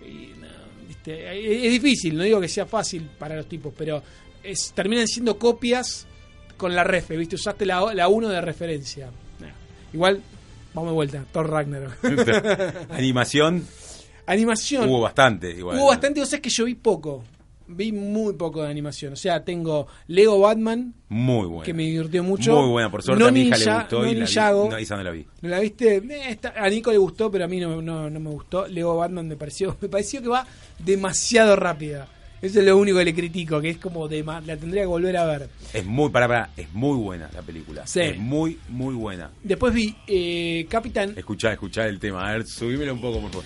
Speaker 2: Y, no, viste, es, es difícil, no digo que sea fácil para los tipos, pero es- terminan siendo copias con la refe, ¿viste? Usaste la 1 de referencia. Igual, vamos de vuelta, Thor Ragnarok.
Speaker 1: Animación
Speaker 2: Animación.
Speaker 1: hubo bastante. Igual.
Speaker 2: Hubo bastante cosas que yo vi poco. Vi muy poco de animación. O sea, tengo Lego Batman,
Speaker 1: Muy buena.
Speaker 2: que me divirtió mucho.
Speaker 1: Muy buena, por suerte
Speaker 2: No
Speaker 1: a mi hija
Speaker 2: Ninja,
Speaker 1: le gustó
Speaker 2: no
Speaker 1: y la vi.
Speaker 2: Ninjago.
Speaker 1: No, esa no la vi.
Speaker 2: ¿No la viste? Eh, está- a Nico le gustó, pero a mí no, no, no me gustó. Lego Batman me pareció, me pareció que va demasiado rápida. Eso es lo único que le critico, que es como de ma- la tendría que volver a ver.
Speaker 1: Es muy, para, para, es muy buena la película.
Speaker 2: Sí.
Speaker 1: Es muy, muy buena.
Speaker 2: Después vi eh, Capitán.
Speaker 1: Escuchá, escuchá el tema. A ver, subímelo un poco, por favor.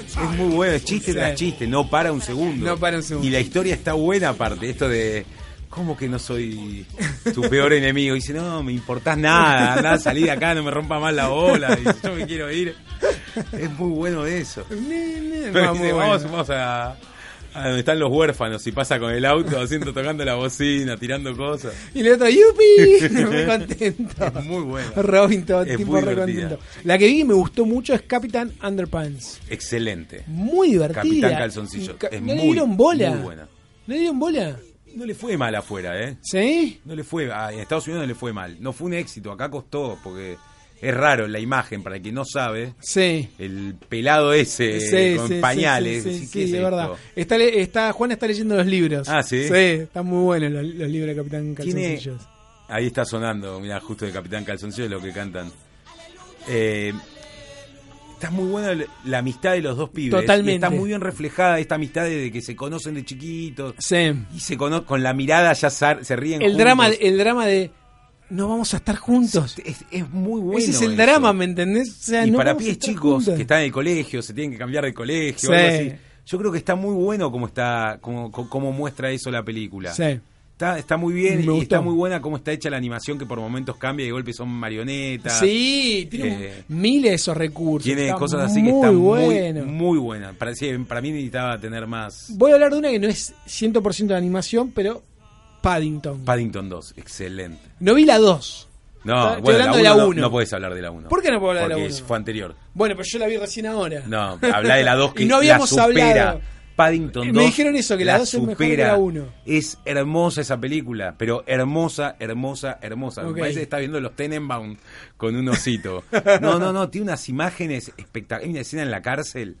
Speaker 1: Es muy bueno, es chiste tras chiste, no para un segundo.
Speaker 2: No para un segundo.
Speaker 1: Y la historia está buena aparte, esto de ¿cómo que no soy tu peor enemigo? Y dice, no, me importás nada, andá, salí de acá, no me rompa más la bola, dice, yo me quiero ir. Es muy bueno eso.
Speaker 2: Ne, ne,
Speaker 1: Pero
Speaker 2: va muy
Speaker 1: dice, vamos,
Speaker 2: bueno.
Speaker 1: vamos a, a donde están los huérfanos y pasa con el auto, haciendo, tocando la bocina, tirando cosas.
Speaker 2: Y le otro, ¡yupi! Muy contento.
Speaker 1: Es muy bueno.
Speaker 2: Robin, todo
Speaker 1: Es
Speaker 2: tipo
Speaker 1: muy
Speaker 2: re
Speaker 1: divertida.
Speaker 2: contento. La que vi y me gustó mucho es Capitán Underpants.
Speaker 1: Excelente.
Speaker 2: Muy divertida.
Speaker 1: Capitán Calzoncillo.
Speaker 2: Y ca-
Speaker 1: Es
Speaker 2: no le
Speaker 1: muy,
Speaker 2: dieron bola.
Speaker 1: muy buena.
Speaker 2: No le dieron bola.
Speaker 1: No le fue mal afuera, ¿eh?
Speaker 2: ¿Sí?
Speaker 1: ah, No le fue, a- en Estados Unidos no le fue mal. No fue un éxito, acá costó, porque Es raro la imagen, para el que no sabe.
Speaker 2: Sí.
Speaker 1: El pelado ese
Speaker 2: Sí,
Speaker 1: Eh, con
Speaker 2: sí, sí,
Speaker 1: pañales.
Speaker 2: Sí, sí,
Speaker 1: ¿qué
Speaker 2: sí,
Speaker 1: es
Speaker 2: de
Speaker 1: esto?
Speaker 2: verdad. Está, le- está, Juan está leyendo los libros.
Speaker 1: Ah, ¿sí?
Speaker 2: Sí, están muy buenos los, los libros de Capitán
Speaker 1: Tiene-
Speaker 2: Calzoncillos.
Speaker 1: Ahí está sonando, mira, justo de Capitán Calzoncillo lo que cantan. Eh, está muy buena la- la amistad de los dos pibes. y
Speaker 2: Totalmente.
Speaker 1: Está muy bien reflejada esta amistad de que se conocen de chiquitos.
Speaker 2: Sí.
Speaker 1: Y se cono con la mirada ya sa- se ríen
Speaker 2: El
Speaker 1: juntos.
Speaker 2: drama, el drama de no vamos a estar juntos.
Speaker 1: es, es muy bueno.
Speaker 2: Ese es el
Speaker 1: eso.
Speaker 2: drama, ¿me entendés? O sea,
Speaker 1: y
Speaker 2: no
Speaker 1: para
Speaker 2: vamos a
Speaker 1: pies
Speaker 2: estar
Speaker 1: chicos
Speaker 2: juntos.
Speaker 1: que están en el colegio, se tienen que cambiar de colegio,
Speaker 2: Sí.
Speaker 1: algo así. Yo creo que está muy bueno como está, como, co- como muestra eso la película.
Speaker 2: Sí.
Speaker 1: Está, está muy bien
Speaker 2: Me
Speaker 1: y
Speaker 2: gustó.
Speaker 1: está muy buena cómo está hecha la animación que por momentos cambia y de golpe son marionetas.
Speaker 2: Sí, tiene
Speaker 1: Eh,
Speaker 2: un- miles de esos recursos.
Speaker 1: Tiene
Speaker 2: Está
Speaker 1: cosas así que están
Speaker 2: bueno.
Speaker 1: muy, muy buenas. Para, sí, para mí necesitaba tener más.
Speaker 2: Voy a hablar de una que no es 100% de animación, pero Paddington.
Speaker 1: Paddington 2, excelente.
Speaker 2: no vi la 2.
Speaker 1: No,
Speaker 2: Estoy
Speaker 1: bueno,
Speaker 2: hablando de
Speaker 1: la
Speaker 2: la
Speaker 1: 1
Speaker 2: uno.
Speaker 1: no, puedes hablar de la 1.
Speaker 2: ¿Por qué no puedo hablar de la
Speaker 1: Porque
Speaker 2: uno?
Speaker 1: fue anterior.
Speaker 2: Bueno, pero yo la vi recién ahora.
Speaker 1: No, habla de la 2 que
Speaker 2: Y no habíamos
Speaker 1: la supera.
Speaker 2: hablado.
Speaker 1: Paddington 2.
Speaker 2: Me dijeron eso, que la dos es mejor que
Speaker 1: supera.
Speaker 2: la uno.
Speaker 1: Es hermosa esa película, pero hermosa, hermosa, hermosa.
Speaker 2: Ok.
Speaker 1: Me parece que está viendo los Tenenbaum con un osito. No, no, no, tiene unas imágenes espectaculares. Hay una escena en la cárcel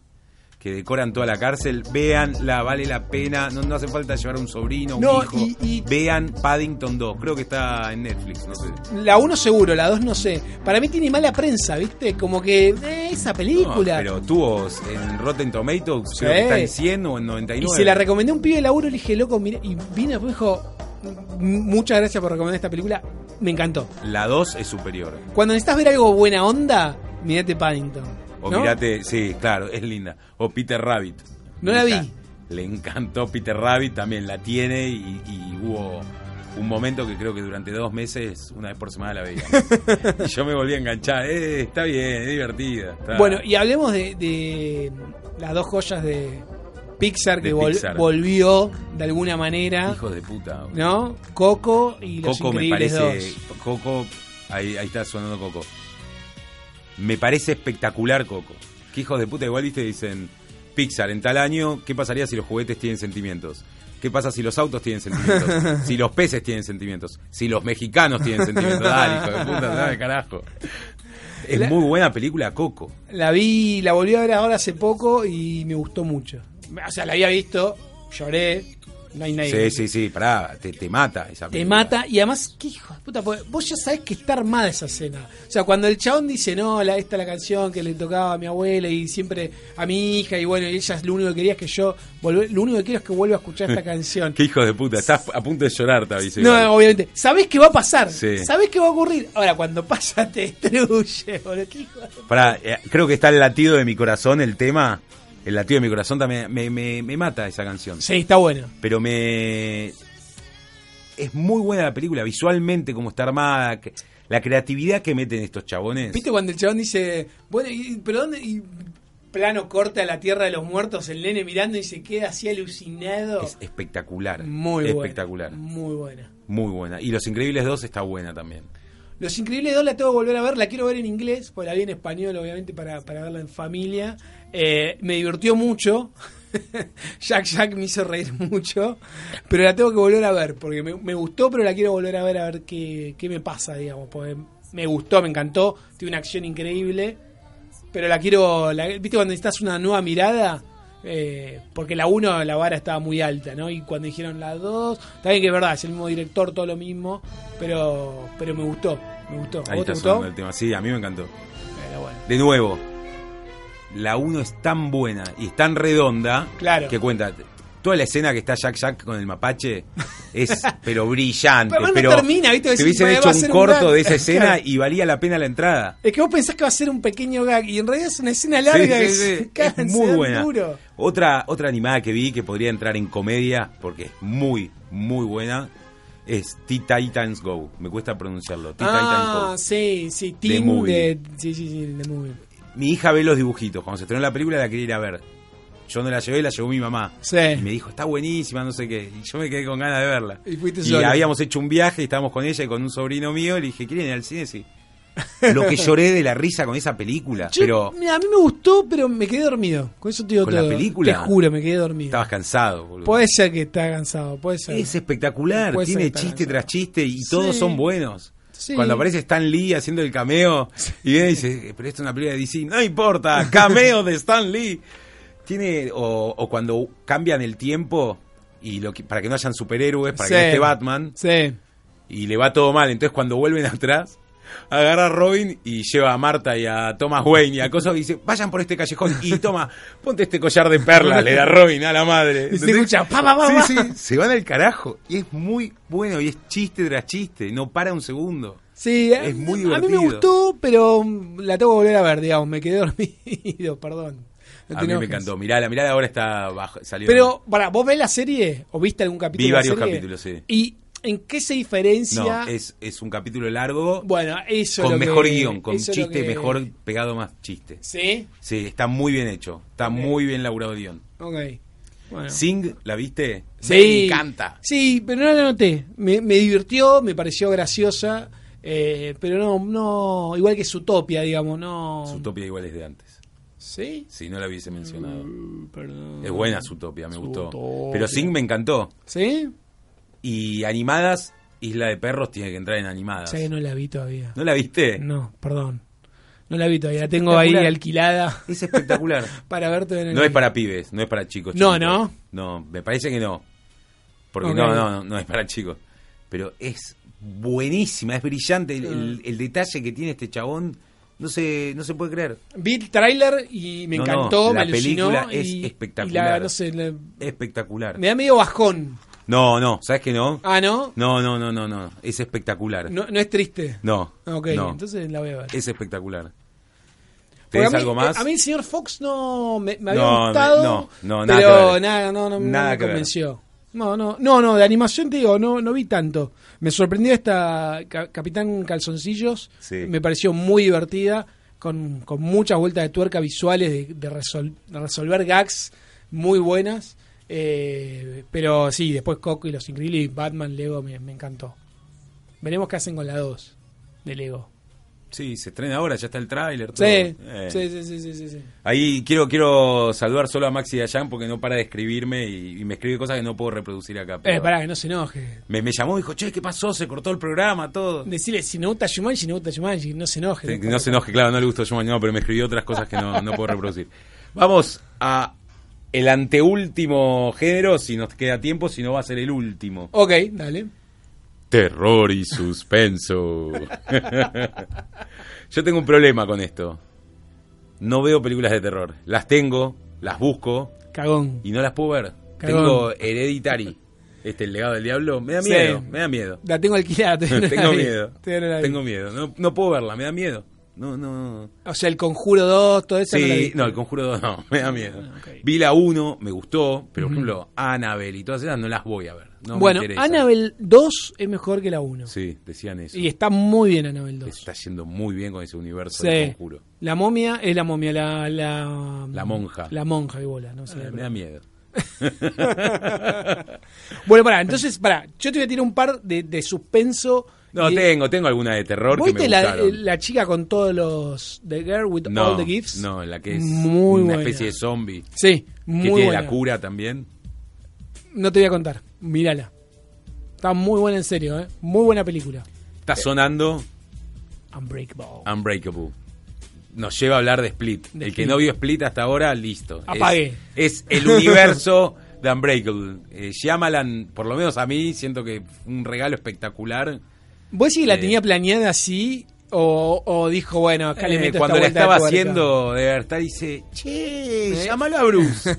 Speaker 1: que decoran toda la cárcel. Véanla, vale la pena. No, no hace falta llevar un sobrino, un
Speaker 2: No,
Speaker 1: hijo.
Speaker 2: y- y-
Speaker 1: Vean Paddington 2. Creo que está en Netflix, no sé.
Speaker 2: La 1 seguro, la 2 no sé. Para mí tiene mala prensa, ¿viste? Como que eh, esa
Speaker 1: No,
Speaker 2: película.
Speaker 1: pero tuvo en Rotten Tomatoes,
Speaker 2: Sí.
Speaker 1: creo que está en 100 o en 99.
Speaker 2: Y se la recomendé a un pibe de laburo, le dije, loco, mira, y vino después y dijo, "M- muchas gracias por recomendar esta película, me encantó.
Speaker 1: La 2 es superior.
Speaker 2: Cuando necesitas ver algo buena onda, mirate Paddington.
Speaker 1: O
Speaker 2: ¿no?
Speaker 1: mirate, sí, claro, es linda. O Peter Rabbit.
Speaker 2: No la
Speaker 1: Le
Speaker 2: vi.
Speaker 1: Le encantó Peter Rabbit, también la tiene y, y hubo un momento que creo que durante dos meses, una vez por semana la veía. y yo me volví a enganchar. Eh, está bien, es divertida. está.
Speaker 2: Bueno, y hablemos de, de las dos joyas de Pixar
Speaker 1: De
Speaker 2: que vol-
Speaker 1: Pixar.
Speaker 2: volvió de alguna manera,
Speaker 1: Hijos de puta. boludo.
Speaker 2: ¿no? Coco y Los
Speaker 1: Coco me
Speaker 2: Increíbles
Speaker 1: parece.
Speaker 2: 2.
Speaker 1: Coco, ahí, ahí está sonando Coco. Me parece espectacular Coco. Que hijos de puta, igual viste, dicen Pixar en tal año, ¿qué pasaría si los juguetes tienen sentimientos? ¿Qué pasa si los autos tienen sentimientos? Si los peces tienen sentimientos. Si los mexicanos tienen sentimientos. Dale, hijo de puta, dale, carajo. Es muy buena película, Coco.
Speaker 2: La vi, la volví a ver ahora hace poco y me gustó mucho. O sea, la había visto, lloré, no hay nadie.
Speaker 1: Sí, sí, sí, pará, te, te mata esa
Speaker 2: Te
Speaker 1: película.
Speaker 2: mata y además, qué hijo de puta, porque vos ya sabés que está armada esa escena. O sea, cuando el chabón dice, no, la, esta es la canción que le tocaba a mi abuela y siempre a mi hija, y bueno, y ella es lo único que quería es que yo, volve- lo único que quiero es que vuelva a escuchar esta canción.
Speaker 1: Qué hijo de puta, estás a punto de llorar, te aviso
Speaker 2: No,
Speaker 1: igual.
Speaker 2: obviamente. Sabés que va a pasar.
Speaker 1: Sí.
Speaker 2: Sabés que va a ocurrir. Ahora, cuando pasa, te destruye, boludo. Qué hijo de-
Speaker 1: Pará, eh, creo que está el latido de mi corazón, el tema. El latido de mi corazón también me, me- me mata esa canción.
Speaker 2: Sí, está bueno.
Speaker 1: Pero me. Es muy buena la película, visualmente, como está armada. que- La creatividad que meten estos chabones.
Speaker 2: ¿Viste cuando el chabón dice, bueno, y, pero dónde? Y plano corta a la tierra de los muertos, el nene mirando y se queda así alucinado.
Speaker 1: Es espectacular.
Speaker 2: Muy buena.
Speaker 1: Espectacular.
Speaker 2: Muy buena.
Speaker 1: Muy buena. Y Los Increíbles 2 está buena también.
Speaker 2: Los Increíbles 2 la tengo que volver a ver, la quiero ver en inglés, porque la vi en español, obviamente, para, para verla en familia. Eh, me divirtió mucho. Jack Jack me hizo reír mucho. Pero la tengo que volver a ver, porque me, me gustó, pero la quiero volver a ver a ver qué, qué me pasa, digamos. Porque me gustó, me encantó, tiene una acción increíble. Pero la quiero. la- ¿Viste cuando necesitas una nueva mirada? Eh, porque la 1 la vara estaba muy alta, ¿no? Y cuando dijeron la 2, también que es verdad, es el mismo director, todo lo mismo, pero pero me gustó, me gustó. ¿A
Speaker 1: Ahí
Speaker 2: vos
Speaker 1: está
Speaker 2: te gustó?
Speaker 1: sonando el tema. Sí, a mí me encantó.
Speaker 2: Pero bueno.
Speaker 1: De nuevo, la 1 es tan buena y es tan redonda
Speaker 2: Claro.
Speaker 1: que cuenta. Toda la escena que está Jack Jack con el mapache es pero brillante.
Speaker 2: Pero
Speaker 1: Pero,
Speaker 2: además no termina, ¿viste?
Speaker 1: te
Speaker 2: Decís,
Speaker 1: hubiesen
Speaker 2: va-
Speaker 1: hecho
Speaker 2: va a
Speaker 1: un
Speaker 2: ser un
Speaker 1: corto
Speaker 2: gran-
Speaker 1: de esa escena
Speaker 2: Claro.
Speaker 1: y valía la pena la entrada.
Speaker 2: Es que vos pensás que va a ser un pequeño gag y en realidad es una escena larga
Speaker 1: Sí, sí,
Speaker 2: que
Speaker 1: sí,
Speaker 2: se
Speaker 1: es
Speaker 2: cagan, se
Speaker 1: muy
Speaker 2: dan
Speaker 1: buena.
Speaker 2: duro.
Speaker 1: Otra, otra animada que vi que podría entrar en comedia, porque es muy, muy buena, es Teen Titans Go. Me cuesta pronunciarlo. Teen Titans
Speaker 2: Ah,
Speaker 1: Go.
Speaker 2: sí, sí,
Speaker 1: The
Speaker 2: Tim
Speaker 1: Movie.
Speaker 2: de, sí, sí, sí, The Movie.
Speaker 1: Mi hija ve los dibujitos. Cuando se estrenó la película la quería ir a ver. Yo no la llevé, la llevó mi mamá.
Speaker 2: Sí.
Speaker 1: Y me dijo, está buenísima, no sé qué. Y yo me quedé con ganas de verla.
Speaker 2: Y fuiste solo.
Speaker 1: habíamos hecho un viaje, y estábamos con ella y con un sobrino mío. Le dije, ¿quieren ir al cine? Sí. Lo que lloré de la risa con esa película.
Speaker 2: Yo-
Speaker 1: pero
Speaker 2: mira, a mí me gustó, pero me quedé dormido. Con eso te digo
Speaker 1: ¿Con la
Speaker 2: todo.
Speaker 1: película?
Speaker 2: Te juro, me quedé dormido.
Speaker 1: estabas cansado, boludo.
Speaker 2: Puede ser que está cansado, puede ser.
Speaker 1: Es espectacular,
Speaker 2: Puede ser
Speaker 1: tiene
Speaker 2: que
Speaker 1: chiste
Speaker 2: está
Speaker 1: tras chiste y
Speaker 2: Sí.
Speaker 1: todos son buenos.
Speaker 2: Sí.
Speaker 1: Cuando aparece Stan Lee haciendo el cameo y viene y dice, "Eh, pero esto es una película de DC, no importa, cameo de Stan Lee. Tiene, o, o cuando cambian el tiempo y lo que- para que no hayan superhéroes, para que
Speaker 2: Sí.
Speaker 1: no esté Batman,
Speaker 2: Sí.
Speaker 1: y le va todo mal. Entonces cuando vuelven atrás, agarra a Robin y lleva a Marta y a Thomas Wayne y a cosas y dice, vayan por este callejón y toma, ponte este collar de perlas, le da Robin a la madre.
Speaker 2: Y se escucha, "Ah, pa, pa, pa,
Speaker 1: Sí,
Speaker 2: pa.
Speaker 1: sí, se van al carajo. Y es muy bueno y es chiste tras chiste, no para un segundo.
Speaker 2: Sí,
Speaker 1: Es
Speaker 2: a-
Speaker 1: muy
Speaker 2: A mí me
Speaker 1: divertido.
Speaker 2: gustó, pero mm, la tengo que volver a ver, digamos. Me quedé dormido, perdón. No
Speaker 1: a
Speaker 2: te
Speaker 1: mí me
Speaker 2: enojes.
Speaker 1: encantó. Mirá, la mirada ahora está bajo, salió.
Speaker 2: Pero, para, ¿vos ves la serie? ¿O viste algún capítulo?
Speaker 1: Vi
Speaker 2: de la
Speaker 1: varios
Speaker 2: serie?
Speaker 1: capítulos, sí.
Speaker 2: ¿Y en qué se diferencia?
Speaker 1: no, es, es un capítulo largo
Speaker 2: Bueno, eso es
Speaker 1: con
Speaker 2: lo
Speaker 1: mejor
Speaker 2: que-
Speaker 1: guión, con
Speaker 2: eso es lo
Speaker 1: chiste
Speaker 2: que-
Speaker 1: mejor pegado más chiste.
Speaker 2: ¿Sí?
Speaker 1: Sí, está muy bien hecho. Está muy bien laburado el guión.
Speaker 2: Ok. Bueno.
Speaker 1: Sing, ¿la viste?
Speaker 2: Sí.
Speaker 1: Me encanta.
Speaker 2: Sí, pero no la noté. Me, me divirtió, me pareció graciosa. eh, pero no, no, igual que Zootopia, digamos, no.
Speaker 1: Su topia igual es de antes.
Speaker 2: ¿Sí?
Speaker 1: Si no la hubiese mencionado.
Speaker 2: Perdón.
Speaker 1: Es buena su topia, me gustó.
Speaker 2: Mm. Zootopia.
Speaker 1: Pero Sing me encantó.
Speaker 2: ¿Sí?
Speaker 1: Y animadas, Isla de Perros tiene que entrar en animadas.
Speaker 2: Sí, no la vi todavía.
Speaker 1: Ah, ¿No la viste?
Speaker 2: No, perdón. No la vi todavía. La tengo ahí
Speaker 1: Espectacular.
Speaker 2: alquilada
Speaker 1: Es espectacular.
Speaker 2: para verte en el.
Speaker 1: No es para pibes, no es para chicos.
Speaker 2: No,
Speaker 1: chiquitos.
Speaker 2: ¿no?
Speaker 1: No, me parece que no. Porque
Speaker 2: Ok.
Speaker 1: no, no, no, no es para chicos. Pero es buenísima, es brillante el,
Speaker 2: Mm.
Speaker 1: el- el detalle que tiene este chabón. No se, no se puede creer.
Speaker 2: Vi el tráiler y me
Speaker 1: No, no,
Speaker 2: encantó,
Speaker 1: la
Speaker 2: me alucinó.
Speaker 1: película es
Speaker 2: y- y la-
Speaker 1: espectacular.
Speaker 2: no sé, la-
Speaker 1: Espectacular.
Speaker 2: me da medio bajón.
Speaker 1: No, no, ¿sabes que no?
Speaker 2: Ah, ¿no?
Speaker 1: No, no, no, no, no. Es espectacular. No.
Speaker 2: No, no es triste. Ah,
Speaker 1: No.
Speaker 2: Ok, entonces la voy a ver.
Speaker 1: Es espectacular.
Speaker 2: Porque a
Speaker 1: ¿Tenés
Speaker 2: mí,
Speaker 1: algo más?
Speaker 2: A mí el señor Fox no me, me había
Speaker 1: No, me-
Speaker 2: gustado.
Speaker 1: no, no, nada que
Speaker 2: pero
Speaker 1: ver.
Speaker 2: nada, no, no, no
Speaker 1: Nada
Speaker 2: me
Speaker 1: que ver.
Speaker 2: convenció. No, no, no, no, de animación te digo, no, no vi tanto. Me sorprendió esta Ca- Capitán Calzoncillos.
Speaker 1: Sí.
Speaker 2: Me pareció muy divertida, con, con muchas vueltas de tuerca visuales, de, de resol- de resolver gags muy buenas. Eh, pero sí, después Coco y los Increíbles y Batman, Lego, me, me encantó. Veremos qué hacen con la 2 de Lego.
Speaker 1: Sí, se estrena ahora, ya está el tráiler. todo.
Speaker 2: Sí,
Speaker 1: Eh.
Speaker 2: sí, sí, sí, sí, sí, sí.
Speaker 1: Ahí quiero quiero saludar solo a Maxi Dayan porque no para de escribirme y, y me escribe cosas que no puedo reproducir acá. pero
Speaker 2: Eh, pará, que no se enoje.
Speaker 1: Me, me llamó y dijo, che, ¿qué pasó? Se cortó el programa, todo.
Speaker 2: Decirle, si no gusta Shumanji, no gusta Shumanji, no se enoje.
Speaker 1: Sí,
Speaker 2: tampoco.
Speaker 1: No se enoje, claro, no le gustó yo no, pero me escribió otras cosas que no, no puedo reproducir. Vamos a el anteúltimo género, si nos queda tiempo, si no va a ser el último.
Speaker 2: Ok, dale.
Speaker 1: Terror y suspenso. Yo tengo un problema con esto. No veo películas de terror. Las tengo, las busco,
Speaker 2: Cagón.
Speaker 1: y no las puedo ver.
Speaker 2: Cagón.
Speaker 1: Tengo Hereditary, este el legado del diablo, me da
Speaker 2: Sí.
Speaker 1: miedo, me da miedo.
Speaker 2: La tengo alquilada. todavía no la
Speaker 1: tengo
Speaker 2: vi.
Speaker 1: miedo.
Speaker 2: Todavía no la vi.
Speaker 1: tengo miedo, no, no puedo verla, me da miedo. No, no.
Speaker 2: O sea, el Conjuro 2, todo eso. la
Speaker 1: Sí,
Speaker 2: vi.
Speaker 1: no, el conjuro 2 no, me da miedo.
Speaker 2: Ah, ok.
Speaker 1: Vi la 1, me gustó, pero por ejemplo, Annabelle y todas esas no las voy a ver. No
Speaker 2: bueno,
Speaker 1: me interesa.
Speaker 2: Annabelle 2 es mejor que la 1.
Speaker 1: Sí, decían eso.
Speaker 2: Y está muy bien Annabelle 2.
Speaker 1: Está yendo muy bien con ese universo
Speaker 2: Sí.
Speaker 1: del conjuro.
Speaker 2: La momia es la momia, la... La,
Speaker 1: La monja.
Speaker 2: La monja y bola, no sé.
Speaker 1: Eh, me da miedo.
Speaker 2: bueno, pará, entonces, pará. Yo te voy a tirar un par de, de suspenso.
Speaker 1: No,
Speaker 2: y-
Speaker 1: tengo, tengo alguna de terror que me
Speaker 2: ¿Viste la,
Speaker 1: gustaron.
Speaker 2: la chica con todos los... The Girl with All the Gifts?
Speaker 1: no, la que es
Speaker 2: Muy
Speaker 1: una
Speaker 2: buena.
Speaker 1: especie de zombie.
Speaker 2: Sí, muy
Speaker 1: que tiene
Speaker 2: buena.
Speaker 1: la cura también.
Speaker 2: No te voy a contar, mírala. Está muy buena en serio, ¿eh? Muy buena película.
Speaker 1: Está sonando
Speaker 2: Unbreakable.
Speaker 1: Unbreakable. Nos lleva a hablar de Split.
Speaker 2: De
Speaker 1: el que
Speaker 2: Split.
Speaker 1: no vio Split hasta ahora, listo. Es-
Speaker 2: Apague.
Speaker 1: Es, el universo de Unbreakable. Eh, Shyamalan, por lo menos a mí, siento que fue un regalo espectacular.
Speaker 2: ¿Vos decís que
Speaker 1: Eh.
Speaker 2: la tenía planeada así o, o dijo, bueno, acá le
Speaker 1: Eh,
Speaker 2: meto
Speaker 1: cuando
Speaker 2: esta
Speaker 1: la estaba
Speaker 2: vuelta de tuerca? ¿Eh?
Speaker 1: haciendo de verdad dice, che, llámalo a Bruce.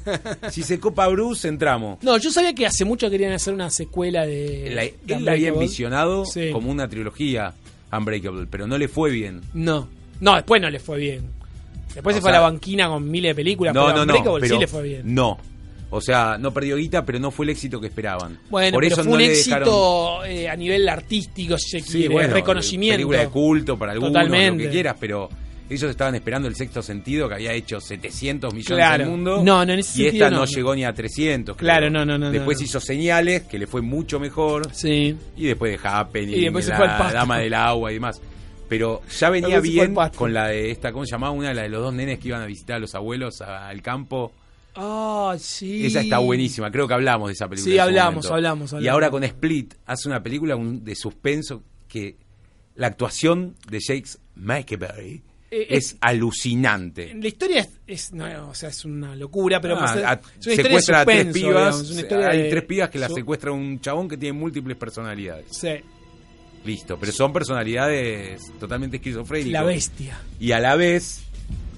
Speaker 1: si se copa Bruce, entramos.
Speaker 2: No, yo sabía que hace mucho querían hacer una secuela de...
Speaker 1: La-
Speaker 2: de
Speaker 1: él la había
Speaker 2: Eh, Unbreakable.
Speaker 1: envisionado
Speaker 2: Sí.
Speaker 1: como una trilogía Unbreakable, pero no le fue bien.
Speaker 2: No, no, después no le fue bien. Después
Speaker 1: O
Speaker 2: se fue
Speaker 1: sea-
Speaker 2: a la banquina con miles de películas,
Speaker 1: No,
Speaker 2: pero
Speaker 1: no, no.
Speaker 2: Unbreakable
Speaker 1: pero
Speaker 2: sí le fue bien.
Speaker 1: No. O sea, no perdió guita, pero no fue el éxito que esperaban.
Speaker 2: Bueno,
Speaker 1: Por
Speaker 2: pero
Speaker 1: eso
Speaker 2: fue
Speaker 1: no
Speaker 2: un
Speaker 1: le dejaron-
Speaker 2: éxito eh, a nivel artístico, si se
Speaker 1: Sí,
Speaker 2: quiere,
Speaker 1: bueno,
Speaker 2: reconocimiento.
Speaker 1: Película de culto para algunos, lo
Speaker 2: Totalmente.
Speaker 1: que quieras, pero ellos estaban esperando el sexto sentido que había hecho 700 millones
Speaker 2: Claro.
Speaker 1: del mundo.
Speaker 2: No, no, en ese
Speaker 1: y
Speaker 2: sentido
Speaker 1: esta no,
Speaker 2: no.
Speaker 1: llegó ni a 300. creo.
Speaker 2: Claro, no, no, no,
Speaker 1: Después
Speaker 2: no, no.
Speaker 1: hizo Señales, que le fue mucho mejor.
Speaker 2: Sí.
Speaker 1: Y después de Happening,
Speaker 2: Y después se
Speaker 1: la
Speaker 2: fue al pasto.
Speaker 1: Dama del Agua y demás. Pero ya venía
Speaker 2: Después se fue al
Speaker 1: bien
Speaker 2: pasto.
Speaker 1: con la de esta, ¿cómo se llamaba? Una de la de los dos nenes que iban a visitar a los abuelos a- al campo.
Speaker 2: Ah, sí.
Speaker 1: Esa está buenísima, creo que hablamos de esa película.
Speaker 2: Sí,
Speaker 1: en su
Speaker 2: hablamos,
Speaker 1: momento.
Speaker 2: hablamos, hablamos.
Speaker 1: Y ahora con Split hace una película un- de suspenso que la actuación de Shakes McAberry
Speaker 2: Eh,
Speaker 1: es alucinante.
Speaker 2: La historia es, es- no, o sea, es una locura, pero
Speaker 1: Ah,
Speaker 2: más-
Speaker 1: a-
Speaker 2: es una historia de
Speaker 1: secuestra a tres
Speaker 2: suspenso,
Speaker 1: pibas. eh,
Speaker 2: digamos, es una historia
Speaker 1: hay
Speaker 2: de-
Speaker 1: tres pibas que la
Speaker 2: su-
Speaker 1: secuestra un chabón que tiene múltiples personalidades.
Speaker 2: Sí,
Speaker 1: Listo, pero son personalidades totalmente esquizofrénicas.
Speaker 2: la bestia.
Speaker 1: Y a la vez,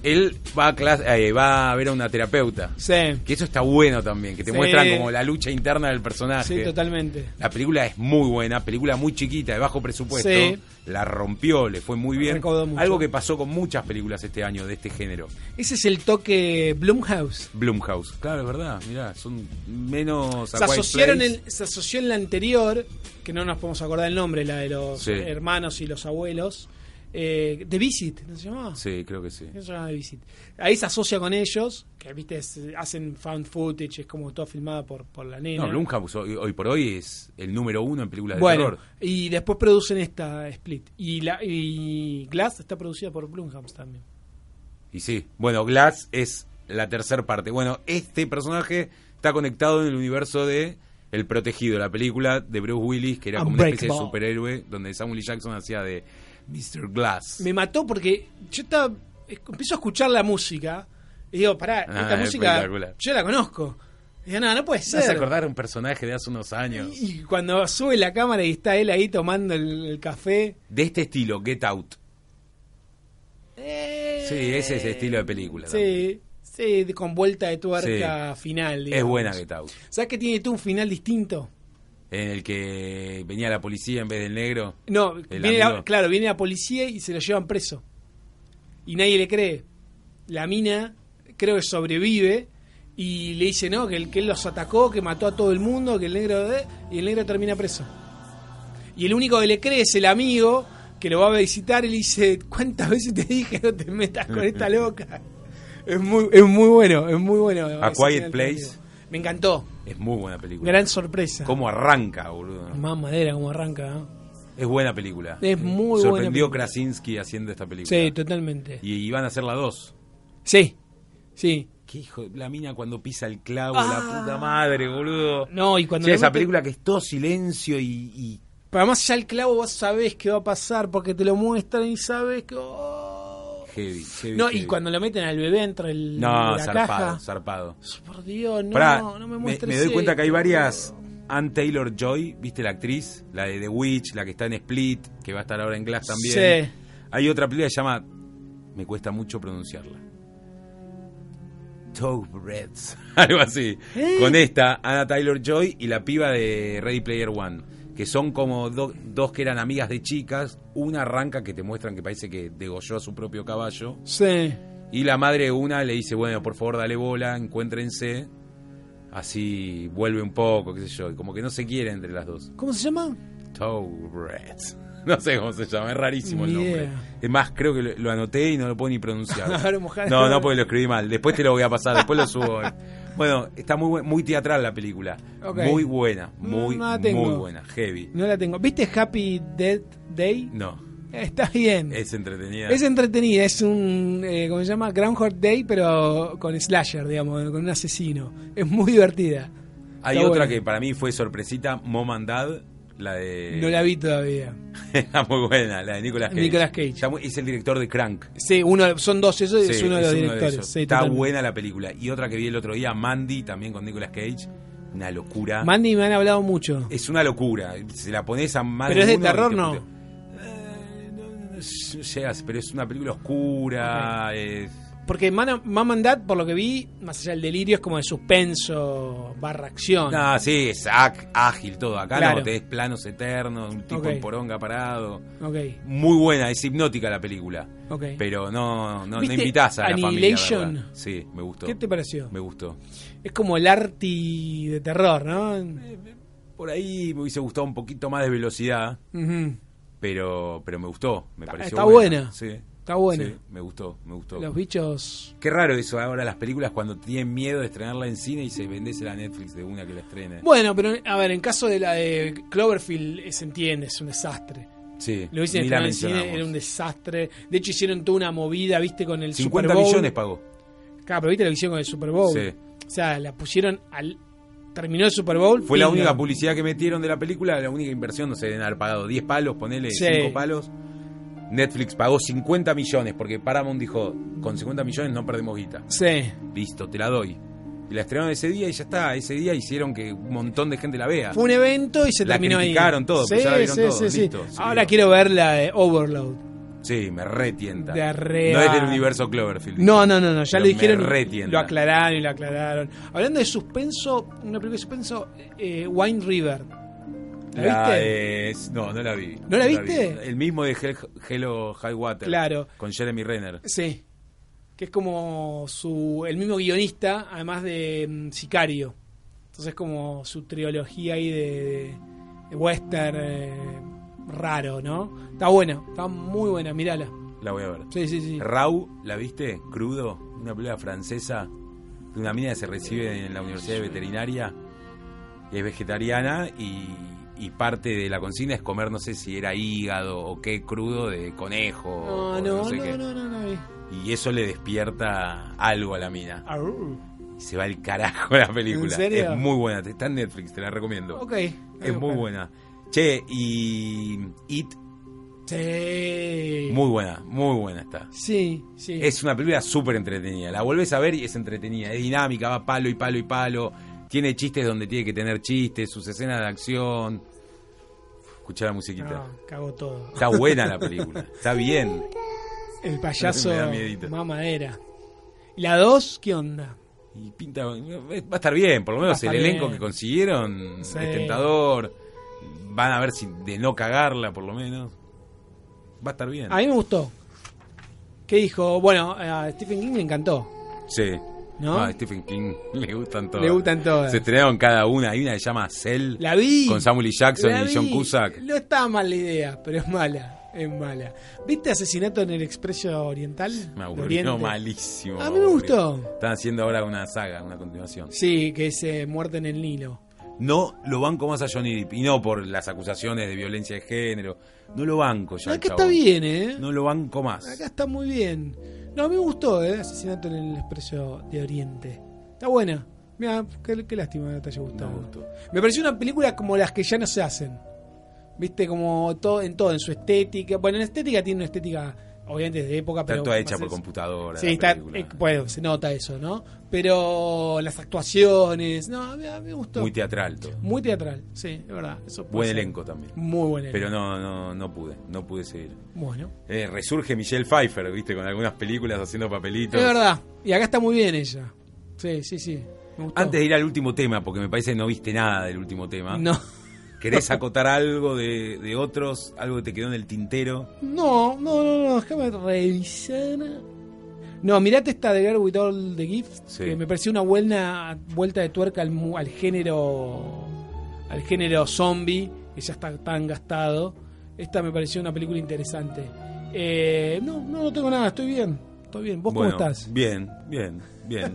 Speaker 1: él va a, clas- eh, va a ver a una terapeuta.
Speaker 2: Sí,
Speaker 1: Que eso está bueno también, que te
Speaker 2: Sí.
Speaker 1: muestran como la lucha interna del personaje.
Speaker 2: sí, totalmente.
Speaker 1: La película es muy buena, película muy chiquita, de bajo presupuesto.
Speaker 2: Sí.
Speaker 1: La rompió, le fue muy bien.
Speaker 2: Recaudó mucho.
Speaker 1: Algo que pasó con muchas películas este año de este género.
Speaker 2: Ese es el toque Blumhouse.
Speaker 1: Blumhouse. Claro, es verdad, mirá, son menos... a
Speaker 2: Se,
Speaker 1: Quiet
Speaker 2: asociaron
Speaker 1: Place.
Speaker 2: en- se asoció en la anterior, que no nos podemos acordar el nombre, la de los
Speaker 1: Sí.
Speaker 2: hermanos y los abuelos. Eh, The Visit, ¿no se llamaba?
Speaker 1: Sí, creo que sí.
Speaker 2: Eso se llama The Visit. Ahí se asocia con ellos, que viste, es- hacen fan footage, es como toda filmada por, por la nena.
Speaker 1: No, Blumhouse hoy, hoy por hoy es el número uno en películas de
Speaker 2: Bueno,
Speaker 1: terror.
Speaker 2: y después producen esta Split. Y, la, y Glass está producida por Blumhouse también.
Speaker 1: Y sí, bueno, Glass es la tercera parte. Bueno, este personaje está conectado en el universo de El Protegido, la película de Bruce Willis, que era como una especie de
Speaker 2: Unbreakable.
Speaker 1: superhéroe, donde Samuel L. Jackson hacía de Mr. Glass.
Speaker 2: Me mató porque yo estaba, es- empiezo a escuchar la música y digo, pará,
Speaker 1: Ah,
Speaker 2: esta
Speaker 1: es
Speaker 2: música
Speaker 1: espectacular.
Speaker 2: yo la conozco. Y digo, no, no puede
Speaker 1: Me hace
Speaker 2: ser.
Speaker 1: acordar a un personaje de hace unos años.
Speaker 2: y y cuando sube la cámara y está él ahí tomando el, el café.
Speaker 1: De este estilo, Get Out. Sí, ese es el estilo de película. también.
Speaker 2: Eh, Sí, sí, de- con vuelta de tuerca final.
Speaker 1: Es
Speaker 2: digamos.
Speaker 1: buena Get Out.
Speaker 2: ¿Sabes que tiene tú un final distinto?
Speaker 1: En el que venía la policía en vez del negro.
Speaker 2: No,
Speaker 1: El
Speaker 2: viene la-
Speaker 1: amigo.
Speaker 2: claro, viene la policía y se lo llevan preso. Y nadie le cree. La mina creo que sobrevive y le dice no, que, el, que él los atacó, que mató a todo el mundo, que el negro... eh, y el negro termina preso. Y el único que le cree es el amigo que lo va a visitar y le dice, ¿cuántas veces te dije no te metas con esta loca? Es muy, es muy bueno, es muy bueno.
Speaker 1: A
Speaker 2: ese
Speaker 1: Quiet
Speaker 2: final
Speaker 1: Place.
Speaker 2: alternativo. Me encantó.
Speaker 1: Es muy buena película.
Speaker 2: Gran sorpresa.
Speaker 1: ¿Cómo arranca, boludo?
Speaker 2: Más madera como arranca. ¿no?
Speaker 1: Es buena película.
Speaker 2: Es muy buena
Speaker 1: Sorprendió
Speaker 2: película.
Speaker 1: Krasinski haciendo esta película.
Speaker 2: Sí, totalmente.
Speaker 1: y iban a hacer la dos.
Speaker 2: Sí, sí.
Speaker 1: ¿Qué hijo? de- La mina cuando pisa el clavo,
Speaker 2: Ah.
Speaker 1: la puta madre, boludo.
Speaker 2: No, y cuando
Speaker 1: Sí,
Speaker 2: le
Speaker 1: esa
Speaker 2: meten-
Speaker 1: película que es todo silencio y, y-
Speaker 2: Pero además ya el clavo vos sabés qué va a pasar porque te lo muestran y sabés que... ¡Oh!
Speaker 1: heavy, heavy,
Speaker 2: No, y
Speaker 1: heavy.
Speaker 2: cuando lo meten al bebé entre el,
Speaker 1: No,
Speaker 2: la
Speaker 1: zarpado,
Speaker 2: caja...
Speaker 1: zarpado.
Speaker 2: Por Dios, no,
Speaker 1: Pará,
Speaker 2: no me
Speaker 1: me,
Speaker 2: muestres
Speaker 1: doy cuenta
Speaker 2: esto.
Speaker 1: que hay varias Ann Taylor Joy, ¿viste la actriz? La de The Witch, la que está en Split, que va a estar ahora en Glass también.
Speaker 2: Sí.
Speaker 1: Hay otra película que se llama. Me cuesta mucho pronunciarla. Toadbreds. Algo así.
Speaker 2: ¿Eh?
Speaker 1: Con esta, Anna Taylor Joy y la piba de Ready Player One. Que son como do- dos que eran amigas de chicas. Una arranca que te muestran que parece que degolló a su propio caballo.
Speaker 2: Sí.
Speaker 1: Y la madre de una le dice, bueno, por favor, dale bola, encuéntrense. Así vuelve un poco, qué sé yo. Y como que no se quiere entre las dos.
Speaker 2: ¿Cómo se llama?
Speaker 1: Tourette's. No sé cómo se llama, es rarísimo el
Speaker 2: Ni
Speaker 1: nombre.
Speaker 2: idea.
Speaker 1: Es más, creo que lo, lo anoté y no lo puedo ni pronunciar.
Speaker 2: Ahora mojá-
Speaker 1: no, no, porque lo escribí mal. Después te lo voy a pasar, después lo subo. Bueno, está muy, buen- muy teatral la película.
Speaker 2: Ok. Mm,
Speaker 1: Muy buena, muy,
Speaker 2: No la tengo.
Speaker 1: muy buena. Heavy.
Speaker 2: No la tengo. ¿Viste Happy Death Day?
Speaker 1: No,
Speaker 2: Está bien. Es,
Speaker 1: es entretenida.
Speaker 2: entretenida, es un, eh, ¿cómo se llama? Groundhog Day, pero con slasher, digamos, con un asesino. Es muy divertida.
Speaker 1: Hay
Speaker 2: Está
Speaker 1: otra
Speaker 2: buena.
Speaker 1: que para mí fue sorpresita, Mom and Dad, la de...
Speaker 2: No la vi todavía.
Speaker 1: Está muy buena, la de Nicolas Cage.
Speaker 2: Nicolas Cage.
Speaker 1: Está muy- es el director de Crank.
Speaker 2: Sí, uno, son dos, eso es
Speaker 1: Sí,
Speaker 2: uno de los
Speaker 1: es uno de
Speaker 2: directores.
Speaker 1: esos.
Speaker 2: sí,
Speaker 1: Está
Speaker 2: totalmente.
Speaker 1: buena la película. Y otra que vi el otro día, Mandy, también con Nicolas Cage. Una locura.
Speaker 2: Mandy me han hablado mucho.
Speaker 1: es una locura. Se la pones a más
Speaker 2: Pero es de
Speaker 1: uno y
Speaker 2: terror,
Speaker 1: te
Speaker 2: ¿no?
Speaker 1: putea. Eh, no, no, no, llegas, pero es una película oscura. es-
Speaker 2: Porque Man- Mom and Dad, por lo que vi, más allá del delirio, es como de suspenso, barra acción.
Speaker 1: No, sí, es ac- ágil todo. Acá
Speaker 2: Claro.
Speaker 1: no, te des planos eternos, un tipo
Speaker 2: Ok.
Speaker 1: en poronga parado.
Speaker 2: Ok,
Speaker 1: Muy buena, es hipnótica la película.
Speaker 2: ok.
Speaker 1: Pero no, no, no
Speaker 2: ¿Viste
Speaker 1: invitás a la familia. la
Speaker 2: Annihilation?
Speaker 1: verdad. Sí, me gustó.
Speaker 2: ¿Qué te pareció?
Speaker 1: Me gustó.
Speaker 2: Es como el arti de terror, ¿no?
Speaker 1: Por ahí me hubiese gustado un poquito más de velocidad,
Speaker 2: Ujú.
Speaker 1: pero, pero me gustó. Me pareció
Speaker 2: está buena.
Speaker 1: Sí,
Speaker 2: Está buena.
Speaker 1: sí, me gustó, me gustó.
Speaker 2: Los bichos...
Speaker 1: Qué raro eso ¿eh? ahora las películas cuando tienen miedo de estrenarla en cine y se vendese la Netflix de una que la estrene.
Speaker 2: Bueno, pero a ver, en caso de la de Cloverfield eh, se entiende, es un desastre.
Speaker 1: sí,
Speaker 2: Lo hicieron
Speaker 1: ni
Speaker 2: en
Speaker 1: la
Speaker 2: el cine,
Speaker 1: mencionamos.
Speaker 2: era un desastre. De hecho, hicieron toda una movida, viste, con el
Speaker 1: 50
Speaker 2: Super Bowl.
Speaker 1: millones pagó.
Speaker 2: Claro, pero viste lo que hicieron con el Super Bowl.
Speaker 1: Sí.
Speaker 2: O sea, la pusieron al terminó el Super Bowl.
Speaker 1: Fue la
Speaker 2: vino.
Speaker 1: única publicidad que metieron de la película, la única inversión, no sé, deben haber pagado 10 palos, ponele
Speaker 2: Sí.
Speaker 1: 5 palos. Netflix pagó 50 millones, porque Paramount dijo, con 50 millones no perdemos guita.
Speaker 2: Sí.
Speaker 1: Listo, te la doy. Y la estrenaron ese día y ya está, ese día hicieron que un montón de gente la vea.
Speaker 2: Fue un evento y se
Speaker 1: La
Speaker 2: terminó
Speaker 1: criticaron
Speaker 2: ahí.
Speaker 1: todo,
Speaker 2: sí,
Speaker 1: pues ya la vieron
Speaker 2: sí,
Speaker 1: todo,
Speaker 2: sí, sí.
Speaker 1: listo, se
Speaker 2: Ahora
Speaker 1: vio.
Speaker 2: quiero ver la de Overload.
Speaker 1: Sí, me retienta.
Speaker 2: De arriba.
Speaker 1: No es del universo Cloverfield.
Speaker 2: No, no, no, no, ya
Speaker 1: Pero
Speaker 2: lo dijeron.
Speaker 1: Me
Speaker 2: y
Speaker 1: retienta.
Speaker 2: Lo aclararon y lo aclararon. Hablando de suspenso, una película de suspenso, eh, Wine River. ¿La,
Speaker 1: La
Speaker 2: viste?
Speaker 1: de- No, no la vi.
Speaker 2: ¿No la viste?
Speaker 1: vi. El mismo de Hel- Hello High Water.
Speaker 2: Claro.
Speaker 1: Con Jeremy Renner.
Speaker 2: Sí. Que es como su el mismo guionista, además de mm, Sicario. Entonces como su trilogía ahí de, de western eh, raro, ¿no? Está buena, está muy buena, mírala.
Speaker 1: La voy a ver.
Speaker 2: Sí, sí, sí.
Speaker 1: Rau, ¿la viste? Crudo, una película francesa de una mina que se recibe en la Universidad de Veterinaria, es vegetariana y, y parte de la consigna es comer, no sé si era hígado o qué crudo de conejo
Speaker 2: No,
Speaker 1: o
Speaker 2: no,
Speaker 1: sé
Speaker 2: no,
Speaker 1: qué.
Speaker 2: no, no, no, no.
Speaker 1: Y eso le despierta algo a la mina.
Speaker 2: Arr.
Speaker 1: Y se va el carajo la película.
Speaker 2: Ah. serio?
Speaker 1: Es muy buena, está en Netflix, te la recomiendo.
Speaker 2: Ok.
Speaker 1: Es muy buena. Che, y It,
Speaker 2: Sí.
Speaker 1: muy buena, muy buena está.
Speaker 2: Sí, sí.
Speaker 1: Es una película súper entretenida. La volvés a ver y es entretenida. Es dinámica, va palo y palo y palo. Tiene chistes donde tiene que tener chistes, sus escenas de acción. Escuchá la musiquita.
Speaker 2: No, cago todo.
Speaker 1: Está buena la película. Está bien.
Speaker 2: El payaso
Speaker 1: Me da miedito.
Speaker 2: mamadera. La 2, ¿qué onda?
Speaker 1: Y pinta. Va a estar bien, por lo
Speaker 2: Va a
Speaker 1: menos
Speaker 2: estar
Speaker 1: el elenco
Speaker 2: bien.
Speaker 1: que consiguieron
Speaker 2: Sí.
Speaker 1: es tentador. Van a ver si de no cagarla, por lo menos. Va a estar bien.
Speaker 2: A mí me gustó. ¿Qué dijo? Bueno, a Stephen King le encantó.
Speaker 1: Sí.
Speaker 2: ¿No?
Speaker 1: Ah, Stephen King le gustan todas.
Speaker 2: Le gustan todas.
Speaker 1: Se estrenaron cada una. Hay una que se llama Cell.
Speaker 2: La vi.
Speaker 1: Con Samuel L. Jackson
Speaker 2: La
Speaker 1: y John
Speaker 2: vi.
Speaker 1: Cusack.
Speaker 2: No estaba mal la idea, pero es mala. Es mala. ¿Viste Asesinato en el Expreso Oriental?
Speaker 1: Me
Speaker 2: De
Speaker 1: aburrió
Speaker 2: Oriente.
Speaker 1: malísimo.
Speaker 2: A mí me
Speaker 1: aburrió.
Speaker 2: gustó.
Speaker 1: Están haciendo ahora una saga, una continuación.
Speaker 2: Sí, que es eh, Muerte en el Nilo.
Speaker 1: No lo banco más a Johnny Depp. Y no por las acusaciones de violencia de género. No lo banco ya. al
Speaker 2: Acá está
Speaker 1: chabón.
Speaker 2: bien, ¿eh?
Speaker 1: No lo banco más.
Speaker 2: Acá está muy bien. No, a mí me gustó, ¿eh? Asesinato en el Expreso de Oriente. Está buena. Mira, qué, qué lástima que no te haya gustado.
Speaker 1: No me gustó.
Speaker 2: Me pareció una película como las que ya no se hacen. Viste, como todo en todo, en su estética. Bueno, en estética tiene una estética, obviamente, de época, pero.
Speaker 1: está toda hecha por
Speaker 2: más es-
Speaker 1: computadora.
Speaker 2: Sí,
Speaker 1: la
Speaker 2: está.
Speaker 1: película.
Speaker 2: eh, bueno, se nota eso, ¿no? Pero las actuaciones. No, a mí, a mí me gustó.
Speaker 1: Muy teatral. todo.
Speaker 2: Muy teatral, sí, de verdad. Eso puede
Speaker 1: Buen
Speaker 2: ser.
Speaker 1: elenco también.
Speaker 2: Muy buen elenco.
Speaker 1: Pero no, no, no pude. No pude seguir.
Speaker 2: Bueno.
Speaker 1: Eh, resurge Michelle Pfeiffer, viste, con algunas películas haciendo papelitos.
Speaker 2: Es verdad. Y acá está muy bien ella. Sí, sí, sí. Me gustó. Ah.
Speaker 1: Antes de ir al último tema, porque me parece que no viste nada del último tema.
Speaker 2: No.
Speaker 1: ¿Querés acotar algo de, de otros? ¿Algo que te quedó en el tintero?
Speaker 2: No, no, no, no, déjame revisar. No, mirate esta de Girl With All The Gifts,
Speaker 1: Sí.
Speaker 2: que me pareció una buena vuelta de tuerca al, mu- al género al género zombie, que ya está tan gastado. Esta me pareció una película interesante. Eh, no, no, no tengo nada, estoy bien. Estoy bien. ¿Vos
Speaker 1: Bueno,
Speaker 2: cómo estás?
Speaker 1: Bien, bien, bien.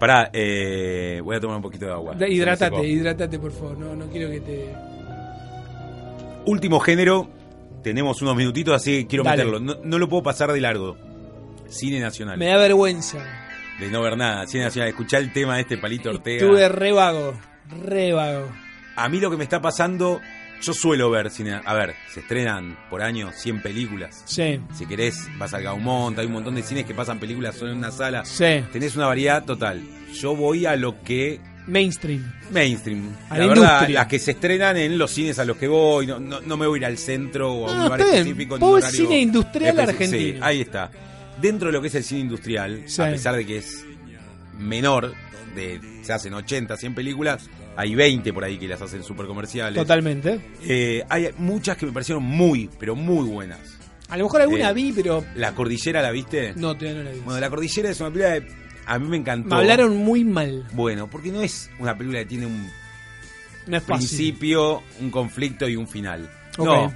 Speaker 1: Pará, eh, voy a tomar un poquito de agua.
Speaker 2: Da-
Speaker 1: Se me
Speaker 2: Hidratate,
Speaker 1: secó.
Speaker 2: hidratate, por favor. No, no quiero que te...
Speaker 1: Último género, tenemos unos minutitos, así que quiero
Speaker 2: Dale.
Speaker 1: meterlo. No, no lo puedo pasar de largo. Cine Nacional.
Speaker 2: Me da vergüenza.
Speaker 1: De no ver nada. Cine Nacional. Escuchá el tema de este palito Ortega.
Speaker 2: Estuve re vago, re vago.
Speaker 1: A mí lo que me está pasando, yo suelo ver cine. A ver, se estrenan por año 100 películas.
Speaker 2: Sí,
Speaker 1: Si querés, vas al Gaumont, hay un montón de cines que pasan películas solo en una sala.
Speaker 2: sí.
Speaker 1: Tenés una variedad total. Yo voy a lo que
Speaker 2: Mainstream.
Speaker 1: mainstream.
Speaker 2: A
Speaker 1: la,
Speaker 2: la
Speaker 1: verdad,
Speaker 2: industria.
Speaker 1: las que se estrenan en los cines a los que voy. No, no, no me voy a ir al centro o a un
Speaker 2: No,
Speaker 1: lugar
Speaker 2: está bien.
Speaker 1: específico. en
Speaker 2: Vos
Speaker 1: un
Speaker 2: ves cine industrial
Speaker 1: especi-
Speaker 2: argentino.
Speaker 1: Sí, ahí está. Dentro de lo que es el cine industrial,
Speaker 2: Sí.
Speaker 1: a pesar de que es menor, de, se hacen 80, 100 películas, hay 20 por ahí que las hacen super comerciales.
Speaker 2: Totalmente.
Speaker 1: Eh, hay muchas que me parecieron muy, pero muy buenas.
Speaker 2: A lo mejor alguna
Speaker 1: Eh,
Speaker 2: vi, pero
Speaker 1: La Cordillera, ¿la viste?
Speaker 2: no, todavía no la vi.
Speaker 1: Bueno, La Cordillera es una película de... A mí me encantó.
Speaker 2: Me hablaron muy mal.
Speaker 1: Bueno, porque no es una película que tiene un
Speaker 2: No es fácil.
Speaker 1: principio, un conflicto y un final.
Speaker 2: Ok.
Speaker 1: No,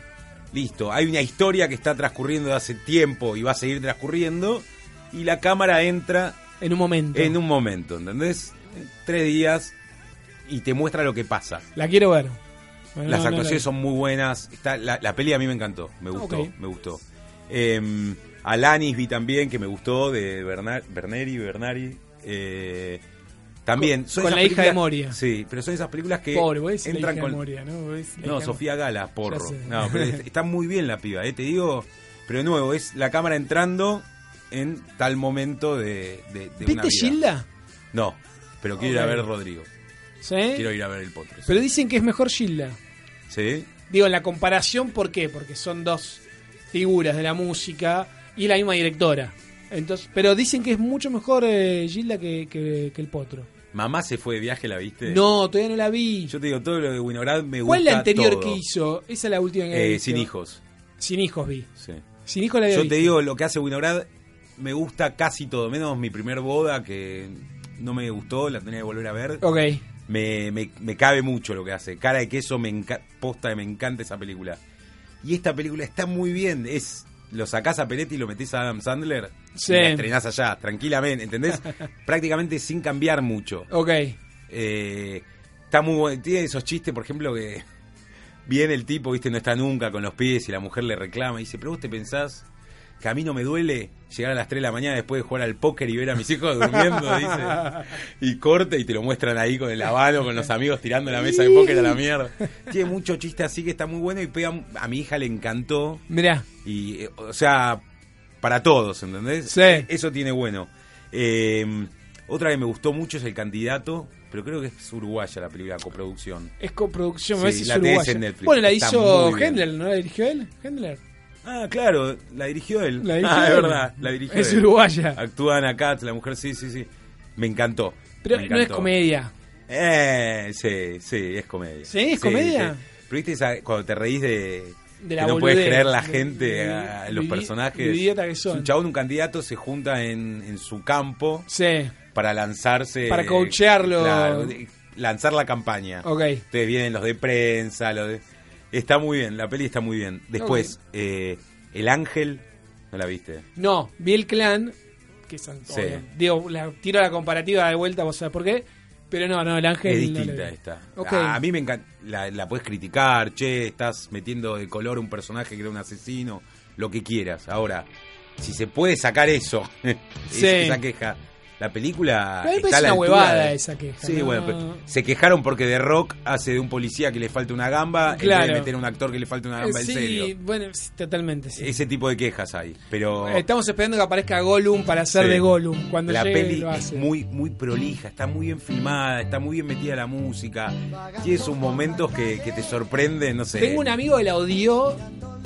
Speaker 1: listo. Hay una historia que está transcurriendo de hace tiempo y va a seguir transcurriendo y la cámara entra
Speaker 2: En un momento.
Speaker 1: en un momento, ¿entendés? Tres días y te muestra lo que pasa.
Speaker 2: La quiero ver. Bueno,
Speaker 1: Las
Speaker 2: no, no la vi.
Speaker 1: actuaciones son muy buenas. Está, la, la peli a mí me encantó. Me gustó,
Speaker 2: Ok.
Speaker 1: me gustó. Eh, Alanis vi también, que me gustó, de Berna- Berneri, Bernari. Eh, También.
Speaker 2: Con-
Speaker 1: son
Speaker 2: con
Speaker 1: esas
Speaker 2: la hija de
Speaker 1: películas-
Speaker 2: Moria.
Speaker 1: Sí, pero son esas películas que
Speaker 3: Pobre, voy a decir la
Speaker 1: entran
Speaker 3: hija
Speaker 1: con.
Speaker 3: de Moria, ¿no? Vos decís la
Speaker 1: No,
Speaker 3: hija de
Speaker 1: Sofía Gala, porro.
Speaker 3: sé.
Speaker 1: No, pero es- está muy bien la piba, ¿eh? te digo. Pero de nuevo, es la cámara entrando en tal momento de, de, de una
Speaker 2: ¿Viste
Speaker 1: vida.
Speaker 2: Gilda?
Speaker 1: No, pero quiero ir a
Speaker 2: Ok.
Speaker 1: ver Rodrigo.
Speaker 2: ¿Sí?
Speaker 1: Quiero ir a ver el potro.
Speaker 2: Pero dicen que es mejor Gilda.
Speaker 1: ¿Sí?
Speaker 2: Digo, en la comparación, ¿por qué? Porque son dos figuras de la música y la misma directora. Entonces, pero dicen que es mucho mejor eh, Gilda que, que- que el Potro.
Speaker 1: Mamá se fue de viaje, ¿la viste?
Speaker 2: No, todavía no la vi.
Speaker 1: Yo te digo, todo lo de Winograd me gusta.
Speaker 2: ¿Cuál es la anterior
Speaker 1: todo.
Speaker 2: que hizo? Esa es la última que
Speaker 1: Eh,
Speaker 2: he visto.
Speaker 1: sin hijos.
Speaker 2: Sin hijos vi.
Speaker 1: Sí.
Speaker 2: Sin hijos la había
Speaker 1: Yo
Speaker 2: visto.
Speaker 1: te digo, lo que hace Winograd me gusta casi todo, menos mi primer boda que no me gustó, la tenía que volver a ver.
Speaker 2: Ok.
Speaker 1: Me, me, me cabe mucho lo que hace. Cara de queso, me enca- posta, me encanta esa película. Y esta película está muy bien. Es lo sacás a Peretti y lo metés a Adam Sandler
Speaker 2: Sí.
Speaker 1: y la estrenás allá, tranquilamente, ¿entendés? Prácticamente sin cambiar mucho.
Speaker 2: Ok.
Speaker 1: Eh, está muy bueno. Tiene esos chistes, por ejemplo, que viene el tipo, viste, no está nunca con los pies y la mujer le reclama y dice, pero vos te pensás que a mí no me duele llegar a las 3 de la mañana después de jugar al póker y ver a mis hijos durmiendo, dice. Y corta y te lo muestran ahí con el habano, con los amigos tirando la mesa de póker a la mierda. Tiene mucho chiste así que está muy bueno y pega, a mi hija le encantó.
Speaker 2: Mirá.
Speaker 1: Y, eh, o sea, para todos, ¿entendés? E,
Speaker 2: Sí.
Speaker 1: Eso tiene bueno. Eh, otra que me gustó mucho es El Candidato, pero creo que es uruguaya la película coproducción.
Speaker 2: Es coproducción,
Speaker 1: Sí,
Speaker 2: me parece
Speaker 1: la
Speaker 2: es
Speaker 1: tenés
Speaker 2: uruguaya.
Speaker 1: en Netflix,
Speaker 2: Bueno, la
Speaker 1: está
Speaker 2: hizo
Speaker 1: muy bien.
Speaker 2: Hendler, ¿no la dirigió él? Hendler.
Speaker 1: Ah, claro, la dirigió él.
Speaker 2: La dirigió
Speaker 1: ah, es
Speaker 2: él.
Speaker 1: verdad, la dirigió
Speaker 2: Es
Speaker 1: él.
Speaker 2: uruguaya.
Speaker 1: Actúa Ana Katz, la mujer, sí, sí, sí. Me encantó.
Speaker 2: Pero
Speaker 1: me
Speaker 2: no es
Speaker 1: encantó.
Speaker 2: comedia.
Speaker 1: Eh, sí, sí, es comedia.
Speaker 2: ¿Sí? ¿Es comedia?
Speaker 1: sí. Pero viste esa- cuando te reís de...
Speaker 2: De la
Speaker 1: que no puedes
Speaker 2: boludez,
Speaker 1: creer la
Speaker 2: de-
Speaker 1: gente,
Speaker 2: de-
Speaker 1: a
Speaker 2: de
Speaker 1: los
Speaker 2: idi-
Speaker 1: personajes.
Speaker 2: de idiota que son.
Speaker 1: Es Un chabón, un candidato, se junta en, en su campo
Speaker 2: Sí.
Speaker 1: para lanzarse...
Speaker 2: Para coachearlo.
Speaker 1: Claro, de- lanzar la campaña.
Speaker 2: Ok.
Speaker 1: Ustedes vienen los de prensa, los de- Está muy bien, la peli está muy bien. Después, eh, El Ángel, no la viste.
Speaker 2: No, vi el clan, que es Antonio.
Speaker 1: Sí.
Speaker 2: Digo, la, tiro la comparativa de vuelta, vos sabés por qué. Pero no, no, el ángel.
Speaker 1: Es
Speaker 2: no lo
Speaker 1: distinta
Speaker 2: vi.
Speaker 1: esta. Ah,
Speaker 2: Ok.
Speaker 1: A, a mí me encanta. La, la puedes criticar, che, estás metiendo de color a un personaje que era un asesino, lo que quieras. Ahora, si se puede sacar eso, es-
Speaker 2: Sí.
Speaker 1: esa queja. La película.
Speaker 2: Pero a mí
Speaker 1: está
Speaker 2: me
Speaker 1: a
Speaker 2: parece
Speaker 1: la
Speaker 2: una
Speaker 1: altura
Speaker 2: huevada
Speaker 1: de-
Speaker 2: esa queja,
Speaker 1: Sí,
Speaker 2: ¿no?
Speaker 1: bueno, pero se quejaron porque The Rock hace de un policía que le falta una gamba en vez
Speaker 2: Claro.
Speaker 1: de meter a un actor que le falta una
Speaker 2: Eh,
Speaker 1: gamba
Speaker 2: sí,
Speaker 1: en serio.
Speaker 2: bueno, sí, totalmente. sí.
Speaker 1: Ese tipo de quejas hay. Pero.
Speaker 2: Eh, Estamos esperando que aparezca Gollum para hacer
Speaker 1: Sí.
Speaker 2: de Gollum. Cuando
Speaker 1: la
Speaker 2: llegue,
Speaker 1: peli
Speaker 2: lo
Speaker 1: es
Speaker 2: hace.
Speaker 1: muy, muy prolija, está muy bien filmada, está muy bien metida la música. Tiene sus momentos que, que te sorprenden, no sé.
Speaker 2: Tengo un amigo que la odió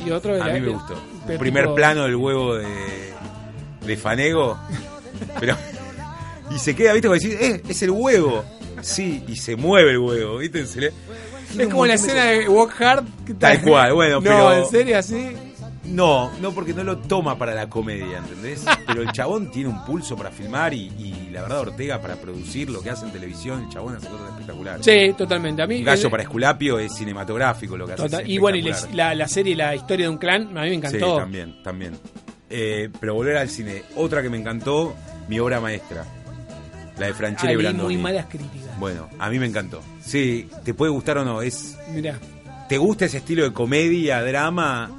Speaker 2: y otro que
Speaker 1: A
Speaker 2: la-
Speaker 1: mí me gustó.
Speaker 2: pero
Speaker 1: El primer
Speaker 2: tipo-
Speaker 1: plano del huevo de, de Fanego. Pero, y se queda, ¿viste? Como decir, eh, es el huevo. Sí, y se mueve el huevo, ¿viste? Se le-
Speaker 2: Es como la escena de Walk Hard. que
Speaker 1: Tal
Speaker 2: está-
Speaker 1: cual, bueno,
Speaker 2: no,
Speaker 1: pero-
Speaker 2: ¿en serio así?
Speaker 1: No, no porque no lo toma para la comedia, ¿entendés? Pero el chabón tiene un pulso para filmar y, y la verdad Ortega para producir lo que hace en televisión, el chabón hace cosas espectaculares.
Speaker 2: Sí, totalmente. A mí.
Speaker 1: Gallo
Speaker 2: el-
Speaker 1: para Esculapio es cinematográfico lo que hace.
Speaker 2: total-
Speaker 1: es
Speaker 2: y bueno, y les-
Speaker 1: espectacular.
Speaker 2: la, la serie La historia de un clan, a mí me encantó.
Speaker 1: Sí, también, también. Eh, pero volver al cine. Otra que me encantó, mi obra maestra. La de
Speaker 2: Ah,
Speaker 1: Franchella y
Speaker 2: leí
Speaker 1: Brandoni.
Speaker 2: muy malas críticas.
Speaker 1: Bueno, a mí me encantó. Sí, te puede gustar o no. Es,
Speaker 2: Mirá.
Speaker 1: te gusta ese estilo de comedia, drama,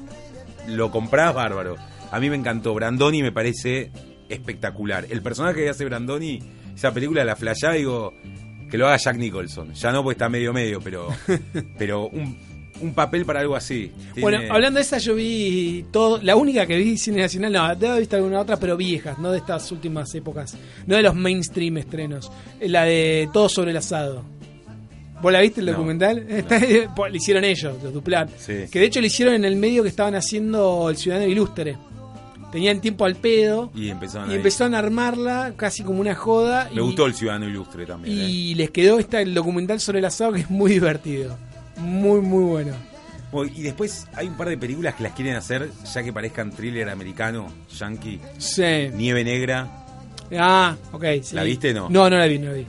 Speaker 1: lo comprás bárbaro. A mí me encantó. Brandoni me parece espectacular. El personaje que hace Brandoni, esa película la flashá, digo, que lo haga Jack Nicholson. Ya no, porque está medio medio, pero, pero un, un papel para algo así. Tiene-
Speaker 2: Bueno, hablando de esa, yo vi todo. La única que vi cine nacional, no, debo haber visto alguna otra, pero viejas, no de estas últimas épocas. No de los mainstream estrenos. Eh, La de Todo sobre el asado. ¿Vos la viste el
Speaker 1: No.
Speaker 2: documental? Está- po- lo hicieron ellos, los Duplat.
Speaker 1: Sí.
Speaker 2: Que de hecho lo hicieron en el medio que estaban haciendo El Ciudadano Ilustre. Tenían tiempo al pedo y,
Speaker 1: Y empezaron ahí.
Speaker 2: empezaron a armarla casi como una joda.
Speaker 1: Me
Speaker 2: y-
Speaker 1: gustó el Ciudadano Ilustre también. ¿eh?
Speaker 2: Y les quedó esta, el documental sobre el asado que es muy divertido. Muy, muy bueno.
Speaker 1: Bueno, Y después hay un par de películas que las quieren hacer, ya que parezcan thriller americano, yankee.
Speaker 2: Sí.
Speaker 1: Nieve Negra.
Speaker 2: Ah, ok. sí.
Speaker 1: ¿La viste, no?
Speaker 2: No, no la vi, no la vi.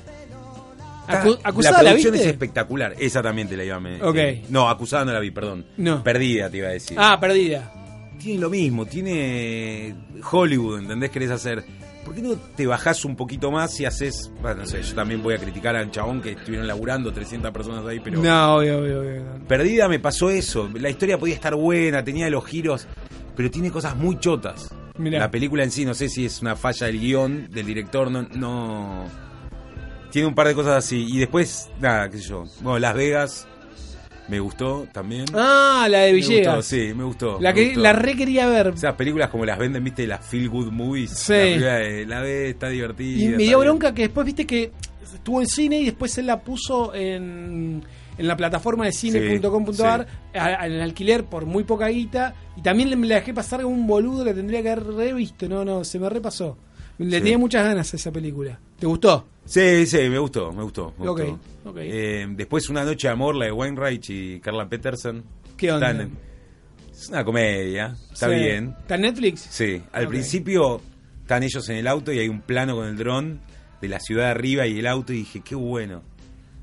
Speaker 2: Acu-
Speaker 1: Está-
Speaker 2: ¿Acusada la,
Speaker 1: la producción es
Speaker 2: viste?
Speaker 1: espectacular. Esa también te la iba a meter.
Speaker 2: Ok.
Speaker 1: no, acusada no la vi, perdón.
Speaker 2: No.
Speaker 1: Perdida te iba a decir.
Speaker 2: ah, perdida.
Speaker 1: Tiene lo mismo, tiene Hollywood, ¿entendés? Querés hacer. ¿Por qué no te bajás un poquito más y haces. Bueno, no sé, yo también voy a criticar al chabón que estuvieron laburando 300 personas ahí, pero.
Speaker 2: No, obvio, obvio, obvio, no.
Speaker 1: Perdida me pasó eso. La historia podía estar buena, tenía los giros, pero tiene cosas muy chotas.
Speaker 2: Mirá.
Speaker 1: La película en sí, no sé si es una falla del guión, del director, no. no- Tiene un par de cosas así. Y después, nada, qué sé yo. Bueno, Las Vegas me gustó también.
Speaker 2: Ah, la de
Speaker 1: me gustó,
Speaker 2: Villegas.
Speaker 1: sí, me gustó.
Speaker 2: la,
Speaker 1: me
Speaker 2: que,
Speaker 1: gustó.
Speaker 2: la re quería ver.
Speaker 1: Esas películas como las venden, viste, las feel good movies.
Speaker 2: Sí.
Speaker 1: La, película de, la ve, está divertida.
Speaker 2: y me
Speaker 1: está
Speaker 2: dio
Speaker 1: bien.
Speaker 2: bronca que después viste que estuvo en cine y después él la puso en, en la plataforma de cine.com.ar a- a- en el alquiler por muy poca guita. Y también le- me la dejé pasar como un boludo, la tendría que haber revisto. No, no, se me repasó. Le
Speaker 1: Sí.
Speaker 2: tenía muchas ganas a esa película. ¿Te gustó?
Speaker 1: Sí, sí, me gustó, me gustó. me
Speaker 2: Ok,
Speaker 1: gustó.
Speaker 2: ok.
Speaker 1: Eh, después Una Noche de Amor, la de Wainwright y Carla Peterson.
Speaker 2: ¿Qué onda?
Speaker 1: Están en- es una comedia, está
Speaker 2: Sí.
Speaker 1: bien.
Speaker 2: ¿Está en Netflix?
Speaker 1: Sí, al
Speaker 2: Ok.
Speaker 1: principio están ellos en el auto y hay un plano con el dron de la ciudad de arriba y el auto y dije, qué bueno.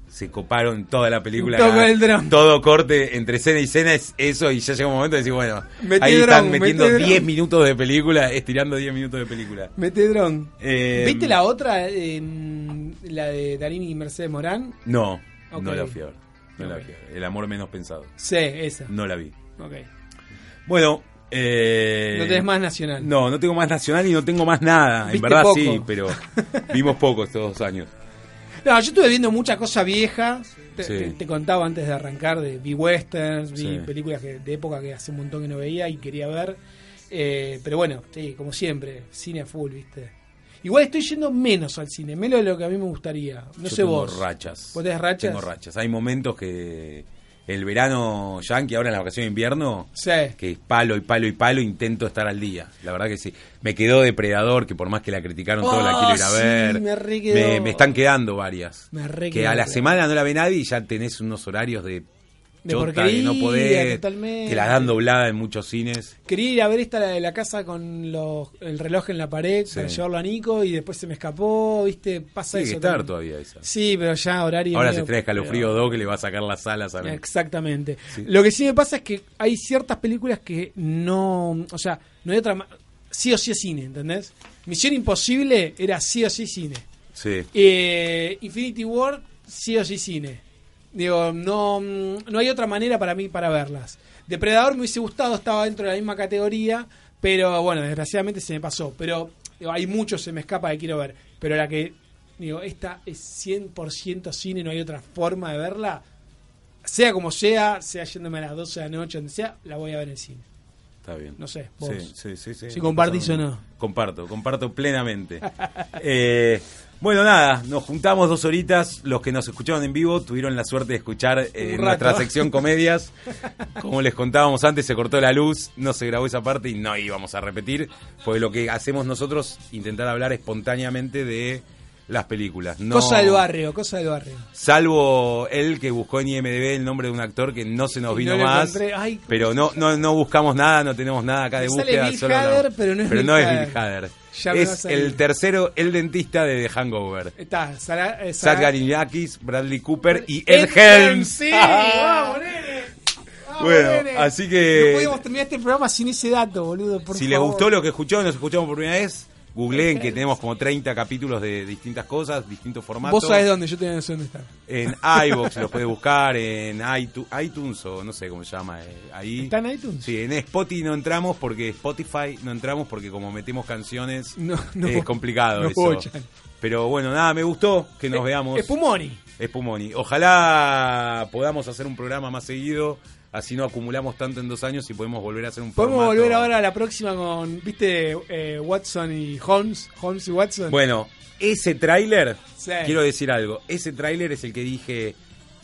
Speaker 1: Se coparon toda la película.
Speaker 2: Todo
Speaker 1: la-
Speaker 2: con el dron.
Speaker 1: Todo corte entre escena y escena es eso y ya llega un momento de decir, bueno,
Speaker 2: Metí
Speaker 1: ahí
Speaker 2: dron,
Speaker 1: están
Speaker 2: metí
Speaker 1: metiendo
Speaker 2: dron.
Speaker 1: 10 minutos de película, estirando 10 minutos de película.
Speaker 2: Mete dron.
Speaker 1: Eh,
Speaker 2: ¿Viste la otra? eh, la de Darín y Mercedes Morán.
Speaker 1: No,
Speaker 2: Ok.
Speaker 1: no la fui a ver. No la
Speaker 2: Ok.
Speaker 1: fui a ver. El amor menos pensado.
Speaker 2: Sí, esa.
Speaker 1: No la vi.
Speaker 2: Ok.
Speaker 1: Bueno, eh,
Speaker 2: No tenés más nacional.
Speaker 1: No, no tengo más nacional y no tengo más nada. En
Speaker 2: Viste
Speaker 1: verdad
Speaker 2: poco.
Speaker 1: sí, pero vimos poco estos dos años.
Speaker 2: No, yo estuve viendo mucha cosa vieja. Te,
Speaker 1: Sí.
Speaker 2: te- te contaba antes de arrancar de vi westerns, vi
Speaker 1: Sí.
Speaker 2: películas que- de época que hace un montón que no veía y quería ver. Eh, pero bueno, sí, como siempre, cine a full, ¿viste? Igual estoy yendo menos al cine, menos de lo que a mí me gustaría. No
Speaker 1: Yo
Speaker 2: sé
Speaker 1: tengo
Speaker 2: vos.
Speaker 1: rachas.
Speaker 2: ¿Vos tenés rachas?
Speaker 1: Tengo rachas. Hay momentos que el verano yankee, ahora en la vacación de invierno,
Speaker 2: Sí.
Speaker 1: que es palo y palo y palo, intento estar al día. La verdad que sí. Me quedó Depredador, que por más que la criticaron todo, la
Speaker 2: Oh,
Speaker 1: quiero ir a
Speaker 2: sí,
Speaker 1: ver.
Speaker 2: me re quedó.
Speaker 1: me, me están quedando varias.
Speaker 2: Me re
Speaker 1: que
Speaker 2: quedó,
Speaker 1: a la
Speaker 2: claro.
Speaker 1: semana no la ve nadie y ya tenés unos horarios de...
Speaker 2: De
Speaker 1: chota, que no
Speaker 2: porquería,
Speaker 1: podés,
Speaker 2: totalmente.
Speaker 1: Te las dan doblada en muchos cines.
Speaker 2: Quería ir a ver esta la de la casa con los, el reloj en la pared para
Speaker 1: Sí.
Speaker 2: llevarlo a Nico y después se me escapó, ¿viste? Pasa
Speaker 1: Tiene
Speaker 2: eso.
Speaker 1: que estar
Speaker 2: también.
Speaker 1: todavía esa.
Speaker 2: Sí, pero ya horario.
Speaker 1: Ahora
Speaker 2: medio-
Speaker 1: se estrena Escalofrío 2 que le va a sacar las alas a mí.
Speaker 2: Exactamente.
Speaker 1: Sí.
Speaker 2: Lo que sí me pasa es que hay ciertas películas que no. O sea, no hay otra. ma- Sí o sí es cine, ¿entendés? Misión Imposible era sí o sí cine.
Speaker 1: Sí.
Speaker 2: Eh, Infinity War, sí o sí cine. Digo, no, mm, no hay otra manera para mí para verlas. Depredador me hubiese gustado, estaba dentro de la misma categoría, pero bueno, desgraciadamente se me pasó. Pero digo, hay muchos, se me escapa que quiero ver. Pero la que, digo, esta es 100% cine, no hay otra forma de verla. Sea como sea, sea yéndome a las 12 de la noche, donde sea, la voy a ver en cine.
Speaker 1: Está bien.
Speaker 2: No sé, vos.
Speaker 1: Sí, sí, sí, sí.
Speaker 2: Si compartís o no.
Speaker 1: Comparto, comparto plenamente. Eh, bueno, nada, nos juntamos dos horitas. Los que nos escucharon en vivo tuvieron la suerte de escuchar eh,
Speaker 2: rato.
Speaker 1: nuestra sección comedias. Como les contábamos antes, se cortó la luz, no se grabó esa parte y no íbamos a repetir. Porque lo que hacemos nosotros, intentar hablar espontáneamente de las películas. No,
Speaker 2: Cosa del barrio, cosa del barrio.
Speaker 1: Salvo él que buscó en IMDB el nombre de un actor que no se nos
Speaker 2: Y no
Speaker 1: vino
Speaker 2: lo
Speaker 1: más.
Speaker 2: encontré. Ay, ¿cómo
Speaker 1: pero no, no, no buscamos nada, no tenemos nada acá de
Speaker 2: Me sale
Speaker 1: búsqueda.
Speaker 2: Bill
Speaker 1: solo
Speaker 2: Hader,
Speaker 1: no.
Speaker 2: pero no es Bill Hader.
Speaker 1: Bill Hader.
Speaker 2: Ya me va a
Speaker 1: Es
Speaker 2: salir.
Speaker 1: el tercero, el dentista de The Hangover.
Speaker 2: Está, Sara, eh, Sara-
Speaker 1: Zach Galifianakis, Bradley Cooper y Ed Helms. Ah.
Speaker 2: Sí, vamos, nene. Vamos,
Speaker 1: Bueno,
Speaker 2: nene.
Speaker 1: así que-
Speaker 2: No podíamos terminar este programa sin ese dato, boludo. Por
Speaker 1: si les
Speaker 2: favor.
Speaker 1: gustó lo que escuchó, nos escuchamos por primera vez, googleen que tenemos como 30 capítulos de distintas cosas, distintos formatos.
Speaker 2: Vos sabés dónde, yo tenía sé dónde está.
Speaker 1: En iVoox los puedes buscar, en iTu- iTunes o no sé cómo se llama. eh, ahí.
Speaker 2: ¿Está en iTunes?
Speaker 1: Sí, en Spotify no entramos porque Spotify no entramos porque como metemos canciones
Speaker 2: No, no.
Speaker 1: es complicado
Speaker 2: No
Speaker 1: eso.
Speaker 2: puedo, Eh, Chan.
Speaker 1: Pero bueno, nada, me gustó que nos veamos.
Speaker 2: Espumoni.
Speaker 1: Espumoni. Ojalá podamos hacer un programa más seguido, así no acumulamos tanto en dos años y podemos volver a hacer un
Speaker 2: Podemos
Speaker 1: formato.
Speaker 2: volver ahora a la próxima con, viste, eh, Watson y Holmes. Holmes y Watson.
Speaker 1: Bueno, ese tráiler,
Speaker 2: Sí.
Speaker 1: quiero decir algo, ese tráiler es el que dije,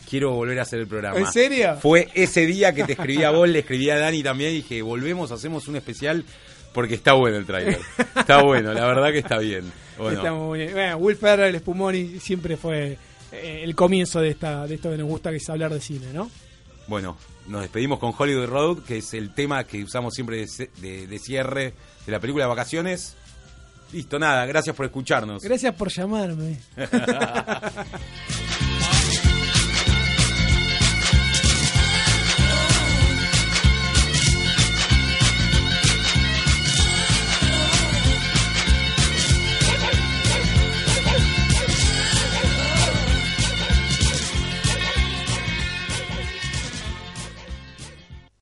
Speaker 1: quiero volver a hacer el programa.
Speaker 2: ¿En serio?
Speaker 1: Fue ese día que te escribí a vos, le escribí a Dani también, y dije, volvemos, hacemos un especial, porque está bueno el tráiler. Está bueno, la verdad que está bien. Bueno,
Speaker 2: Está muy bien. Bueno, Will Ferrell, el Espumoni, siempre fue eh, el comienzo de, esta, de esto que nos gusta, que es hablar de cine, ¿no?
Speaker 1: bueno, nos despedimos con Hollywood Road, que es el tema que usamos siempre de, ce- de- de cierre de la película Vacaciones. Listo, nada, gracias por escucharnos.
Speaker 2: Gracias por llamarme.